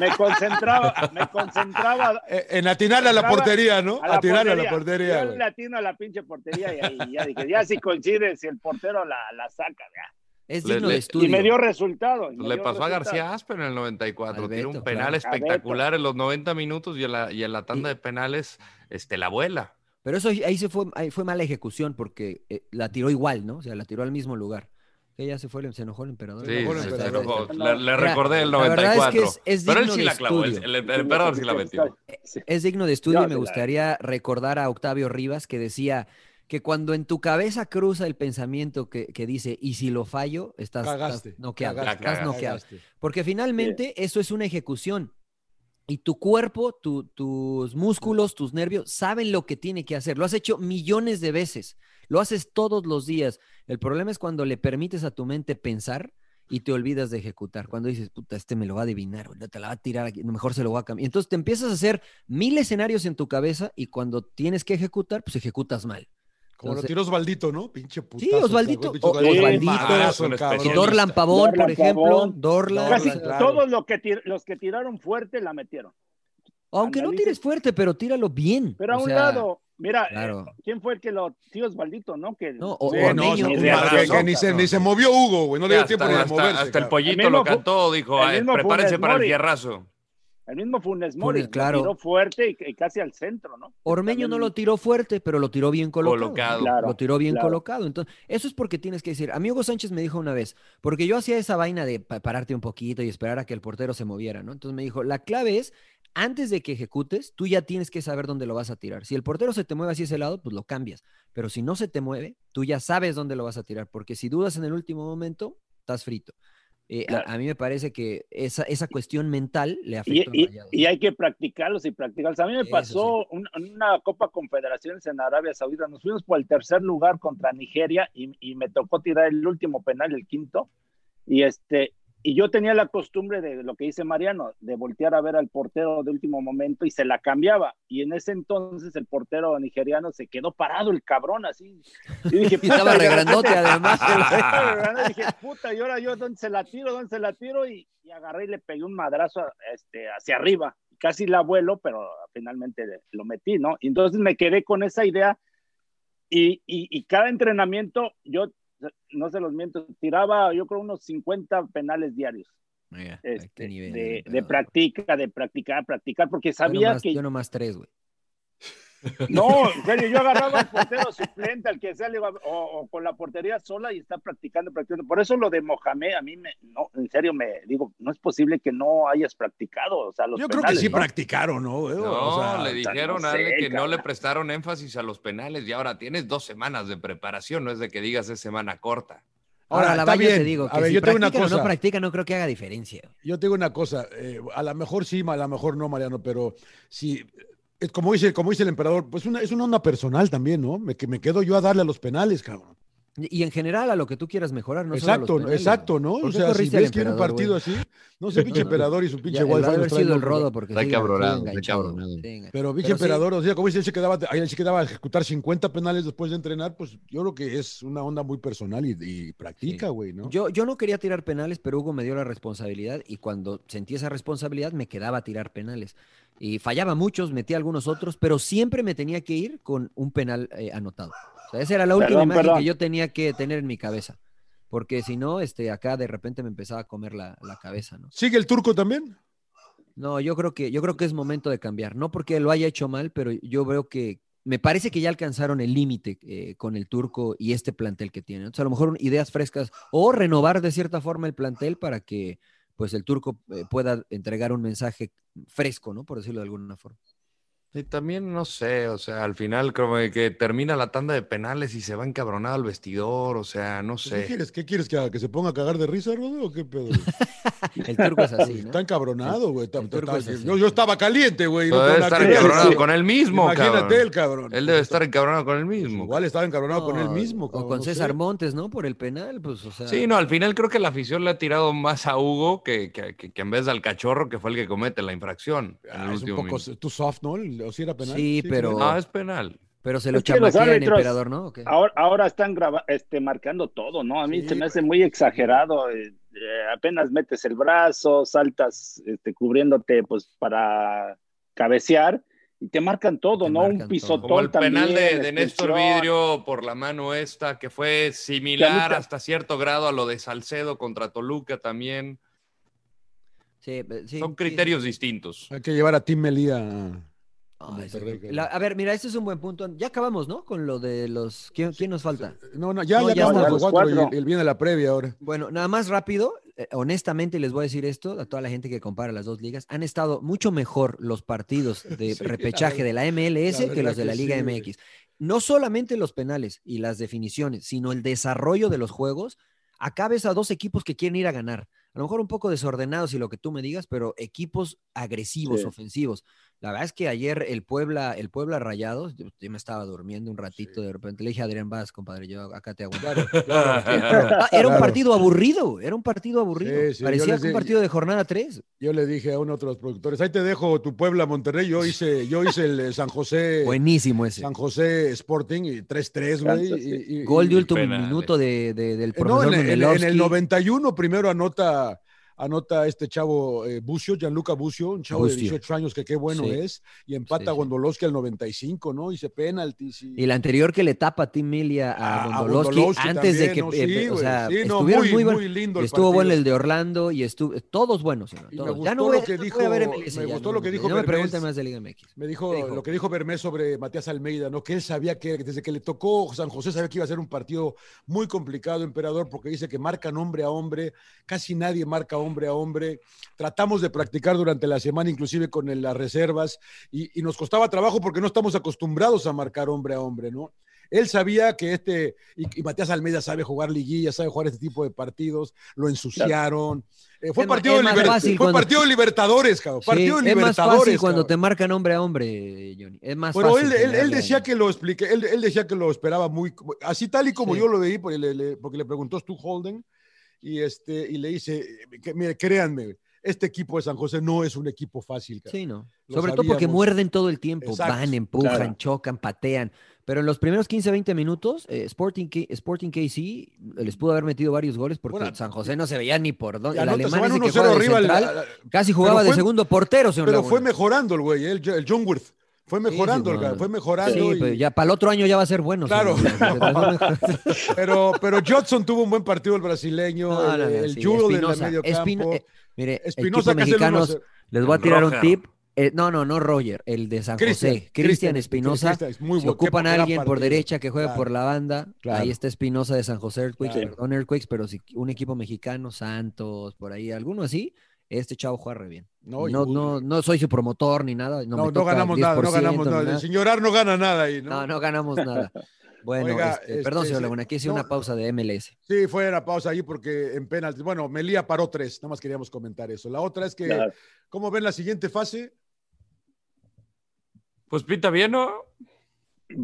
Speaker 2: me concentraba, me concentraba
Speaker 1: Eh, En atinarle a la portería, ¿no?
Speaker 2: a la
Speaker 1: Atinarle a la
Speaker 2: portería.
Speaker 1: portería,
Speaker 2: Yo
Speaker 1: güey.
Speaker 2: le atino a la pinche portería y ahí ya dije, ya si coincide, si el portero la, la saca, ya.
Speaker 3: Es
Speaker 4: Le-
Speaker 3: digno
Speaker 4: le-
Speaker 3: de
Speaker 4: y
Speaker 3: estudio.
Speaker 2: Y me dio resultado. y me
Speaker 4: Pues Le
Speaker 2: dio
Speaker 4: pasó a
Speaker 2: resultado.
Speaker 4: García Asper en el 94.
Speaker 3: Al
Speaker 4: Tiene un
Speaker 3: Beto,
Speaker 4: penal
Speaker 3: claro.
Speaker 4: espectacular en los 90 minutos y en la, y en la tanda de penales este, la abuela.
Speaker 3: Pero eso ahí se fue, ahí fue mala ejecución porque eh, la tiró igual, ¿no? O sea, la tiró al mismo lugar. Que ya se fue, se enojó el emperador.
Speaker 4: Sí,
Speaker 1: enojó,
Speaker 4: sí,
Speaker 1: le
Speaker 4: se
Speaker 1: enojó.
Speaker 4: enojó.
Speaker 2: Está-
Speaker 4: Le, le
Speaker 3: Mira,
Speaker 4: recordé el
Speaker 3: la verdad
Speaker 4: 94.
Speaker 3: es que es- es
Speaker 4: Pero él
Speaker 3: digno
Speaker 4: sí
Speaker 3: de
Speaker 4: la clavó. El,
Speaker 3: estudio.
Speaker 4: el- el emperador sí la metió.
Speaker 2: Sí.
Speaker 3: Es digno de estudio
Speaker 2: No,
Speaker 3: y me
Speaker 2: de la-
Speaker 3: gustaría recordar a Octavio Rivas que decía que cuando en tu cabeza cruza el pensamiento que, que dice, y si lo fallo, estás, estás
Speaker 1: Cagaste.
Speaker 3: noqueado.
Speaker 1: cagaste,
Speaker 3: estás
Speaker 4: cagaste.
Speaker 3: noqueado. Porque finalmente eso es una ejecución. Y tu cuerpo, tu- tus músculos, tus nervios saben lo que tiene que hacer. Lo has hecho millones de veces. Lo haces todos los días. El problema es cuando le permites a tu mente pensar y te olvidas de ejecutar. Cuando dices, puta, este me lo va a adivinar, ahorita te la va a tirar aquí, mejor se lo va a cambiar. Entonces te empiezas a hacer mil escenarios en tu cabeza y cuando tienes que ejecutar, pues ejecutas mal.
Speaker 1: Como lo
Speaker 3: Entonces-
Speaker 1: tiró Osvaldito, ¿no? Pinche putazo.
Speaker 3: Osvaldito.
Speaker 1: cabrón,
Speaker 3: O-
Speaker 1: Osvaldito.
Speaker 3: Osvaldito.
Speaker 1: Madrazo,
Speaker 4: Un
Speaker 1: cabrón.
Speaker 3: Y
Speaker 4: especialista.
Speaker 3: Dorlan Pavón, por
Speaker 2: Dorlan
Speaker 3: ejemplo,
Speaker 2: Pavón.
Speaker 3: Dorlan.
Speaker 2: Casi
Speaker 1: Dorlan, claro.
Speaker 2: todos los que, tir- los que tiraron fuerte la metieron.
Speaker 3: Aunque no
Speaker 2: Analiza-
Speaker 3: tires fuerte, pero tíralo bien.
Speaker 2: Pero a
Speaker 3: O
Speaker 2: un
Speaker 3: sea,
Speaker 2: lado, mira, eh,
Speaker 3: claro.
Speaker 2: ¿quién fue el que lo. Tío Osvaldito, ¿no? Que,
Speaker 3: No, o-
Speaker 1: Sí,
Speaker 3: Ormeño.
Speaker 1: no, no,
Speaker 3: Ni
Speaker 1: un
Speaker 3: de
Speaker 1: madrazo
Speaker 3: razón,
Speaker 1: que ni se,
Speaker 2: cabrón.
Speaker 1: ni se movió Hugo, güey. No le dio
Speaker 4: Hasta-
Speaker 1: tiempo ni de
Speaker 4: hasta-
Speaker 1: moverse.
Speaker 4: hasta el
Speaker 1: cabrón.
Speaker 4: pollito
Speaker 2: El
Speaker 4: lo
Speaker 2: mismo fu-
Speaker 4: cantó, dijo,
Speaker 2: el
Speaker 4: "Ay,
Speaker 2: mismo
Speaker 4: prepárense
Speaker 2: Funes
Speaker 4: para el
Speaker 2: Mori".
Speaker 4: fierrazo.
Speaker 2: El mismo Funes Mori.
Speaker 3: Funes,
Speaker 2: lo
Speaker 3: claro.
Speaker 2: Tiró fuerte y, y casi al centro, ¿no?
Speaker 3: Ormeño no
Speaker 2: También-
Speaker 3: lo tiró fuerte, pero lo tiró bien colocado.
Speaker 4: Colocado.
Speaker 2: Claro,
Speaker 3: lo tiró bien
Speaker 2: claro.
Speaker 3: colocado. Entonces, eso es porque tienes que decir. A mí Hugo Sánchez me dijo una vez, porque yo hacía esa vaina de pa- pararte un poquito y esperar a que el portero se moviera, ¿no? Entonces me dijo, la clave es, antes de que ejecutes, tú ya tienes que saber dónde lo vas a tirar. Si el portero se te mueve hacia ese lado, pues lo cambias. Pero si no se te mueve, tú ya sabes dónde lo vas a tirar, porque si dudas en el último momento, estás frito. Eh, a-
Speaker 2: Claro.
Speaker 3: a, mí me parece que esa, esa cuestión mental le
Speaker 2: Y,
Speaker 3: afecta a
Speaker 2: y-
Speaker 3: Rayados.
Speaker 2: y hay que practicarlos y practicarlos. A mí me
Speaker 3: Eso
Speaker 2: pasó un- en una Copa Confederaciones en Arabia Saudita. Nos fuimos por el tercer lugar contra Nigeria y, y me tocó tirar el último penal, el quinto. Y este y yo tenía la costumbre de lo que dice Mariano, de voltear a ver al portero de último momento y se la cambiaba. Y en ese entonces el portero nigeriano se quedó parado, el cabrón, así. Y dije,
Speaker 3: Y
Speaker 2: "Puta",
Speaker 3: estaba
Speaker 2: de
Speaker 3: regrandote
Speaker 2: repente-
Speaker 3: además.
Speaker 2: Ah. Y dije, puta, y ahora yo, ¿dónde se la tiro? ¿Dónde se la tiro? Y, y agarré y le pegué un madrazo este, hacia arriba. casi la vuelo, pero finalmente lo metí, ¿no? Y entonces me quedé con esa idea y, y, y cada entrenamiento, yo no se los miento, tiraba yo creo unos 50 penales diarios.
Speaker 3: Mira,
Speaker 2: Este,
Speaker 3: a qué nivel,
Speaker 2: de,
Speaker 3: ¿no?
Speaker 2: de practica, de practicar, practicar, porque
Speaker 3: yo
Speaker 2: sabía
Speaker 3: nomás,
Speaker 2: que
Speaker 3: yo nomás tres, güey.
Speaker 2: no, en serio, yo agarraba al portero suplente, al que sea, le iba- o, o con la portería sola y está practicando, practicando. Por eso lo de Mohamed, a mí, me, no, en serio, me digo, no es posible que no hayas practicado. O sea, los
Speaker 1: Yo creo que
Speaker 2: penales,
Speaker 1: sí
Speaker 2: ¿no?
Speaker 1: practicaron, ¿no? güey?
Speaker 4: No,
Speaker 1: O sea,
Speaker 4: le dijeron
Speaker 2: no
Speaker 4: a Ale
Speaker 2: sé,
Speaker 4: que no
Speaker 2: cabrón.
Speaker 4: le prestaron énfasis a los penales y ahora tienes dos semanas de preparación, no es de que digas es semana corta.
Speaker 3: Ahora,
Speaker 1: Ahora,
Speaker 3: la
Speaker 1: está
Speaker 3: valla te
Speaker 1: bien.
Speaker 3: digo, que
Speaker 1: A ver,
Speaker 3: si
Speaker 1: yo tengo una
Speaker 3: practican o no
Speaker 1: cosa.
Speaker 3: practican, no creo que haga diferencia. güey.
Speaker 1: Yo te digo una cosa, eh, a lo mejor sí, a lo mejor no, Mariano, pero si, es como dice, como dice el emperador, pues una, es una onda personal también, ¿no? Me, que me quedo yo a darle a los penales, cabrón.
Speaker 3: Y y en general a lo que tú quieras mejorar, no solo a los
Speaker 1: exacto,
Speaker 3: penales,
Speaker 1: exacto,
Speaker 3: güey.
Speaker 1: ¿no?
Speaker 3: ¿Por
Speaker 1: O
Speaker 3: qué
Speaker 1: sea, si
Speaker 3: corriste al
Speaker 1: ves que era un
Speaker 3: emperador,
Speaker 1: partido
Speaker 3: güey?
Speaker 1: así, no sé, pinche
Speaker 3: No, no.
Speaker 1: emperador y su pinche
Speaker 3: Ya,
Speaker 1: wifi
Speaker 3: el
Speaker 1: nos
Speaker 3: haber
Speaker 1: traen
Speaker 3: sido el
Speaker 1: locos,
Speaker 3: rodo
Speaker 1: güey.
Speaker 3: porque
Speaker 4: Está
Speaker 3: sí,
Speaker 4: cabronado,
Speaker 3: sí,
Speaker 4: está
Speaker 3: enganchado,
Speaker 4: cabronado.
Speaker 3: güey. Sí, enganchado.
Speaker 1: Pero pinche
Speaker 3: Pero sí,
Speaker 1: emperador, o sea, como dice, él se quedaba, a él se quedaba a ejecutar 50 penales después de entrenar, pues yo creo que es una onda muy personal y, y practica, güey, ¿no?
Speaker 3: Yo, yo no quería tirar penales, pero Hugo me dio la responsabilidad y cuando sentí esa responsabilidad me quedaba a tirar penales. Y fallaba muchos, metí algunos otros, pero siempre me tenía que ir con un penal eh, anotado. O sea, esa era la última
Speaker 2: Perdón,
Speaker 3: imagen
Speaker 2: perdón.
Speaker 3: que yo tenía que tener en mi cabeza. Porque si no, este, acá de repente me empezaba a comer la, la cabeza, ¿no?
Speaker 1: ¿Sigue el turco también?
Speaker 3: No, yo creo que, yo creo que es momento de cambiar. No porque lo haya hecho mal, pero yo veo que me parece que ya alcanzaron el límite eh, con el turco y este plantel que tienen. Entonces, a lo mejor un- ideas frescas o renovar de cierta forma el plantel para que pues el turco eh, pueda entregar un mensaje fresco, ¿no? Por decirlo de alguna forma.
Speaker 4: Y también, no sé, o sea, al final como que termina la tanda de penales y se va encabronado al vestidor, o sea, no
Speaker 1: Pues, ¿Qué
Speaker 4: sé.
Speaker 1: quieres? ¿Qué quieres que haga? ¿Que se ponga a cagar de risa, Rodo? ¿O qué pedo? güey?
Speaker 3: El turco es así, ¿no?
Speaker 1: Está encabronado, güey. Está-
Speaker 3: el turco
Speaker 1: está-
Speaker 3: es así.
Speaker 1: yo, yo estaba caliente, güey. no
Speaker 4: Debe
Speaker 1: tengo nada
Speaker 4: estar
Speaker 1: que ver,
Speaker 4: encabronado
Speaker 1: güey.
Speaker 4: con él mismo,
Speaker 1: Imagínate
Speaker 4: cabrón.
Speaker 1: el cabrón.
Speaker 4: Él debe estar encabronado con él mismo.
Speaker 1: Igual estaba encabronado con él
Speaker 3: No,
Speaker 1: mismo.
Speaker 3: O
Speaker 1: cabrón,
Speaker 3: con
Speaker 1: no sé.
Speaker 3: César Montes, ¿no? Por el penal, pues, o sea.
Speaker 4: Sí, no, al final creo que la afición le ha tirado más a Hugo que, que- que- que en vez al cachorro, que fue el que comete la infracción. en
Speaker 1: Ah,
Speaker 4: el
Speaker 1: es un
Speaker 4: último
Speaker 1: poco
Speaker 4: minuto.
Speaker 1: too soft, ¿no? El- ¿O si era penal?
Speaker 3: Sí, pero-
Speaker 1: penal.
Speaker 4: No, es penal.
Speaker 3: Pero se lo
Speaker 2: Es que los
Speaker 3: chamaquean,
Speaker 2: árbitros-
Speaker 3: emperador, ¿no? ¿O qué?
Speaker 2: Ahora, ahora están graba- este, marcando todo, ¿no? A mí
Speaker 1: Sí,
Speaker 2: se me
Speaker 1: güey.
Speaker 2: hace muy exagerado. eh, eh, apenas metes el brazo, saltas este, cubriéndote pues para cabecear y te marcan todo,
Speaker 3: Te
Speaker 2: ¿no?
Speaker 3: marcan todo.
Speaker 2: Un pisotón
Speaker 4: Como el penal de,
Speaker 2: también, este,
Speaker 4: de Néstor
Speaker 2: expulsión.
Speaker 4: Vidrio por la mano esta, que fue similar
Speaker 2: ta-
Speaker 4: hasta cierto grado a lo de Salcedo contra Toluca también.
Speaker 3: Sí, eh, sí,
Speaker 4: Son
Speaker 3: sí, sí.
Speaker 4: criterios distintos.
Speaker 1: Hay que llevar a Tim Melía.
Speaker 3: Ay, sí,
Speaker 1: Monterrey,
Speaker 3: sí.
Speaker 1: cabrón.
Speaker 3: La- a ver, mira, este es un buen punto. Ya acabamos, ¿no? Con lo de los... ¿Quién, quién nos falta?
Speaker 1: No, no, ya,
Speaker 3: No,
Speaker 1: ya,
Speaker 3: ya
Speaker 1: acabamos
Speaker 3: está.
Speaker 1: los
Speaker 2: Los
Speaker 1: cuatro. y
Speaker 2: cuatro.
Speaker 1: él- él viene a la previa ahora.
Speaker 3: Bueno, nada más rápido, eh, honestamente les voy a decir esto a toda la gente que compara las dos ligas. Han estado mucho mejor los partidos de
Speaker 1: Sí, la
Speaker 3: repechaje
Speaker 1: verdad-
Speaker 3: de la MLS
Speaker 1: la
Speaker 3: que
Speaker 1: verdad
Speaker 3: los de la
Speaker 1: que
Speaker 3: Liga
Speaker 1: sí, güey.
Speaker 3: MX. No solamente los penales y las definiciones, sino el desarrollo de los juegos. Acá ves a dos equipos que quieren ir a ganar. A lo mejor un poco desordenados y lo que tú me digas, pero equipos agresivos,
Speaker 2: Sí.
Speaker 3: ofensivos. La verdad es que ayer el Puebla, el Puebla Rayados, yo, yo me estaba durmiendo un ratito, de repente le dije a Adrián Vaz, compadre, yo acá te aguanto. Ah, era un
Speaker 1: Claro.
Speaker 3: partido aburrido, era un partido aburrido.
Speaker 1: Sí, sí, yo
Speaker 3: Parecía
Speaker 1: les
Speaker 3: que un
Speaker 1: di-
Speaker 3: partido de jornada 3.
Speaker 1: Yo le dije a uno de otros productores, ahí te dejo tu Puebla Monterrey. Yo hice, yo hice el eh, San José,
Speaker 3: Buenísimo ese.
Speaker 1: San José Sporting y 3-3, güey.
Speaker 2: Kansas, sí.
Speaker 1: y- y-
Speaker 3: Gol de
Speaker 1: y-
Speaker 3: último
Speaker 4: penales.
Speaker 3: minuto de, de- del
Speaker 1: Eh, No,
Speaker 3: profesor
Speaker 1: en, el- en el- en el
Speaker 3: Mendelovsky.
Speaker 1: 91 primero anota anota este chavo eh, Bucio, Gianluca Bucio, un chavo de
Speaker 3: Bucio.
Speaker 1: 18 años que qué bueno
Speaker 3: Sí.
Speaker 1: es, y empata
Speaker 3: Sí, sí.
Speaker 1: Gondolowski al 95, ¿no? Hice penaltis. Y,
Speaker 3: Y la anterior que le tapa a Tim Milley a-
Speaker 1: Ah, a- a
Speaker 3: a Bondolowski
Speaker 1: Gondolowski
Speaker 3: antes de
Speaker 1: también,
Speaker 3: que.
Speaker 1: ¿no?
Speaker 3: eh,
Speaker 1: Sí,
Speaker 3: o
Speaker 1: güey,
Speaker 3: sea,
Speaker 1: sí, no,
Speaker 3: estuvieron
Speaker 1: muy,
Speaker 3: muy buenos.
Speaker 1: muy lindo el
Speaker 3: Estuvo bueno
Speaker 1: partido.
Speaker 3: el de Orlando y estuvo. Todos buenos. señor,
Speaker 1: Y me
Speaker 3: todos.
Speaker 1: gustó
Speaker 3: Ya no
Speaker 1: lo
Speaker 3: voy a-
Speaker 1: que
Speaker 3: no voy a ver
Speaker 1: dijo-
Speaker 3: MLS
Speaker 1: me
Speaker 3: ya,
Speaker 1: gustó
Speaker 3: no,
Speaker 1: lo que
Speaker 3: no,
Speaker 1: dijo
Speaker 3: No me
Speaker 1: Berbés.
Speaker 3: pregunten más de Liga MX.
Speaker 1: Me dijo,
Speaker 3: ¿Qué dijo?
Speaker 1: lo que dijo Bermés sobre Matías Almeida, ¿no? Que él sabía que desde que le tocó San José sabía que iba a ser un partido muy complicado, emperador, porque dice que marcan hombre a hombre, casi nadie marca hombre a hombre. Tratamos de practicar durante la semana, inclusive con el- las reservas, y, y nos costaba trabajo porque no estamos acostumbrados a marcar hombre a hombre, ¿no? Él sabía que este, y, y Matías Almeida sabe jugar liguilla, sabe jugar este tipo de partidos, lo ensuciaron. Eh, fue
Speaker 3: Es ma-
Speaker 1: partido,
Speaker 3: es
Speaker 1: de,
Speaker 3: más
Speaker 1: liber-
Speaker 3: fácil
Speaker 1: fue
Speaker 3: cuando-
Speaker 1: partido de Libertadores, cabrón.
Speaker 3: Sí,
Speaker 1: Partido de
Speaker 3: es más
Speaker 1: Libertadores.
Speaker 3: fácil cuando
Speaker 1: cabrón.
Speaker 3: te marcan hombre a hombre, Johnny. Es más
Speaker 1: Pero
Speaker 3: fácil.
Speaker 1: él, él, él
Speaker 3: generarle
Speaker 1: decía
Speaker 3: daño.
Speaker 1: que lo expliqué, él, él decía que lo esperaba muy, así tal y como
Speaker 3: Sí.
Speaker 1: yo lo veí, porque le, le- porque le preguntó Stu Holden, y, este, y le dice, que, mire, créanme, este equipo de San José no es un equipo fácil. cara.
Speaker 3: Sí, no.
Speaker 1: Lo
Speaker 3: Sobre todo porque
Speaker 1: sabíamos.
Speaker 3: muerden todo el tiempo,
Speaker 1: Exacto.
Speaker 3: van, empujan,
Speaker 2: Claro.
Speaker 3: chocan, patean. Pero en los primeros 15, 20 minutos, eh, Sporting, K- Sporting KC les pudo haber metido varios goles porque
Speaker 1: Bueno,
Speaker 3: San José no se veía ni por dónde.
Speaker 1: Ya
Speaker 3: El
Speaker 1: no te- se
Speaker 3: alemán
Speaker 1: van
Speaker 3: ese que
Speaker 1: 1-0
Speaker 3: juega de
Speaker 1: arriba, el-
Speaker 3: central, casi jugaba
Speaker 1: pero
Speaker 3: de
Speaker 1: fue-
Speaker 3: segundo portero, señor
Speaker 1: Pero
Speaker 3: Laguna.
Speaker 1: fue mejorando el güey, eh, el, Jo- el John Worth. Fue
Speaker 3: Sí,
Speaker 1: mejorando,
Speaker 3: sí,
Speaker 1: el cara,
Speaker 3: no.
Speaker 1: fue mejorando.
Speaker 3: Sí,
Speaker 1: y-
Speaker 3: pero ya para el otro año ya va a ser bueno.
Speaker 1: Claro.
Speaker 3: señor Laguna.
Speaker 1: pero, pero Judson tuvo un buen partido el brasileño,
Speaker 3: No,
Speaker 1: el,
Speaker 3: no, no,
Speaker 1: el
Speaker 3: sí,
Speaker 1: judo del
Speaker 3: Espinosa,
Speaker 1: medio
Speaker 3: Espino-
Speaker 1: campo.
Speaker 3: eh, mire,
Speaker 1: Espinosa
Speaker 3: equipos
Speaker 1: que es el uno a
Speaker 3: mexicanos,
Speaker 1: cero.
Speaker 3: les voy a tirar un
Speaker 1: Roger.
Speaker 3: tip. Eh, no, no, no Roger, el de San
Speaker 1: Cristian,
Speaker 3: José.
Speaker 1: Cristian,
Speaker 3: Cristian Espinosa.
Speaker 1: Cristian es muy
Speaker 3: Si
Speaker 1: bueno, qué
Speaker 3: ocupan a
Speaker 1: gran
Speaker 3: alguien por
Speaker 1: partido.
Speaker 3: derecha que juegue
Speaker 1: Claro.
Speaker 3: por la banda,
Speaker 1: Claro.
Speaker 3: ahí está Espinosa de San José Earthquakes,
Speaker 1: Claro.
Speaker 3: perdón, Earthquakes, pero si un equipo mexicano, Santos, por ahí, alguno así, este chavo juega re bien.
Speaker 1: No,
Speaker 3: No,
Speaker 1: y-
Speaker 3: no, no, soy su promotor ni nada.
Speaker 1: No,
Speaker 3: No, me
Speaker 1: no
Speaker 3: toca
Speaker 1: ganamos nada, no
Speaker 3: 10%
Speaker 1: ganamos
Speaker 3: ni
Speaker 1: nada. El señor Ar no gana nada ahí, ¿no?
Speaker 3: No, no ganamos nada. Bueno,
Speaker 1: Oiga,
Speaker 3: este, perdón,
Speaker 1: este,
Speaker 3: señor
Speaker 1: sí,
Speaker 3: Laguna, aquí hice
Speaker 1: no,
Speaker 3: una pausa de MLS.
Speaker 1: Sí, fue una pausa ahí porque en penalti. Bueno, Melía paró tres, nada más queríamos comentar eso. La otra es que,
Speaker 2: Claro.
Speaker 1: ¿cómo ven la siguiente fase?
Speaker 4: Pues pinta bien, ¿no?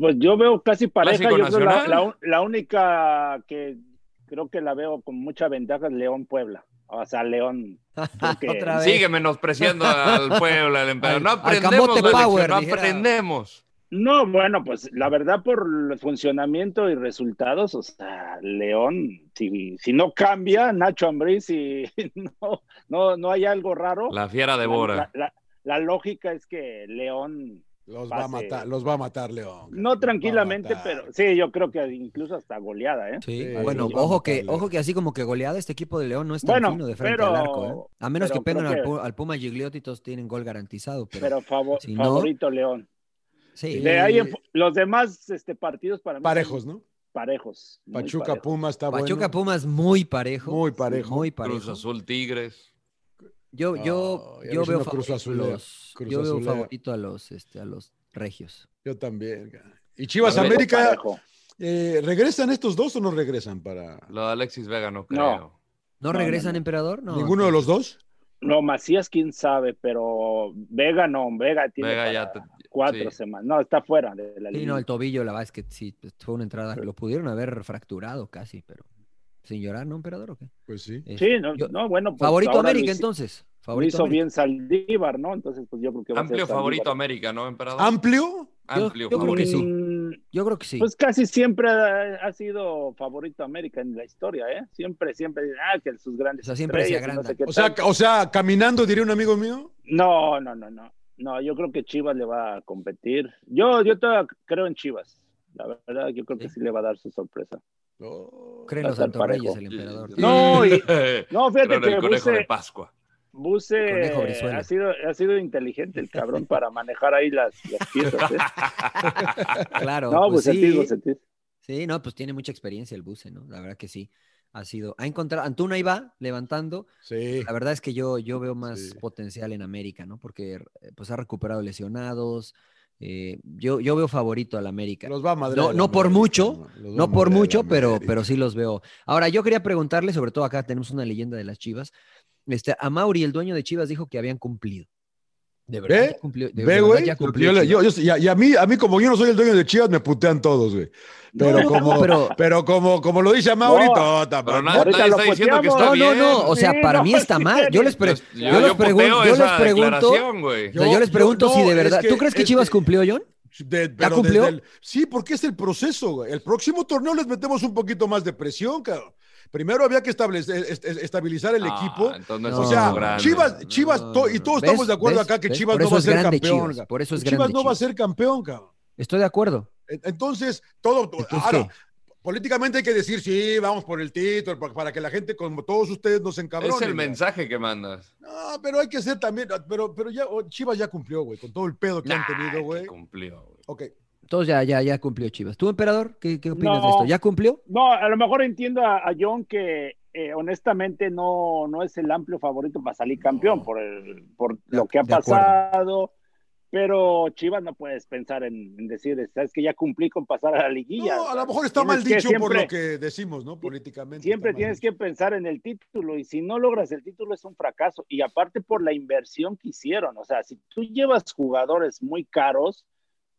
Speaker 2: Pues yo veo casi pareja.
Speaker 4: Clásico
Speaker 2: yo creo la,
Speaker 4: nacional.
Speaker 2: la un- la única que creo que la veo con mucha ventaja es León Puebla. O sea, León. creo que-
Speaker 3: Otra vez.
Speaker 4: Sigue menospreciando al pueblo, al emperador. No
Speaker 3: Al- al
Speaker 4: aprendemos,
Speaker 3: Camote
Speaker 4: la elección,
Speaker 3: Power,
Speaker 4: no
Speaker 3: dijera.
Speaker 4: aprendemos.
Speaker 2: No, bueno, pues la verdad por el funcionamiento y resultados, o sea, León, si, si no cambia, Nacho Ambriz, si no, no, no hay algo raro,
Speaker 4: La fiera
Speaker 2: la,
Speaker 4: devora.
Speaker 2: la- la- la lógica es que León,
Speaker 1: Los va a
Speaker 2: Pase.
Speaker 1: matar, los va a matar, León.
Speaker 2: no tranquilamente,
Speaker 1: matar.
Speaker 2: pero sí, yo creo que incluso hasta goleada, ¿eh?
Speaker 3: Sí,
Speaker 1: Sí,
Speaker 3: bueno,
Speaker 1: sí, vamos
Speaker 3: ojo
Speaker 1: a
Speaker 3: que,
Speaker 1: darle.
Speaker 3: ojo que así como que goleada, este equipo de León no es tan
Speaker 2: Bueno,
Speaker 3: fino de frente
Speaker 2: pero-
Speaker 3: al arco, ¿eh? A menos que
Speaker 2: pero
Speaker 3: peguen
Speaker 2: creo
Speaker 3: al,
Speaker 2: que-
Speaker 3: Pu- al Puma Gigliotti, todos tienen gol garantizado, pero,
Speaker 2: Pero favo-
Speaker 3: si no-
Speaker 2: favorito León.
Speaker 3: sí.
Speaker 2: De ahí en fu- los demás este, partidos para mí
Speaker 1: Eh, Parejos,
Speaker 2: son
Speaker 1: ¿no?
Speaker 2: parejos. muy
Speaker 1: Pachuca
Speaker 2: parejos.
Speaker 1: Puma está
Speaker 3: Pachuca
Speaker 1: bueno.
Speaker 3: Puma es muy parejo.
Speaker 1: Muy parejo.
Speaker 3: Muy
Speaker 4: Cruz
Speaker 3: parejo.
Speaker 4: Azul Tigres.
Speaker 3: Yo,
Speaker 1: No,
Speaker 3: yo,
Speaker 1: ya
Speaker 3: yo
Speaker 1: ves
Speaker 3: veo
Speaker 1: uno Cruz
Speaker 3: favorito a
Speaker 1: Azulea,
Speaker 3: los,
Speaker 1: Cruz
Speaker 3: yo veo
Speaker 1: Azulea.
Speaker 3: favorito a los, este, a los regios.
Speaker 1: Yo también. cara. Y Chivas
Speaker 2: Parejo,
Speaker 1: América,
Speaker 2: parejo.
Speaker 1: eh, ¿regresan estos dos o no regresan para
Speaker 4: Lo de Alexis Vega no creo.
Speaker 2: No.
Speaker 3: ¿No,
Speaker 2: No,
Speaker 3: regresan,
Speaker 2: no, no.
Speaker 3: emperador? No.
Speaker 1: ninguno de los dos?
Speaker 2: No, Macías, quién sabe, pero Vega no, Vega tiene
Speaker 4: Vega
Speaker 2: para
Speaker 4: ya te-
Speaker 2: cuatro
Speaker 4: sí.
Speaker 2: semanas. No, está fuera de la
Speaker 3: Sí,
Speaker 2: liga.
Speaker 3: no, el tobillo, la verdad es que sí, pues, fue una entrada. Lo pudieron haber fracturado casi, pero sin llorar, ¿no, emperador? ¿O qué?
Speaker 1: Pues sí.
Speaker 3: Este,
Speaker 2: Sí, no,
Speaker 3: yo-
Speaker 2: no, bueno. pues
Speaker 3: favorito
Speaker 2: ahora lo
Speaker 3: América,
Speaker 2: hizo-
Speaker 3: entonces.
Speaker 2: Lo
Speaker 3: Favorito
Speaker 2: hizo
Speaker 3: América.
Speaker 2: bien Saldívar, ¿no? Entonces, pues yo creo que va a
Speaker 4: Amplio
Speaker 2: ser Saldívar.
Speaker 4: favorito América, ¿no, emperador?
Speaker 1: ¿Amplio?
Speaker 4: Amplio
Speaker 3: yo creo que
Speaker 4: favorito.
Speaker 3: sí.
Speaker 2: Mm,
Speaker 3: Yo creo que sí.
Speaker 2: Pues casi siempre ha, ha sido favorito América en la historia, ¿eh? Siempre, siempre, dicen, ah, que sus grandes.
Speaker 3: O sea, siempre se
Speaker 2: estrellas y no sé
Speaker 3: agrandan.
Speaker 2: qué
Speaker 1: O sea,
Speaker 2: tal.
Speaker 1: ca- o sea, caminando, diría un amigo mío.
Speaker 2: no, no, no, no. No, yo creo que Chivas le va a competir. Yo, yo todavía creo en Chivas. La verdad, yo creo que
Speaker 3: Sí.
Speaker 2: sí le va a dar su sorpresa.
Speaker 1: No.
Speaker 3: Creen los
Speaker 2: va a estar
Speaker 3: Santorreyes,
Speaker 2: parejo.
Speaker 3: el emperador.
Speaker 2: No, y- No,
Speaker 4: Pero
Speaker 2: fíjate
Speaker 4: en el
Speaker 2: que
Speaker 4: conejo de
Speaker 2: Buse,
Speaker 4: Pascua.
Speaker 3: El
Speaker 2: Buse
Speaker 3: conejo Brizuela.
Speaker 2: ha sido, ha sido inteligente el cabrón para manejar ahí las, las piezas. ¿eh?
Speaker 3: Claro,
Speaker 2: No,
Speaker 3: pues
Speaker 2: Bucetich,
Speaker 3: sí.
Speaker 2: Bucetich.
Speaker 3: Sí, no, pues tiene mucha experiencia el buce, ¿no? La verdad que sí. Ha sido, ha encontrado, Antuna ahí va levantando.
Speaker 1: Sí.
Speaker 3: La verdad es que yo, yo veo más
Speaker 1: Sí.
Speaker 3: potencial en América, ¿no? Porque eh, pues ha recuperado lesionados. eh, yo, yo veo favorito al América.
Speaker 1: Los va a madrear
Speaker 3: No-
Speaker 1: el
Speaker 3: no por
Speaker 1: América,
Speaker 3: mucho,
Speaker 1: ¿no? Los va a
Speaker 3: No por
Speaker 1: madrear el
Speaker 3: mucho, pero,
Speaker 1: América.
Speaker 3: pero sí los veo. Ahora, yo quería preguntarle, sobre todo acá tenemos una leyenda de las Chivas. Este, a Mauri, el dueño de Chivas, dijo que habían cumplido. De verdad,
Speaker 1: ¿Ve?
Speaker 3: ya cumplió. de- de
Speaker 1: Ve,
Speaker 3: verdad
Speaker 1: güey.
Speaker 3: ya
Speaker 1: porque
Speaker 3: cumplió
Speaker 1: yo le-
Speaker 3: Chivas.
Speaker 1: yo- yo- Y a- y a mí, a mí, como yo no soy el dueño de Chivas, me putean todos, güey. Pero
Speaker 3: No,
Speaker 1: como,
Speaker 3: pero-
Speaker 1: pero como, como lo dice Mauri,
Speaker 2: No.
Speaker 1: tota,
Speaker 4: Pero
Speaker 1: no,
Speaker 4: nadie,
Speaker 2: Ahorita
Speaker 4: nadie
Speaker 2: lo
Speaker 4: está diciendo que
Speaker 2: puteamos.
Speaker 4: está
Speaker 3: No, no,
Speaker 4: bien.
Speaker 3: no. O sea,
Speaker 2: Sí,
Speaker 3: para
Speaker 2: no,
Speaker 3: mí está
Speaker 2: sí,
Speaker 3: mal. Yo les, pre-
Speaker 4: Yo-
Speaker 3: yo
Speaker 4: yo
Speaker 3: les pregun-
Speaker 4: puteo
Speaker 3: yo
Speaker 4: esa
Speaker 3: les pregunto.
Speaker 4: declaración, güey.
Speaker 3: o sea, yo, les
Speaker 1: Yo-
Speaker 3: pregunto
Speaker 1: yo-
Speaker 3: si
Speaker 1: no,
Speaker 3: de verdad.
Speaker 1: es que- este
Speaker 3: ¿Tú crees que
Speaker 1: es
Speaker 3: Chivas
Speaker 1: que-
Speaker 3: cumplió, John?
Speaker 1: De- pero desde
Speaker 3: cumplió?
Speaker 1: el- sí, porque es el proceso, güey. El próximo torneo les metemos un poquito más de presión, cabrón. Primero había que establecer, est- est- estabilizar el
Speaker 4: Ah,
Speaker 1: equipo.
Speaker 4: entonces no es
Speaker 1: o
Speaker 3: No,
Speaker 4: tan
Speaker 1: sea,
Speaker 4: grande.
Speaker 1: Chivas, Chivas,
Speaker 3: No,
Speaker 1: to-
Speaker 3: no,
Speaker 1: y
Speaker 3: no.
Speaker 1: todos
Speaker 3: ¿Ves?
Speaker 1: estamos de acuerdo
Speaker 3: ¿Ves?
Speaker 1: acá que
Speaker 3: ¿Ves?
Speaker 1: Chivas
Speaker 3: Por
Speaker 1: no
Speaker 3: eso
Speaker 1: va a
Speaker 3: es
Speaker 1: ser
Speaker 3: grande
Speaker 1: campeón.
Speaker 3: Chivas,
Speaker 1: cabrón.
Speaker 3: por eso es
Speaker 1: Chivas
Speaker 3: grande
Speaker 1: no va a
Speaker 3: Chivas.
Speaker 1: ser campeón, cabrón.
Speaker 3: Estoy de acuerdo.
Speaker 1: En- Entonces, todo.
Speaker 3: Entonces,
Speaker 1: ahora,
Speaker 3: ¿qué?
Speaker 1: políticamente hay que decir, sí, vamos por el título, pa- para que la gente, como todos ustedes, nos encabronen.
Speaker 4: Es el
Speaker 1: güey.
Speaker 4: mensaje que mandas.
Speaker 1: No, pero hay que ser también. Pero, pero ya, oh, Chivas ya cumplió, güey, con todo el pedo que
Speaker 4: Nah,
Speaker 1: han tenido,
Speaker 4: que
Speaker 1: güey.
Speaker 4: cumplió, güey.
Speaker 1: Ok.
Speaker 3: Entonces ya, ya, ya cumplió Chivas. ¿Tú, emperador? ¿Qué, qué opinas de
Speaker 2: No.
Speaker 3: esto? ¿Ya cumplió?
Speaker 2: No, a lo mejor entiendo a, a John que eh, honestamente no, no es el amplio favorito para salir campeón por, el- por
Speaker 3: De-
Speaker 2: lo que ha
Speaker 3: de acuerdo.
Speaker 2: pasado. Pero Chivas no puedes pensar en, en decir, sabes que ya cumplí con pasar a la liguilla.
Speaker 1: No, a lo mejor está
Speaker 2: Tienes
Speaker 1: mal
Speaker 2: que
Speaker 1: dicho por
Speaker 2: siempre-
Speaker 1: lo que decimos, ¿no? Políticamente.
Speaker 2: Siempre
Speaker 1: está mal
Speaker 2: tienes
Speaker 1: dicho.
Speaker 2: que pensar en el título y si no logras el título es un fracaso. Y aparte por la inversión que hicieron, o sea, si tú llevas jugadores muy caros,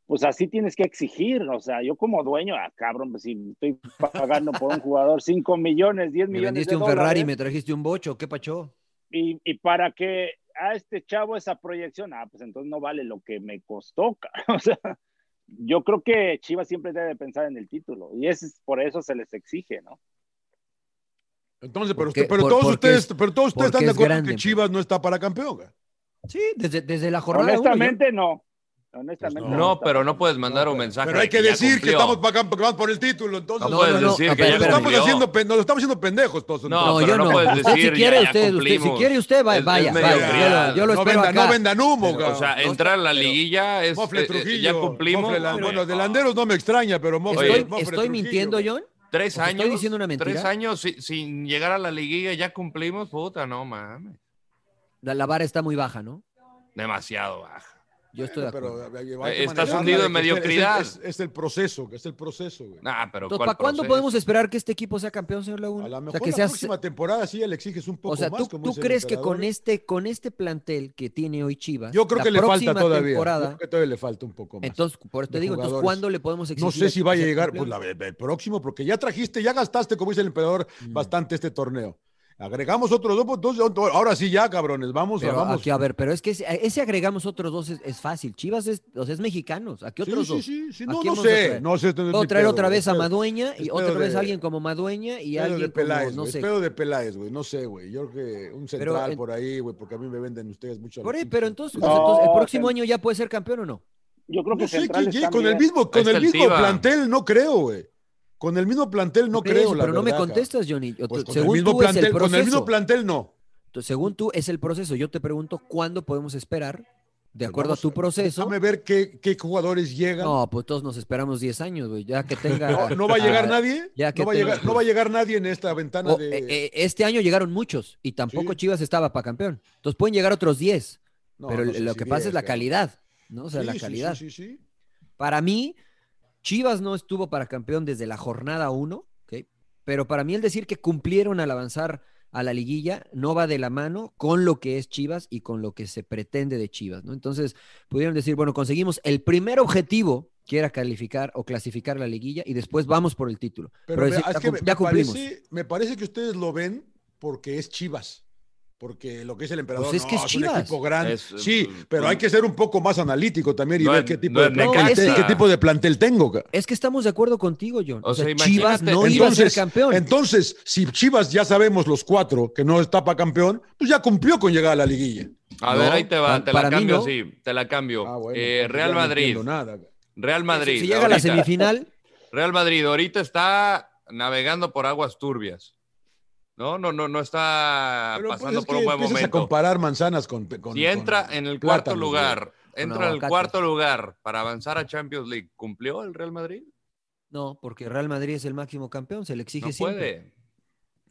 Speaker 2: pues así tienes que exigir, o sea, yo como dueño, ah, cabrón, pues si estoy pagando por un jugador 5 millones, 10
Speaker 3: Me
Speaker 2: millones
Speaker 3: vendiste
Speaker 2: de
Speaker 3: un
Speaker 2: dólares,
Speaker 3: Ferrari, me trajiste un bocho. ¿Qué pacho?
Speaker 2: y, y para que a este chavo esa proyección, ah, pues entonces no vale lo que me costó, cabrón, o sea, yo creo que Chivas siempre debe pensar en el título y es por eso se les exige, ¿no?
Speaker 1: Entonces, pero,
Speaker 3: Porque-
Speaker 1: usted- pero
Speaker 3: por-
Speaker 1: todos
Speaker 3: porque
Speaker 1: ustedes,
Speaker 3: es-
Speaker 1: pero todos ustedes están
Speaker 3: porque
Speaker 1: de
Speaker 3: es
Speaker 1: acuerdo
Speaker 3: grande,
Speaker 1: que Chivas no está para campeón. güey.
Speaker 3: Sí, desde, desde la jornada. uno, yo-
Speaker 2: Honestamente, no. Honestamente,
Speaker 4: Pues No, pero no puedes mandar un mensaje.
Speaker 1: Pero hay que
Speaker 4: ya
Speaker 1: decir que
Speaker 4: cumplió.
Speaker 1: estamos para campeón, que vamos por el título. Entonces,
Speaker 4: No puedes decir que ya
Speaker 1: Nos estamos
Speaker 4: cumplió.
Speaker 1: haciendo, pen- nos estamos haciendo pendejos todos.
Speaker 4: No, pero no puedes
Speaker 3: Usted,
Speaker 4: decir,
Speaker 3: si quiere,
Speaker 4: ya, ya
Speaker 3: usted, usted- si
Speaker 4: cumplimos.
Speaker 3: quiere usted, va-
Speaker 4: Es- es
Speaker 3: vaya, vaya,
Speaker 4: mediocridad.
Speaker 3: yo lo, yo lo
Speaker 1: no,
Speaker 3: espero
Speaker 1: vendan,
Speaker 3: acá.
Speaker 1: no vendan humo,
Speaker 4: O
Speaker 1: cabrón.
Speaker 4: sea, entrar a la liguilla es.
Speaker 1: Mofle
Speaker 4: eh, eh,
Speaker 1: Trujillo.
Speaker 4: ya cumplimos.
Speaker 1: Mofle Lan-
Speaker 4: Hombre,
Speaker 1: bueno, los delanderos no me extraña, pero Mofle,
Speaker 3: ¿Estoy,
Speaker 1: Mofle
Speaker 3: estoy
Speaker 1: Trujillo.
Speaker 3: mintiendo, John?
Speaker 4: Tres
Speaker 3: ¿Os estoy
Speaker 4: años.
Speaker 3: diciendo una mentira?
Speaker 4: Tres años si- sin, llegar a la liguilla ya cumplimos. Puta, no mames.
Speaker 3: La, la vara está muy baja, ¿no?
Speaker 4: Demasiado baja.
Speaker 3: Yo estoy de
Speaker 1: Pero, eh,
Speaker 3: acuerdo.
Speaker 1: hay que manejarla,
Speaker 4: Eh, estás
Speaker 1: de
Speaker 4: hundido
Speaker 1: que
Speaker 4: en
Speaker 1: es el-
Speaker 4: mediocridad.
Speaker 1: Es, el- es el proceso, que es el proceso, güey.
Speaker 4: Nah, pero
Speaker 3: Entonces,
Speaker 4: ¿cuál
Speaker 3: ¿para cuándo
Speaker 4: proceso?
Speaker 3: podemos esperar que este equipo sea campeón, señor Laguna?
Speaker 1: A lo
Speaker 3: o
Speaker 1: mejor
Speaker 3: sea, que
Speaker 1: la
Speaker 3: sea-
Speaker 1: próxima temporada sí ya le exiges un poco
Speaker 3: o sea,
Speaker 1: más.
Speaker 3: ¿tú,
Speaker 1: como
Speaker 3: tú
Speaker 1: dice el
Speaker 3: crees que
Speaker 1: emperador.
Speaker 3: con este, con este plantel que tiene hoy Chivas,
Speaker 1: Yo creo
Speaker 3: la
Speaker 1: que le falta
Speaker 3: próxima
Speaker 1: todavía. Yo
Speaker 3: temporada,
Speaker 1: creo que todavía le falta un poco más.
Speaker 3: entonces, por eso te
Speaker 1: de
Speaker 3: digo, entonces,
Speaker 1: jugadores.
Speaker 3: ¿cuándo le podemos exigir?
Speaker 1: no sé si vaya a
Speaker 3: que sea
Speaker 1: llegar pues,
Speaker 3: campeón?
Speaker 1: la- el próximo, porque ya trajiste, ya gastaste, como dice el emperador,
Speaker 3: Mm.
Speaker 1: bastante este torneo. Agregamos otros dos, pues, dos, dos, ahora sí ya, cabrones, vamos,
Speaker 3: Pero
Speaker 1: vamos.
Speaker 3: aquí, a ver, pero es que ese, ese agregamos otros dos es, es fácil. Chivas es, o sea, es mexicanos. ¿A qué
Speaker 1: Sí,
Speaker 3: otros
Speaker 1: sí,
Speaker 3: dos?
Speaker 1: sí, sí,
Speaker 3: ¿A
Speaker 1: no,
Speaker 3: quién
Speaker 1: no
Speaker 3: vamos a
Speaker 1: sé,
Speaker 3: traer?
Speaker 1: no sé. esto no es
Speaker 3: Puedo
Speaker 1: mi
Speaker 3: traer
Speaker 1: pedo,
Speaker 3: otra
Speaker 1: güey,
Speaker 3: vez a
Speaker 1: es pedo-
Speaker 3: Madueña
Speaker 1: es
Speaker 3: y otra
Speaker 1: pedo
Speaker 3: vez
Speaker 1: de-
Speaker 3: a alguien como Madueña y
Speaker 1: es pedo
Speaker 3: alguien
Speaker 1: de
Speaker 3: como,
Speaker 1: Peláez,
Speaker 3: no
Speaker 1: güey, es
Speaker 3: sé.
Speaker 1: pedo de Peláez, güey, no sé, güey. Yo creo que un central
Speaker 3: en-
Speaker 1: por ahí, güey, porque a mí me venden ustedes mucho. a
Speaker 3: Por
Speaker 1: los
Speaker 3: ahí, pero
Speaker 1: pinches.
Speaker 3: entonces, o sea, entonces,
Speaker 2: No,
Speaker 3: ¿el próximo
Speaker 2: Ken.
Speaker 3: año ya puede ser campeón o no?
Speaker 2: Yo creo que
Speaker 1: No sé,
Speaker 2: Central
Speaker 1: Guille,
Speaker 2: está
Speaker 1: con el
Speaker 2: bien.
Speaker 1: mismo, con
Speaker 4: está
Speaker 1: el
Speaker 4: el
Speaker 1: mismo
Speaker 4: Tiva.
Speaker 1: plantel no creo, güey. Con el mismo plantel no
Speaker 3: Por eso,
Speaker 1: creo, la
Speaker 3: pero no me
Speaker 1: verdad, cabrón.
Speaker 3: contestas, Johnny. O
Speaker 1: Pues
Speaker 3: tú-
Speaker 1: con el
Speaker 3: según
Speaker 1: mismo
Speaker 3: tú es el
Speaker 1: plantel,
Speaker 3: proceso.
Speaker 1: con el mismo plantel no.
Speaker 3: Entonces, según tú es el proceso. Yo te pregunto cuándo podemos esperar, de acuerdo
Speaker 1: Pues vamos
Speaker 3: a tu
Speaker 1: a-
Speaker 3: proceso.
Speaker 1: Déjame ver qué, qué jugadores llegan. No,
Speaker 3: No, pues todos nos esperamos 10 años, güey. Ya que tenga. Ah,
Speaker 1: no va a llegar
Speaker 3: nadie.
Speaker 1: nadie.
Speaker 3: ya que
Speaker 1: no, va a
Speaker 3: tengo-
Speaker 1: llegar, no va a llegar nadie en esta ventana
Speaker 3: O,
Speaker 1: de.
Speaker 3: eh, eh, este año llegaron muchos y tampoco
Speaker 1: Sí.
Speaker 3: Chivas estaba para campeón. Entonces pueden llegar otros 10,
Speaker 1: No,
Speaker 3: pero
Speaker 1: no
Speaker 3: l-
Speaker 1: sé
Speaker 3: lo
Speaker 1: si
Speaker 3: que pasa es la
Speaker 1: 10,
Speaker 3: calidad, ¿no? O sea,
Speaker 1: cabrón.
Speaker 3: la
Speaker 1: Sí, sí,
Speaker 3: calidad.
Speaker 1: Sí, sí, sí.
Speaker 3: Para mí, Chivas no estuvo para campeón desde la jornada 1, ¿ok? pero para mí el decir que cumplieron al avanzar a la liguilla no va de la mano con lo que es Chivas y con lo que se pretende de Chivas, ¿no? Entonces pudieron decir, bueno, conseguimos el primer objetivo que era calificar o clasificar la liguilla y después vamos por el título.
Speaker 1: Pero,
Speaker 3: Pero
Speaker 1: me-
Speaker 3: decir,
Speaker 1: es
Speaker 3: ya,
Speaker 1: que
Speaker 3: cum-
Speaker 1: me,
Speaker 3: ya
Speaker 1: me
Speaker 3: cumplimos.
Speaker 1: Parece, me parece que ustedes lo ven porque es Chivas. Porque lo que es el emperador
Speaker 3: Pues es que
Speaker 1: no,
Speaker 3: es
Speaker 1: un
Speaker 3: Chivas.
Speaker 1: equipo grande.
Speaker 4: Es,
Speaker 1: sí,
Speaker 4: eh,
Speaker 1: pero hay que ser un poco más analítico también y
Speaker 4: No
Speaker 1: ver
Speaker 4: es-
Speaker 1: qué tipo,
Speaker 4: no
Speaker 1: de
Speaker 4: es
Speaker 1: plantel,
Speaker 3: Necaxa.
Speaker 1: qué tipo de plantel tengo. ca-
Speaker 3: Es que estamos de acuerdo contigo, John.
Speaker 4: O
Speaker 3: O sea,
Speaker 4: sea,
Speaker 3: Chivas
Speaker 4: imagínate-
Speaker 3: no iba a ser
Speaker 1: Entonces,
Speaker 3: campeón.
Speaker 1: entonces, si Chivas ya sabemos los cuatro que no está para campeón, pues ya cumplió con llegar a la liguilla.
Speaker 4: A
Speaker 3: No,
Speaker 4: ver, ahí te va.
Speaker 3: para-
Speaker 4: Te
Speaker 3: para
Speaker 4: la
Speaker 3: mí
Speaker 4: cambio,
Speaker 3: no.
Speaker 4: sí. Te la cambio.
Speaker 1: Ah, bueno,
Speaker 4: Eh,
Speaker 1: entonces
Speaker 4: Real
Speaker 1: ya no
Speaker 4: Madrid.
Speaker 1: entiendo nada.
Speaker 4: Real Madrid.
Speaker 3: si llega a la
Speaker 4: ahorita.
Speaker 3: semifinal,
Speaker 4: Real Madrid ahorita está navegando por aguas turbias. No, no, no, no está
Speaker 1: Pero, pues,
Speaker 4: ah, pasando
Speaker 1: es
Speaker 4: por
Speaker 1: que
Speaker 4: un buen
Speaker 1: empiezas a
Speaker 4: momento.
Speaker 1: comparar manzanas con, con-
Speaker 4: Si entra
Speaker 1: con
Speaker 4: en el cuarto
Speaker 1: plátanos, güey.
Speaker 4: lugar, entra en el
Speaker 3: aguacates.
Speaker 4: cuarto lugar para avanzar a Champions League, ¿cumplió el Real Madrid?
Speaker 3: no, porque Real Madrid es el máximo campeón, se le exige
Speaker 4: No
Speaker 3: siempre.
Speaker 4: puede.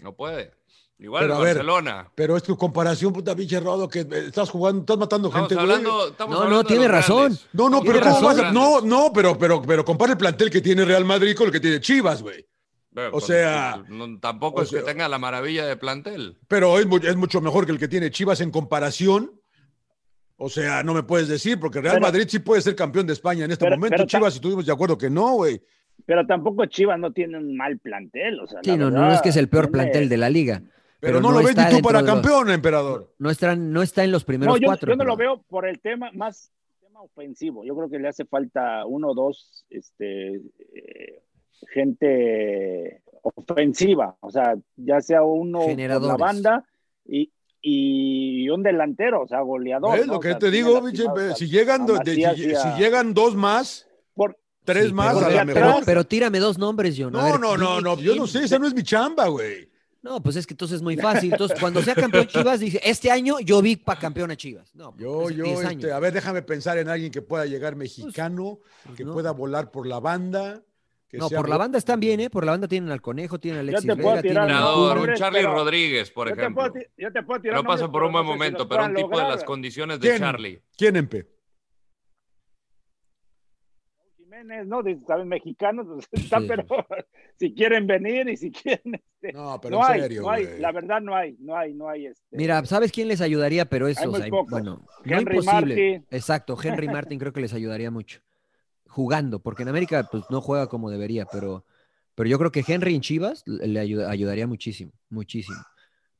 Speaker 4: No puede. Igual
Speaker 1: Pero,
Speaker 4: el
Speaker 1: a ver,
Speaker 4: Barcelona.
Speaker 1: Pero es tu comparación, puta pinche rodo, que eh, estás jugando, estás matando
Speaker 4: Estamos
Speaker 1: gente, güey.
Speaker 4: hablando, estamos
Speaker 3: No, no,
Speaker 4: hablando de
Speaker 3: tiene
Speaker 4: los
Speaker 3: razón.
Speaker 4: grandes.
Speaker 1: No, no,
Speaker 4: Tiene
Speaker 1: pero ¿cómo
Speaker 4: razón.
Speaker 1: vas a- No,
Speaker 4: Grandes.
Speaker 1: no, pero, pero, pero compara el plantel que tiene Real Madrid con el que tiene Chivas, güey.
Speaker 4: Bueno,
Speaker 1: o
Speaker 4: pues,
Speaker 1: sea,
Speaker 4: no, tampoco
Speaker 1: o
Speaker 4: es que
Speaker 1: sea-
Speaker 4: tenga la maravilla de plantel.
Speaker 1: Pero es, mu- es mucho mejor que el que tiene Chivas en comparación. O sea, no me puedes decir, porque Real
Speaker 2: Pero-
Speaker 1: Madrid sí puede ser campeón de España en este
Speaker 2: pero-
Speaker 1: momento.
Speaker 2: pero ta-
Speaker 1: Chivas, estuvimos de acuerdo que no, güey.
Speaker 2: Pero tampoco Chivas no tiene un mal plantel. O sea,
Speaker 3: Sí, no, no, no es que es el peor plantel de la liga.
Speaker 1: Pero, no, lo ves
Speaker 3: está
Speaker 1: ni tú
Speaker 3: dentro
Speaker 1: para
Speaker 3: de los-
Speaker 1: campeón, emperador.
Speaker 3: No está, no está en los primeros
Speaker 2: no, yo,
Speaker 3: cuatro.
Speaker 2: yo no lo
Speaker 3: pero-
Speaker 2: veo por el tema más tema ofensivo. Yo creo que le hace falta uno o dos este, eh, gente ofensiva. O sea, ya sea uno por la
Speaker 3: Generadores.
Speaker 2: banda y, y un delantero, o sea, goleador.
Speaker 1: Es
Speaker 2: ¿no?
Speaker 1: lo
Speaker 2: O
Speaker 1: que
Speaker 2: sea,
Speaker 1: te
Speaker 2: tiene
Speaker 1: digo, pinche,
Speaker 2: lastimados a-
Speaker 1: si llegan,
Speaker 2: a
Speaker 1: do- de- si-
Speaker 2: Macías y a-
Speaker 1: si llegan dos más,
Speaker 2: por-
Speaker 1: tres
Speaker 3: Sí,
Speaker 1: más
Speaker 3: pero-
Speaker 1: a la
Speaker 2: de
Speaker 3: pero-
Speaker 1: mejor.
Speaker 2: atrás.
Speaker 3: Pero tírame dos nombres, John. A
Speaker 1: no,
Speaker 3: ver,
Speaker 1: no, no,
Speaker 3: dime
Speaker 1: no, yo no
Speaker 3: quién.
Speaker 1: sé, esa no es mi chamba, güey.
Speaker 3: No, pues es que entonces es muy fácil. Entonces, cuando sea campeón Chivas, dice, este año yo vi para campeón a Chivas. No,
Speaker 1: Yo,
Speaker 3: pues,
Speaker 1: yo,
Speaker 3: 10
Speaker 1: este,
Speaker 3: años.
Speaker 1: a ver, déjame pensar en alguien que pueda llegar mexicano,
Speaker 3: Pues
Speaker 1: que
Speaker 3: no.
Speaker 1: pueda volar por la banda. que
Speaker 3: No,
Speaker 1: sea
Speaker 3: por la banda están bien, ¿eh? Por la banda tienen al Conejo, tienen a Alexis
Speaker 2: te puedo
Speaker 3: Vega,
Speaker 2: tirar
Speaker 3: tienen
Speaker 2: los
Speaker 3: a
Speaker 4: Entrenador,
Speaker 3: Pumas.
Speaker 4: un
Speaker 2: nombres,
Speaker 4: Charlie
Speaker 2: pero-
Speaker 4: Rodríguez, por
Speaker 2: yo te puedo
Speaker 4: ejemplo.
Speaker 2: ti- yo te puedo
Speaker 4: Que
Speaker 2: tirar
Speaker 4: no pasa
Speaker 2: nombres,
Speaker 4: por
Speaker 2: pero
Speaker 4: un buen
Speaker 2: no sé si
Speaker 4: momento,
Speaker 2: los
Speaker 4: pero un
Speaker 2: puedan
Speaker 4: tipo de
Speaker 2: lograr.
Speaker 4: las condiciones de
Speaker 1: ¿Quién?
Speaker 4: Charlie.
Speaker 1: ¿Quién empe?
Speaker 2: Jiménez, ¿no? Dice, Saben, mexicanos, pues, está,
Speaker 3: Sí.
Speaker 2: pero si quieren venir y si quieren. este,
Speaker 1: No, pero
Speaker 2: no
Speaker 1: en
Speaker 2: hay,
Speaker 1: serio,
Speaker 2: no hay,
Speaker 1: güey.
Speaker 2: la verdad no hay, no hay, no hay. Este,
Speaker 3: Mira, ¿sabes quién les ayudaría? Pero eso,
Speaker 2: Hay
Speaker 3: o
Speaker 2: muy
Speaker 3: sea,
Speaker 2: pocos.
Speaker 3: bueno, no
Speaker 2: Henry
Speaker 3: imposible.
Speaker 2: Martin.
Speaker 3: Exacto, Henry Martin creo que les ayudaría mucho. Jugando, porque en América pues, no juega como debería, pero, pero yo creo que Henry en Chivas le le ayuda- ayudaría muchísimo, muchísimo.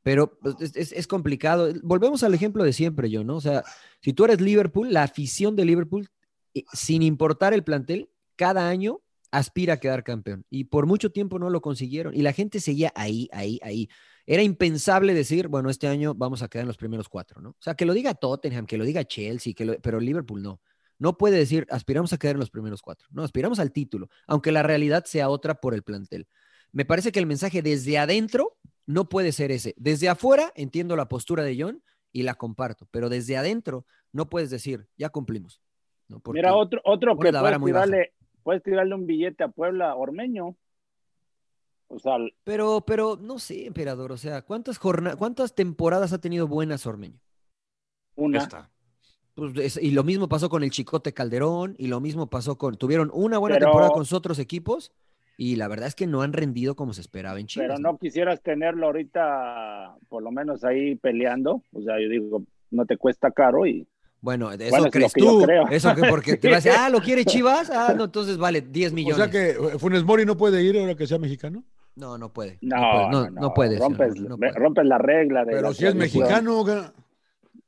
Speaker 3: Pero pues, es, es- es complicado. Volvemos al ejemplo de siempre, yo, ¿no? O sea, si tú eres Liverpool, la afición de Liverpool eh, sin importar el plantel, cada año aspira a quedar campeón. Y por mucho tiempo no lo consiguieron. Y la gente seguía ahí, ahí, ahí. Era impensable decir, bueno, este año vamos a quedar en los primeros cuatro, ¿no? O sea, que lo diga Tottenham, que lo diga Chelsea, que lo- pero Liverpool no. No puede decir, aspiramos a quedar en los primeros cuatro. No, aspiramos al título, aunque la realidad sea otra por el plantel. Me parece que el mensaje desde adentro no puede ser ese. Desde afuera entiendo la postura de John y la comparto, pero desde adentro no puedes decir, ya cumplimos. ¿no? Porque
Speaker 2: Mira, otro, otro
Speaker 3: pone
Speaker 2: que
Speaker 3: la vara
Speaker 2: puedes
Speaker 3: muy baja.
Speaker 2: tirarle, puedes tirarle un billete a Puebla, Ormeño. O sea,
Speaker 3: Pero, pero, no sé, emperador, o sea, ¿cuántas, jorna- cuántas temporadas ha tenido buenas Ormeño?
Speaker 2: una.
Speaker 3: Pues, es- y lo mismo pasó con el Chicote Calderón, y lo mismo pasó con... Tuvieron una buena
Speaker 2: Pero-
Speaker 3: temporada con sus otros equipos, y la verdad es que no han rendido como se esperaba en Chile.
Speaker 2: Pero no quisieras tenerlo ahorita, por lo menos ahí peleando. O sea, yo digo, no te cuesta caro y.
Speaker 3: Bueno, eso
Speaker 2: es lo
Speaker 3: crees
Speaker 2: que yo
Speaker 3: tú.
Speaker 2: creo.
Speaker 3: Eso que porque te vas a decir,
Speaker 2: Sí.
Speaker 3: ah, ¿lo quiere Chivas? Ah, no, entonces vale 10
Speaker 1: O
Speaker 3: millones.
Speaker 1: sea que eh, Funes Mori no puede ir ahora que sea mexicano.
Speaker 3: No, no puede.
Speaker 2: No, no,
Speaker 3: puede, no, no puede,
Speaker 2: Rompes,
Speaker 3: señor, no
Speaker 2: ve-
Speaker 3: puede.
Speaker 2: rompes la regla de.
Speaker 1: Pero
Speaker 2: la
Speaker 1: si es
Speaker 2: transmisión.
Speaker 1: mexicano, ga-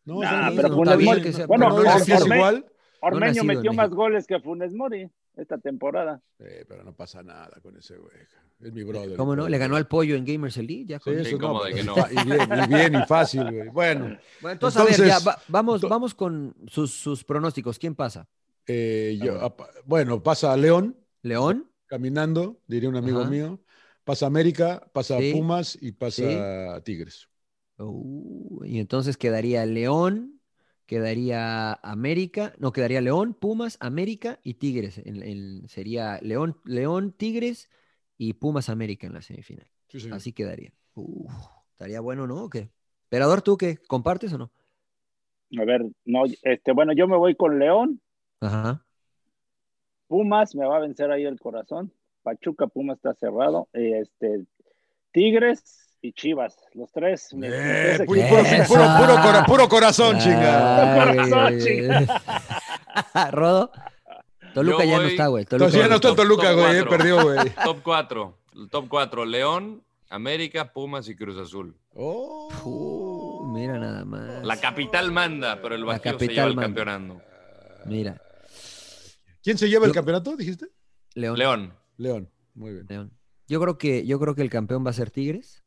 Speaker 1: no, o sea,
Speaker 2: Nah,
Speaker 1: no,
Speaker 2: pero
Speaker 1: no,
Speaker 2: Funes
Speaker 1: está
Speaker 2: Mori-
Speaker 1: bien que sea-
Speaker 2: bueno,
Speaker 1: pero no dices que es
Speaker 2: Orme-
Speaker 1: igual.
Speaker 3: No
Speaker 2: Ormeño
Speaker 3: nacido en
Speaker 2: metió
Speaker 3: México.
Speaker 2: más goles que Funes Mori esta temporada.
Speaker 1: Eh, pero no pasa nada con ese güey. Es mi brother.
Speaker 3: ¿Cómo no? Le ganó al pollo en Gamers Elite. Ya
Speaker 1: Sí,
Speaker 3: con-
Speaker 1: eso no,
Speaker 4: cómo de que
Speaker 1: pero
Speaker 4: no.
Speaker 1: está- Y bien, y bien, y fácil, güey. Bueno,
Speaker 3: Bueno, entonces, a ver, ya, va- vamos, vamos con sus, sus pronósticos. ¿Quién pasa?
Speaker 1: eh, yo- apa- bueno, pasa a León,
Speaker 3: ¿León?
Speaker 1: caminando, diría un amigo
Speaker 3: Ajá.
Speaker 1: mío. Pasa América, pasa
Speaker 3: Sí.
Speaker 1: Pumas y pasa Tigres.
Speaker 3: Uh, y entonces quedaría León, quedaría América, no, quedaría León, Pumas, América y Tigres. En- en- sería León, León, Tigres y Pumas América en la semifinal.
Speaker 1: Sí, señor.
Speaker 3: Así quedaría. Uh, estaría bueno, ¿no? ¿O qué? Emperador, ¿tú qué? ¿Compartes o no?
Speaker 2: A ver, no, este, bueno, yo me voy con León.
Speaker 3: Ajá.
Speaker 2: Pumas me va a vencer ahí el corazón. Pachuca, Pumas está cerrado. Eh, Este, Tigres y Chivas, los tres. mis- mis tres
Speaker 1: Eh, puro,
Speaker 2: equipos.
Speaker 1: puro- puro- puro cora- puro
Speaker 3: Ah.
Speaker 1: corazón, chingada.
Speaker 3: Ay,
Speaker 2: Corazón,
Speaker 3: ay,
Speaker 2: chinga.
Speaker 3: ay. Rodo. Toluca
Speaker 4: Yo
Speaker 3: ya no
Speaker 4: voy-
Speaker 3: está, güey. Toluca
Speaker 1: Entonces ya no está el
Speaker 4: Top-
Speaker 1: Toluca,
Speaker 4: top
Speaker 1: güey, eh,
Speaker 4: cuatro.
Speaker 1: perdió, güey.
Speaker 4: Top 4. Top 4. León, América, Pumas y Cruz Azul.
Speaker 1: Oh,
Speaker 3: Uh, mira nada más.
Speaker 4: La capital manda, pero el
Speaker 3: La
Speaker 4: Bajío se
Speaker 3: capital
Speaker 4: lleva el
Speaker 3: manda.
Speaker 4: campeonato.
Speaker 3: Mira,
Speaker 1: ¿Quién se lleva el
Speaker 3: Yo-
Speaker 1: campeonato, dijiste?
Speaker 3: León.
Speaker 4: León.
Speaker 1: León. Muy bien.
Speaker 3: León. Yo creo que, yo creo que el campeón va a ser Tigres.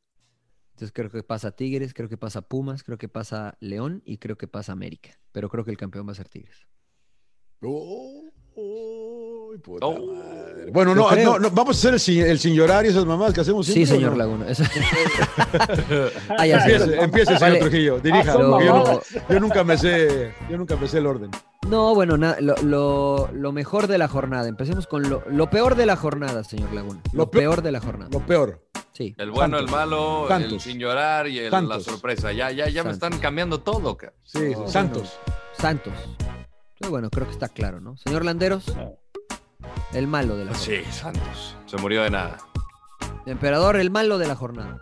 Speaker 3: Entonces creo que pasa Tigres, creo que pasa Pumas, creo que pasa León y creo que pasa América. Pero creo que el campeón va a ser Tigres.
Speaker 1: Oh, oh, puta
Speaker 4: Oh.
Speaker 1: madre. Bueno,
Speaker 3: Yo
Speaker 1: no,
Speaker 3: creo.
Speaker 1: no, no, vamos a hacer el sin, el sin llorar y esas mamás que hacemos
Speaker 3: Sí,
Speaker 1: siempre. ¿o
Speaker 3: señor
Speaker 1: no?
Speaker 3: Laguna. eso- Ah, ya sé.
Speaker 1: Empiece, empiece, señor
Speaker 3: Vale. Ah,
Speaker 1: Trujillo. Dirija.
Speaker 2: son
Speaker 1: porque yo, nunca,
Speaker 3: mamadas.
Speaker 1: yo nunca me sé, yo nunca me sé el orden.
Speaker 3: No, bueno, na- lo, lo- lo mejor de la jornada. Empecemos con lo, lo peor de la jornada, señor Laguna. Lo,
Speaker 1: Lo peor-
Speaker 3: peor de la jornada.
Speaker 1: Lo peor.
Speaker 3: Sí.
Speaker 4: El bueno,
Speaker 1: Santos.
Speaker 4: el malo, el
Speaker 1: Santos.
Speaker 4: sin llorar y el- la
Speaker 1: Santos.
Speaker 4: sorpresa. Ya, ya, ya me
Speaker 3: Santos.
Speaker 4: están cambiando todo, cara.
Speaker 1: Sí,
Speaker 3: No,
Speaker 1: Santos.
Speaker 3: Santos. Pero bueno, creo que está claro, ¿no? Señor Landeros,
Speaker 2: No.
Speaker 3: el malo
Speaker 1: Ah,
Speaker 3: de la jornada.
Speaker 4: Sí, Santos. Se murió de nada.
Speaker 3: Emperador, el malo de la jornada.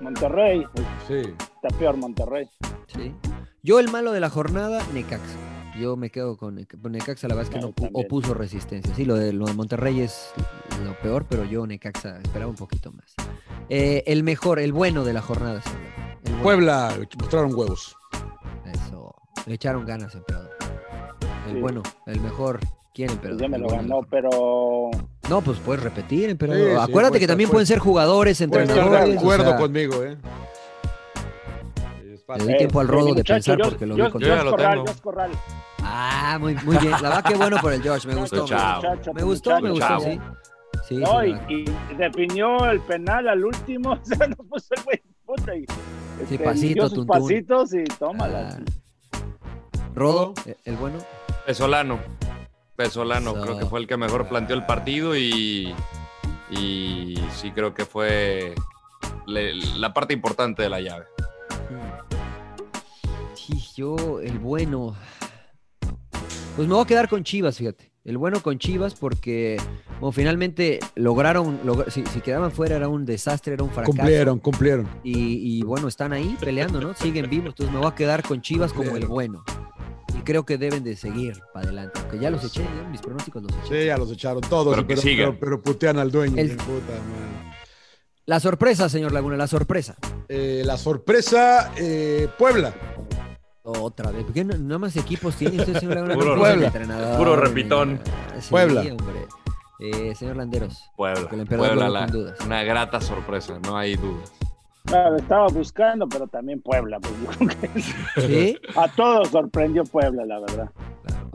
Speaker 2: Monterrey,
Speaker 1: Sí.
Speaker 2: está peor Monterrey.
Speaker 3: Sí. Yo el malo de la jornada, Necaxa. Yo me quedo con Neca- con Necaxa, la verdad es que
Speaker 2: No,
Speaker 3: no pu-
Speaker 2: también.
Speaker 3: opuso resistencia. Sí, lo de, lo de Monterrey es lo peor, pero yo Necaxa esperaba un poquito más. Eh, el mejor, el bueno de la jornada. señor. El bueno.
Speaker 1: Puebla mostraron huevos.
Speaker 3: Eso. Le echaron ganas, emperador. El
Speaker 2: Sí.
Speaker 3: bueno, el mejor. ¿Quién,
Speaker 2: Pues
Speaker 3: emperador?
Speaker 2: ya me
Speaker 3: El
Speaker 2: lo
Speaker 3: bueno de la
Speaker 2: ganó,
Speaker 3: jornada.
Speaker 2: pero
Speaker 3: No, pues puedes repetir, emperador.
Speaker 1: Sí, sí,
Speaker 3: Acuérdate
Speaker 1: puede
Speaker 3: que
Speaker 1: estar,
Speaker 3: también
Speaker 1: puede-
Speaker 3: pueden ser jugadores,
Speaker 1: Pueden
Speaker 3: entrenadores.
Speaker 1: estar de
Speaker 3: o
Speaker 1: acuerdo
Speaker 3: sea,
Speaker 1: conmigo, ¿eh? Es
Speaker 3: Le
Speaker 1: fácil.
Speaker 3: di tiempo al
Speaker 2: Este,
Speaker 3: rodo de
Speaker 2: muchacho,
Speaker 3: pensar
Speaker 2: yo-
Speaker 3: porque lo
Speaker 2: yo-
Speaker 3: vi con
Speaker 4: yo ya
Speaker 2: Josh
Speaker 4: lo
Speaker 2: Corral,
Speaker 4: tengo.
Speaker 2: Josh Corral.
Speaker 3: Ah, muy, muy bien. La verdad, qué bueno por el Josh. Me
Speaker 1: Pues
Speaker 3: gustó.
Speaker 4: Muchacho,
Speaker 3: me gustó.
Speaker 2: muchacho,
Speaker 3: Me gustó, me gustó,
Speaker 4: muchacho.
Speaker 3: sí. Sí,
Speaker 2: No,
Speaker 3: sí,
Speaker 2: y,
Speaker 3: la-
Speaker 2: y definió el penal al último. O sea, no puso el güey puta. Y, este,
Speaker 3: pasito,
Speaker 2: dio sus
Speaker 3: tuntún.
Speaker 2: pasitos y tómala.
Speaker 3: Ah. Rodo, eh, el bueno.
Speaker 4: Pesolano. Pesolano,
Speaker 3: Eso.
Speaker 4: creo que fue el que mejor planteó el partido y. Y sí, creo que fue le- la parte importante de la llave.
Speaker 3: Sí, yo, el bueno. Pues me voy a quedar con Chivas, fíjate. El bueno con Chivas porque, bueno, finalmente lograron, logra- si, si quedaban fuera era un desastre, era un fracaso.
Speaker 1: Cumplieron, cumplieron.
Speaker 3: Y, y, bueno, están ahí peleando, ¿no? Siguen vivos. Entonces me voy a quedar con Chivas como el
Speaker 1: Cumplieron.
Speaker 3: bueno. Y creo que deben de seguir para adelante. Aunque ya los eché, ya mis pronósticos los eché.
Speaker 1: Sí, ya los echaron todos.
Speaker 4: Pero que sigan.
Speaker 1: pero putean al dueño.
Speaker 3: El-
Speaker 1: Puta madre.
Speaker 3: La sorpresa, señor Laguna, la sorpresa.
Speaker 1: Eh, la sorpresa, eh, Puebla.
Speaker 3: Otra vez, porque no, no más equipos tiene usted, señor Laguna?
Speaker 4: Puro
Speaker 3: No puede ser
Speaker 4: Puebla.
Speaker 3: entrenador,
Speaker 4: Puro
Speaker 3: ni-
Speaker 4: repitón.
Speaker 3: Sí,
Speaker 4: Puebla.
Speaker 3: hombre. Eh, señor Landeros.
Speaker 4: Puebla.
Speaker 3: Que el emperador
Speaker 4: Puebla,
Speaker 3: vuelve
Speaker 4: la-
Speaker 3: con dudas.
Speaker 4: una grata sorpresa, no hay duda.
Speaker 2: Claro, estaba buscando, pero también Puebla. pues, yo creo que-
Speaker 3: ¿Sí?
Speaker 2: A todos sorprendió Puebla, la verdad.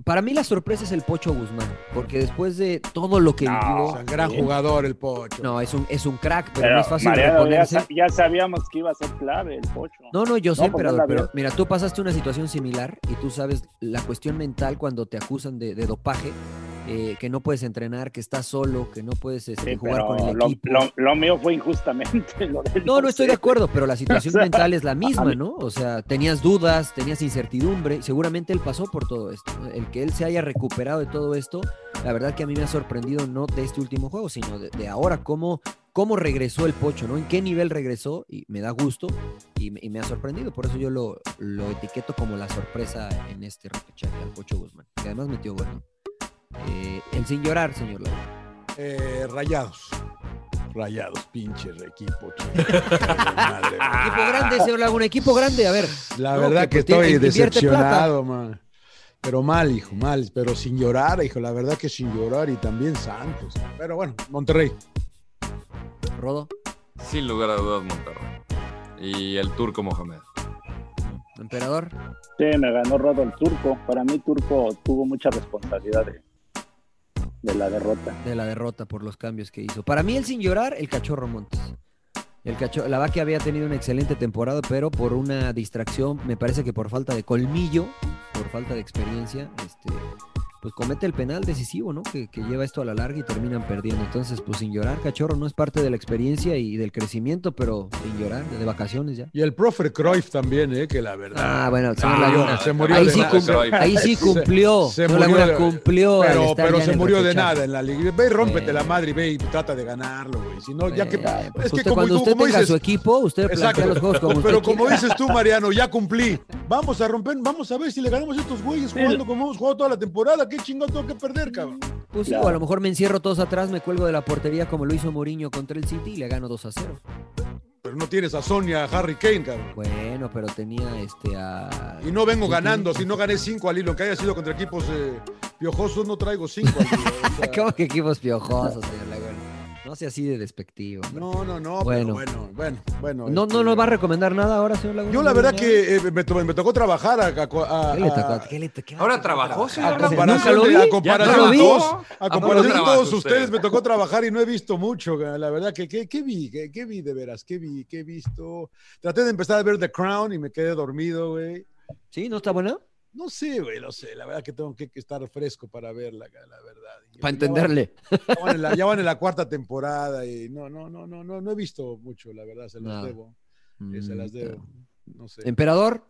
Speaker 3: Para mí la sorpresa es el Pocho Guzmán, porque después de todo lo que vivió...
Speaker 1: es un gran jugador el Pocho.
Speaker 3: No, es un, es un crack, pero,
Speaker 2: Pero,
Speaker 3: no es fácil
Speaker 2: Mariano, ya,
Speaker 3: reponerse.
Speaker 2: sa- ya sabíamos que iba a ser clave el pocho.
Speaker 3: No, no, yo sé,
Speaker 2: pues,
Speaker 3: emperador,
Speaker 2: la vi-
Speaker 3: pero mira, tú pasaste una situación similar y tú sabes la cuestión mental cuando te acusan de, de dopaje, eh, que no puedes entrenar, que estás solo, que no puedes este,
Speaker 2: Sí,
Speaker 3: jugar con
Speaker 2: pero
Speaker 3: el
Speaker 2: lo,
Speaker 3: equipo.
Speaker 2: lo- lo mío fue injustamente. lo de él
Speaker 3: No, no estoy
Speaker 2: sé.
Speaker 3: de acuerdo, pero la situación
Speaker 2: O sea,
Speaker 3: mental es la
Speaker 2: a
Speaker 3: misma,
Speaker 2: mí-
Speaker 3: ¿no? O sea, tenías dudas, tenías incertidumbre, y seguramente él pasó por todo esto. ¿no? El que él se haya recuperado de todo esto, la verdad que a mí me ha sorprendido no de este último juego, sino de, de ahora, cómo, cómo regresó el Pocho, ¿no? En qué nivel regresó, y me da gusto, y, me- y me ha sorprendido. Por eso yo lo, lo etiqueto como la sorpresa en este repechaje al Pocho Guzmán, que además metió bueno. el sin llorar, señor Laguna.
Speaker 1: Eh, rayados. Rayados, pinche equipo.
Speaker 3: Equipo
Speaker 2: Ah.
Speaker 3: grande, señor Laguna, equipo grande, a ver.
Speaker 1: La
Speaker 3: No,
Speaker 1: verdad que,
Speaker 3: pues, tiene-
Speaker 1: estoy
Speaker 3: invierte plata.
Speaker 1: decepcionado, man. Pero mal, hijo, mal. Pero sin llorar, hijo. La verdad que sin llorar y también Santos. Pero bueno, Monterrey.
Speaker 3: Rodo,
Speaker 4: Sin lugar a dudas, Monterrey. Y el turco Mohamed.
Speaker 3: emperador.
Speaker 2: Sí, me ganó Rodo el turco. Para mí, turco tuvo mucha responsabilidad de, de la derrota.
Speaker 3: de la derrota por los cambios que hizo. Para mí, el sin llorar, el cachorro Montes. El cacho- la vaca había tenido una excelente temporada, pero por una distracción, me parece que por falta de colmillo, por falta de experiencia, este, pues comete el penal decisivo, ¿no? Que, que lleva esto a la larga y terminan perdiendo. Entonces, pues sin llorar, cachorro, no es parte de la experiencia y del crecimiento, pero sin llorar, de vacaciones ya.
Speaker 1: Y el profe Cruyff también, eh, que la verdad.
Speaker 3: Ah, bueno, el señor
Speaker 1: Ah,
Speaker 3: Laguna.
Speaker 1: se murió
Speaker 3: ahí,
Speaker 1: de
Speaker 3: sí
Speaker 1: nada.
Speaker 3: cum- ahí sí
Speaker 1: Se-
Speaker 3: cumplió.
Speaker 1: se
Speaker 3: señor
Speaker 1: murió
Speaker 3: Laguna
Speaker 1: de-
Speaker 3: cumplió. al
Speaker 1: Pero,
Speaker 3: estar
Speaker 1: pero
Speaker 3: ya
Speaker 1: se
Speaker 3: en el
Speaker 1: murió de
Speaker 3: repechaje.
Speaker 1: nada en la liga. Ve y rómpete
Speaker 3: Eh.
Speaker 1: la madre y ve y trata de ganarlo, güey. Si no, ya que.
Speaker 3: Eh, pues
Speaker 1: es que
Speaker 3: usted,
Speaker 1: como,
Speaker 3: cuando
Speaker 1: tú-
Speaker 3: usted
Speaker 1: como
Speaker 3: tenga
Speaker 1: dices.
Speaker 3: su equipo, usted plantea
Speaker 1: Exacto.
Speaker 3: los juegos como usted
Speaker 1: Pero como
Speaker 3: quiera.
Speaker 1: dices tú, Mariano, ya cumplí. Vamos a romper, vamos a ver si le ganamos a estos güeyes jugando como hemos jugado toda la temporada. ¿Qué chingón tengo que perder, cabrón?
Speaker 3: Pues sí,
Speaker 2: Claro.
Speaker 3: o a lo mejor me encierro todos atrás, me cuelgo de la portería como lo hizo Mourinho contra el City y le gano 2 a 0.
Speaker 1: Pero no tienes a Sonia, a Harry Kane, cabrón.
Speaker 3: Bueno, pero tenía este a.
Speaker 1: Y no vengo
Speaker 3: Sí,
Speaker 1: ganando,
Speaker 3: sí.
Speaker 1: si no gané 5 al hilo, que haya sido contra equipos eh, piojosos, no traigo 5 al hilo. o sea,
Speaker 3: ¿Cómo que equipos piojosos, señor Laguna? No sea así de despectivo. hombre.
Speaker 1: no, no, no,
Speaker 3: Bueno.
Speaker 1: bueno. bueno, bueno, bueno.
Speaker 3: No, no
Speaker 1: este,
Speaker 3: nos va a recomendar nada ahora, señor Laguna.
Speaker 1: Yo la verdad que Ah, eh, me, to- me tocó trabajar a... a- a-
Speaker 3: ¿Qué le
Speaker 1: a-
Speaker 3: tocó? ¿Qué le tocó?
Speaker 4: Ahora trabajó, señor
Speaker 1: a
Speaker 3: Ah,
Speaker 4: Laguna?
Speaker 3: ¿nunca
Speaker 1: comparación,
Speaker 3: lo
Speaker 1: de,
Speaker 3: vi?
Speaker 1: a
Speaker 3: ¿Ya no
Speaker 1: comparación
Speaker 3: lo
Speaker 1: de
Speaker 3: vi?
Speaker 1: todos, a
Speaker 4: ¿A poco
Speaker 1: comparación de
Speaker 4: trabaja
Speaker 1: todos
Speaker 4: usted?
Speaker 1: ustedes, me tocó trabajar y no he visto mucho, la verdad que qué, qué vi, qué, qué vi de veras, qué vi, qué he visto. Traté de empezar a ver The Crown y me quedé dormido, güey.
Speaker 3: ¿Sí? ¿No está buena?
Speaker 1: No sé, güey, no sé, la verdad que tengo que, que estar fresco para verla, la verdad. Y
Speaker 3: Para
Speaker 1: ya van-
Speaker 3: entenderle.
Speaker 1: Ya van, en la, ya van en la cuarta temporada y no, no, no, no, no, no he visto mucho, la verdad, se las
Speaker 3: Nada.
Speaker 1: debo, eh, se las
Speaker 3: Mm,
Speaker 1: debo, no sé.
Speaker 3: Emperador,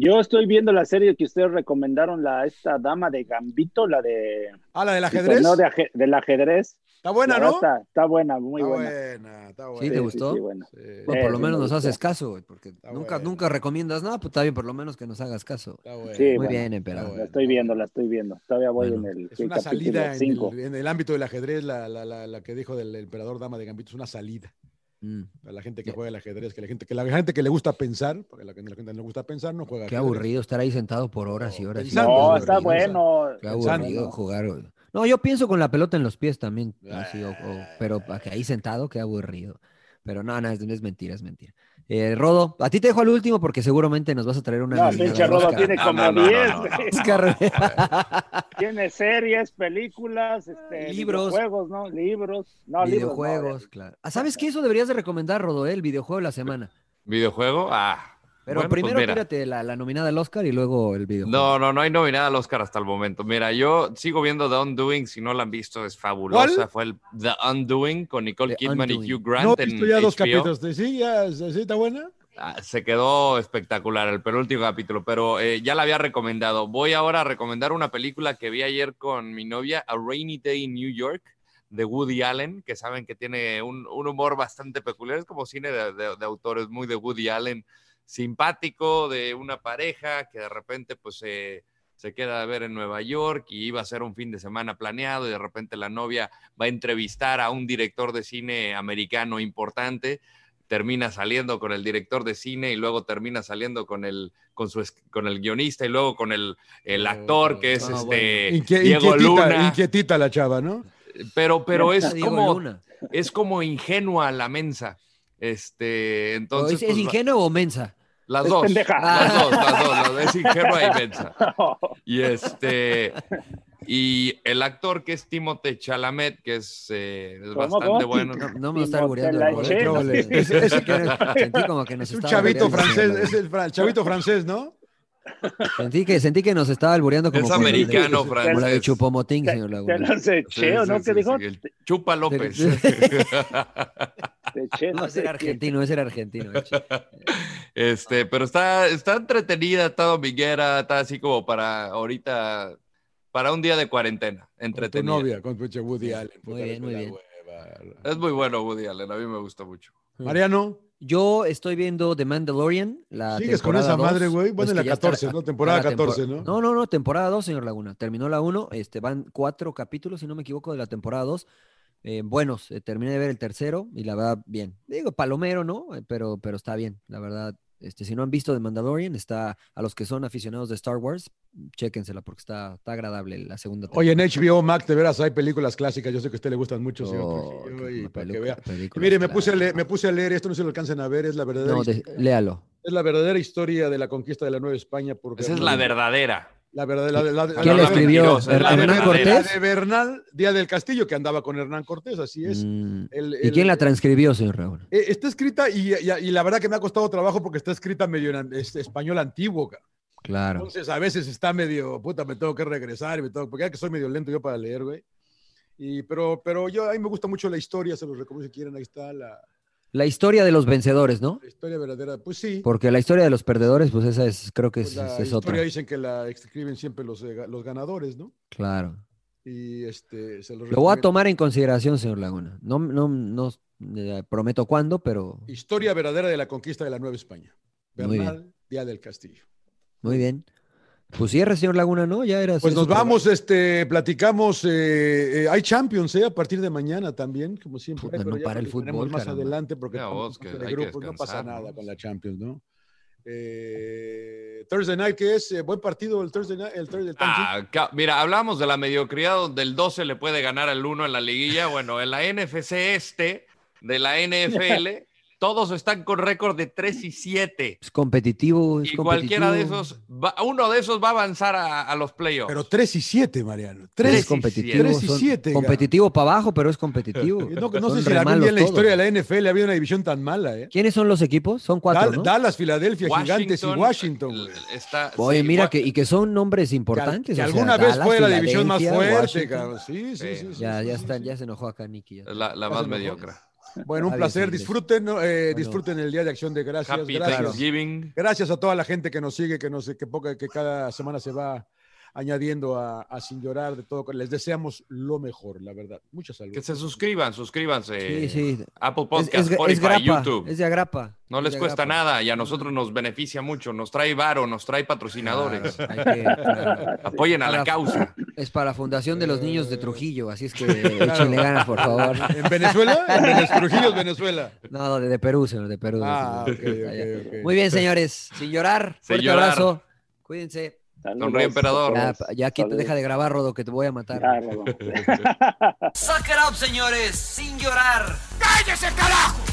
Speaker 2: Yo estoy viendo la serie que ustedes recomendaron, la esta dama de Gambito, la de.
Speaker 1: Ah, la del ajedrez,
Speaker 2: torneo de aje- del ajedrez.
Speaker 1: está buena,
Speaker 2: La
Speaker 1: ¿no?
Speaker 2: verdad Está, está buena, muy
Speaker 1: está
Speaker 2: buena.
Speaker 1: buena, está
Speaker 3: ¿Sí
Speaker 1: buena.
Speaker 3: te gustó?
Speaker 2: sí, buena.
Speaker 1: Sí.
Speaker 3: bueno, Pues, por
Speaker 2: Eh,
Speaker 3: lo
Speaker 2: sí
Speaker 3: menos
Speaker 2: me Ah,
Speaker 3: nos
Speaker 2: gustó.
Speaker 3: haces caso, güey, porque
Speaker 1: Está
Speaker 3: nunca,
Speaker 1: bueno.
Speaker 3: nunca recomiendas nada, pues está bien, por lo menos que nos hagas caso.
Speaker 1: Está bueno.
Speaker 2: Sí,
Speaker 3: Muy
Speaker 2: bueno.
Speaker 3: bien, emperador.
Speaker 2: La estoy viendo, la estoy viendo. Todavía voy
Speaker 3: Bueno,
Speaker 2: en el
Speaker 1: Es una
Speaker 2: capítulo
Speaker 1: salida en
Speaker 2: cinco.
Speaker 1: el, en el ámbito del ajedrez, la, la- la- la que dijo del emperador dama de Gambito, es una salida.
Speaker 3: Mm.
Speaker 1: Para la gente que
Speaker 3: Sí.
Speaker 1: juega el ajedrez, que la gente que, la gente que le gusta pensar, porque la, gente- la gente que no le gusta pensar no juega
Speaker 3: Qué
Speaker 1: ajedrez.
Speaker 3: aburrido estar ahí sentado por horas y horas. y
Speaker 1: Pensando,
Speaker 2: No,
Speaker 3: horas.
Speaker 2: está bueno.
Speaker 3: Qué
Speaker 1: Pensando,
Speaker 3: aburrido
Speaker 1: ¿no?
Speaker 3: jugar. güey. No, yo pienso con la pelota en los pies también. así, o- o- pero pa- que ahí sentado, qué aburrido. Pero no, no, es, es mentira, es mentira. Eh, Rodo, a ti te dejo al último porque seguramente nos vas a traer una.
Speaker 2: No,
Speaker 3: nominada
Speaker 2: pinche
Speaker 3: al
Speaker 2: Rodo
Speaker 3: Oscar. Ah,
Speaker 2: tiene
Speaker 4: No,
Speaker 2: como
Speaker 4: no, no, no,
Speaker 2: 10.
Speaker 4: no, no.
Speaker 2: güey.
Speaker 3: Oscar.
Speaker 2: Tiene series, películas, este,
Speaker 3: Libros.
Speaker 2: Juegos, ¿no? Libros. No, libros, no,
Speaker 3: videojuegos, claro. Ah, ¿Sabes qué? Eso deberías de recomendar, Rodo, eh, el videojuego de la semana.
Speaker 4: ¿Videojuego? Ah.
Speaker 3: Pero
Speaker 4: Bueno, pues
Speaker 3: primero
Speaker 4: mira.
Speaker 3: tírate la, la nominada al Oscar y luego el videojuego.
Speaker 4: No, no, no hay nominada al Oscar hasta el momento. Mira, yo sigo viendo The Undoing, si no la han visto, es fabulosa.
Speaker 1: ¿Cuál?
Speaker 4: Fue el The Undoing con Nicole
Speaker 3: The
Speaker 4: Kidman y
Speaker 3: Undoing.
Speaker 4: Hugh Grant
Speaker 1: No, he
Speaker 4: en
Speaker 1: visto ya dos
Speaker 4: HBO.
Speaker 1: capítulos. de- Sí, ya, sí, está buena.
Speaker 4: Ah, Se quedó espectacular el penúltimo capítulo, pero eh, ya la había recomendado. Voy ahora a recomendar una película que vi ayer con mi novia, A Rainy Day in New York, de Woody Allen, que saben que tiene un, un humor bastante peculiar. Es como cine de, de- de autores muy de Woody Allen, simpático, de una pareja que de repente pues eh, se queda a ver en Nueva York y iba a ser un fin de semana planeado y de repente la novia va a entrevistar a un director de cine americano importante termina saliendo con el director de cine y luego termina saliendo con el, con su, es- con el guionista y luego con el, el actor que es
Speaker 1: Ah,
Speaker 4: este
Speaker 1: bueno. Inque-
Speaker 4: Diego
Speaker 1: inquietita,
Speaker 4: Luna.
Speaker 1: inquietita la chava, ¿no?
Speaker 4: Pero, pero es
Speaker 3: Diego
Speaker 4: como,
Speaker 3: Luna.
Speaker 4: es como ingenua la mensa. Este, entonces,
Speaker 3: ¿Es, es
Speaker 4: pues, va-
Speaker 3: ingenuo o mensa?
Speaker 4: las dos,
Speaker 2: pendeja.
Speaker 4: las dos, las dos, las dos, es ingenua y mensa. Y este. Y el actor que es Timote Chalamet, que es, eh, es
Speaker 2: ¿Cómo,
Speaker 4: bastante
Speaker 2: cómo?
Speaker 4: bueno.
Speaker 3: No, no me lo está
Speaker 2: Timote
Speaker 3: albureando.
Speaker 2: la
Speaker 3: ¿no?
Speaker 1: chela.
Speaker 3: No, no,
Speaker 1: Es- es-
Speaker 3: sentí que- sentí como que nos
Speaker 1: Es un
Speaker 3: estaba
Speaker 1: chavito
Speaker 3: albureando,
Speaker 1: francés,
Speaker 3: ¿no?
Speaker 1: es el, fra- el chavito francés, ¿no?
Speaker 3: Sentí que, sentí que nos estaba albureando como
Speaker 4: Es
Speaker 3: como la de-
Speaker 4: americano,
Speaker 3: Como la de
Speaker 4: francés.
Speaker 3: Chupomotín, señor
Speaker 2: Te
Speaker 3: Laguna.
Speaker 2: lo sé,
Speaker 4: Sí,
Speaker 2: Cheo,
Speaker 4: sí,
Speaker 2: ¿no?
Speaker 4: sí,
Speaker 2: ¿Qué dijo?
Speaker 4: sí, el Chupa López.
Speaker 2: Te che,
Speaker 3: No,
Speaker 2: no
Speaker 3: Ah, ese
Speaker 2: sé
Speaker 3: era
Speaker 2: qué.
Speaker 3: argentino, ese era argentino. eh, de hecho.
Speaker 4: este, pero está, está entretenida, está dominguera, está así como para ahorita, para un día de cuarentena,
Speaker 1: Con tu
Speaker 4: entretenida.
Speaker 1: novia, con pinche Woody Allen.
Speaker 3: Muy bien, muy bien. Mm.
Speaker 4: Es muy bueno Woody Allen, a mí me gusta mucho.
Speaker 1: Mariano,
Speaker 3: Yo estoy viendo The Mandalorian. La
Speaker 1: sigues con esa
Speaker 3: temporada
Speaker 1: madre,
Speaker 3: dos.
Speaker 1: güey. Bueno,
Speaker 3: Es
Speaker 1: en la
Speaker 3: que ya está-
Speaker 1: 14, ¿no? Temporada
Speaker 3: está la tempor-
Speaker 1: 14, ¿no?
Speaker 3: No, no, no, temporada 2, señor Laguna. Terminó la 1, este, van cuatro capítulos, si no me equivoco, de la temporada 2. Eh, buenos, eh, terminé de ver el tercero y la verdad, bien. Digo, palomero, ¿no? Eh, Pero, pero está bien, la verdad. Este, si no han visto The Mandalorian, está a los que son aficionados de Star Wars, chéquensela porque está, está agradable la segunda
Speaker 1: Oye, en HBO Max, de veras, hay películas clásicas. Yo sé que a usted le gustan mucho, señor
Speaker 3: Oh,
Speaker 1: Trujillo,
Speaker 3: qué
Speaker 1: y
Speaker 3: buena
Speaker 1: para que
Speaker 3: peluca-
Speaker 1: vea. Y
Speaker 3: película,
Speaker 1: mire, me
Speaker 3: claro.
Speaker 1: puse, a leer, me puse a leer esto, no se lo alcanzan a ver, es la verdadera,
Speaker 3: No, de- eh.
Speaker 1: historia-
Speaker 3: léalo.
Speaker 1: es la verdadera historia de la conquista de la Nueva España. Por
Speaker 4: Esa es
Speaker 1: Bernal-
Speaker 4: la verdadera.
Speaker 1: La verdadera. La, la-
Speaker 3: ¿Quién
Speaker 1: la-
Speaker 3: la
Speaker 1: la-
Speaker 3: escribió?
Speaker 4: mentirosa, es la
Speaker 3: ¿Hernán
Speaker 4: verdadera.
Speaker 1: la
Speaker 3: Cortés?
Speaker 1: de Bernal Díaz del Castillo, que andaba con Hernán Cortés, así es.
Speaker 3: Mm.
Speaker 1: El-
Speaker 3: ¿Y
Speaker 1: el-
Speaker 3: quién la transcribió, señor Laguna?
Speaker 1: Eh, Está escrita y, y- y la verdad que me ha costado trabajo porque está escrita medio en es- español antiguo. ca.
Speaker 3: Claro.
Speaker 1: Entonces a veces está medio, puta, me tengo que regresar, y me tengo, porque ya que soy medio lento yo para leer, güey. Y, pero, pero yo, a mí me gusta mucho la historia, se los recomiendo si quieren, ahí está la,
Speaker 3: La historia de los vencedores, ¿no?
Speaker 1: la historia verdadera. Pues sí,
Speaker 3: Porque la historia de los perdedores, pues esa es, creo que
Speaker 1: pues
Speaker 3: es,
Speaker 1: la
Speaker 3: es
Speaker 1: historia
Speaker 3: otra.
Speaker 1: dicen que la escriben siempre los, eh, ga- los ganadores, ¿no?
Speaker 3: Claro.
Speaker 1: Y este, se los
Speaker 3: Lo voy a
Speaker 1: recomiendo.
Speaker 3: tomar en consideración, señor Laguna. No, no, no eh, prometo cuándo, pero
Speaker 1: Historia verdadera de la conquista de la Nueva España.
Speaker 3: Muy bien.
Speaker 1: Bernal, Día del Castillo.
Speaker 3: muy bien. Pues cierre, señor Laguna, ¿no? Ya era.
Speaker 1: Pues
Speaker 3: es
Speaker 1: nos
Speaker 3: otro-
Speaker 1: vamos, este, platicamos. eh, eh, hay Champions, eh, a partir de mañana también, como siempre.
Speaker 3: Puta,
Speaker 1: pero
Speaker 3: no
Speaker 1: ya
Speaker 3: para el
Speaker 1: platicaremos
Speaker 3: fútbol,
Speaker 1: más
Speaker 3: caramba.
Speaker 1: adelante porque
Speaker 4: Ya,
Speaker 1: estamos en
Speaker 4: Oscar,
Speaker 1: fase de
Speaker 4: hay que
Speaker 1: grupos, no pasa
Speaker 4: descansar, ¿no?
Speaker 1: nada con la Champions, ¿no? Eh, Thursday night, que es Eh, buen partido el Thursday night, el Thursday time sheet.
Speaker 4: Ah, ca- mira, hablamos de la mediocridad donde el 12 le puede ganar al 1 en la liguilla. Bueno, en la NFC este de la NFL, todos están con récord de 3 y 7.
Speaker 3: Es competitivo. Es
Speaker 4: Y cualquiera de
Speaker 3: competitivo.
Speaker 4: esos, va- uno de esos va a avanzar a, a los playoffs.
Speaker 1: Pero 3 y 7, Mariano.
Speaker 3: Es
Speaker 1: 3
Speaker 4: Tres y siete.
Speaker 3: competitivo.
Speaker 1: Tres y
Speaker 3: son-
Speaker 1: siete, gana.
Speaker 3: competitivo para abajo, pero es competitivo.
Speaker 1: No, no
Speaker 3: Son
Speaker 1: sé si
Speaker 3: re
Speaker 1: algún
Speaker 3: malos
Speaker 1: día en la
Speaker 3: todos.
Speaker 1: historia de la NFL ha habido una división tan mala, ¿eh?
Speaker 3: ¿Quiénes son los equipos? Son cuatro,
Speaker 1: Dal-
Speaker 3: ¿no?
Speaker 1: Dallas, Filadelfia, Gigantes y Washington.
Speaker 4: l-
Speaker 1: güey.
Speaker 4: Está,
Speaker 3: Oye,
Speaker 4: sí,
Speaker 3: mira,
Speaker 4: Wa-
Speaker 3: que, y que son nombres
Speaker 1: Que al-
Speaker 3: importantes.
Speaker 1: que
Speaker 3: o sea,
Speaker 1: alguna vez
Speaker 3: Dallas,
Speaker 1: fue la división más
Speaker 3: Filadelfia,
Speaker 1: fuerte,
Speaker 3: Washington.
Speaker 1: cabrón. Sí, sí, sí.
Speaker 4: Sí.
Speaker 1: sí,
Speaker 3: Ya,
Speaker 1: sí,
Speaker 3: ya,
Speaker 1: sí,
Speaker 3: está,
Speaker 1: sí.
Speaker 3: ya se enojó acá Nicky. ya.
Speaker 4: La, la
Speaker 3: Ya
Speaker 4: más
Speaker 3: se enojó.
Speaker 4: mediocre.
Speaker 1: Bueno, un
Speaker 3: Está bien,
Speaker 1: placer.
Speaker 3: señores.
Speaker 1: Disfruten, ¿no? Eh,
Speaker 3: Bueno.
Speaker 1: disfruten el Día de Acción de Gracias.
Speaker 4: Happy
Speaker 1: Gracias.
Speaker 4: Thanksgiving.
Speaker 1: Gracias a toda la gente que nos sigue, que nos, que poca, que cada semana se va añadiendo a, a sin llorar de todo. Les deseamos lo mejor, la verdad. Mucha salud.
Speaker 4: Que se suscriban, suscríbanse.
Speaker 3: Sí, sí.
Speaker 4: Apple
Speaker 3: Es,
Speaker 4: Podcast,
Speaker 3: es- es
Speaker 4: Spotify,
Speaker 3: grapa,
Speaker 4: YouTube.
Speaker 3: es de agrapa.
Speaker 4: No
Speaker 3: es
Speaker 4: les
Speaker 3: de
Speaker 4: cuesta
Speaker 3: agrapa.
Speaker 4: nada y a nosotros nos beneficia mucho. Nos trae varo, nos trae patrocinadores.
Speaker 3: Claro, Ah, hay que- claro.
Speaker 4: Apoyen Ah, a la
Speaker 3: Para-
Speaker 4: causa.
Speaker 3: Es para la Fundación de los Niños de
Speaker 4: Eh.
Speaker 3: Trujillo, así es que
Speaker 1: Claro.
Speaker 3: échenle ganas, por favor.
Speaker 1: ¿En Venezuela? En Venezuela, Trujillo, Venezuela.
Speaker 3: No, no, de, de Perú, señor, de Perú. de
Speaker 1: Ah, ok,
Speaker 3: Perú.
Speaker 1: ok, ok.
Speaker 3: Muy bien, señores. Sin llorar.
Speaker 4: Sin
Speaker 3: fuerte
Speaker 4: llorar.
Speaker 3: abrazo. Cuídense.
Speaker 2: Saludos
Speaker 4: Sonríe, emperador.
Speaker 2: a
Speaker 3: Ya,
Speaker 2: todos.
Speaker 3: Ah, ya aquí te
Speaker 2: Saludos.
Speaker 3: deja de grabar, Rodo, que te voy a matar.
Speaker 2: Ah, Ramón.
Speaker 6: Suck it up, señores, sin llorar.
Speaker 7: ¡Cállese, carajo!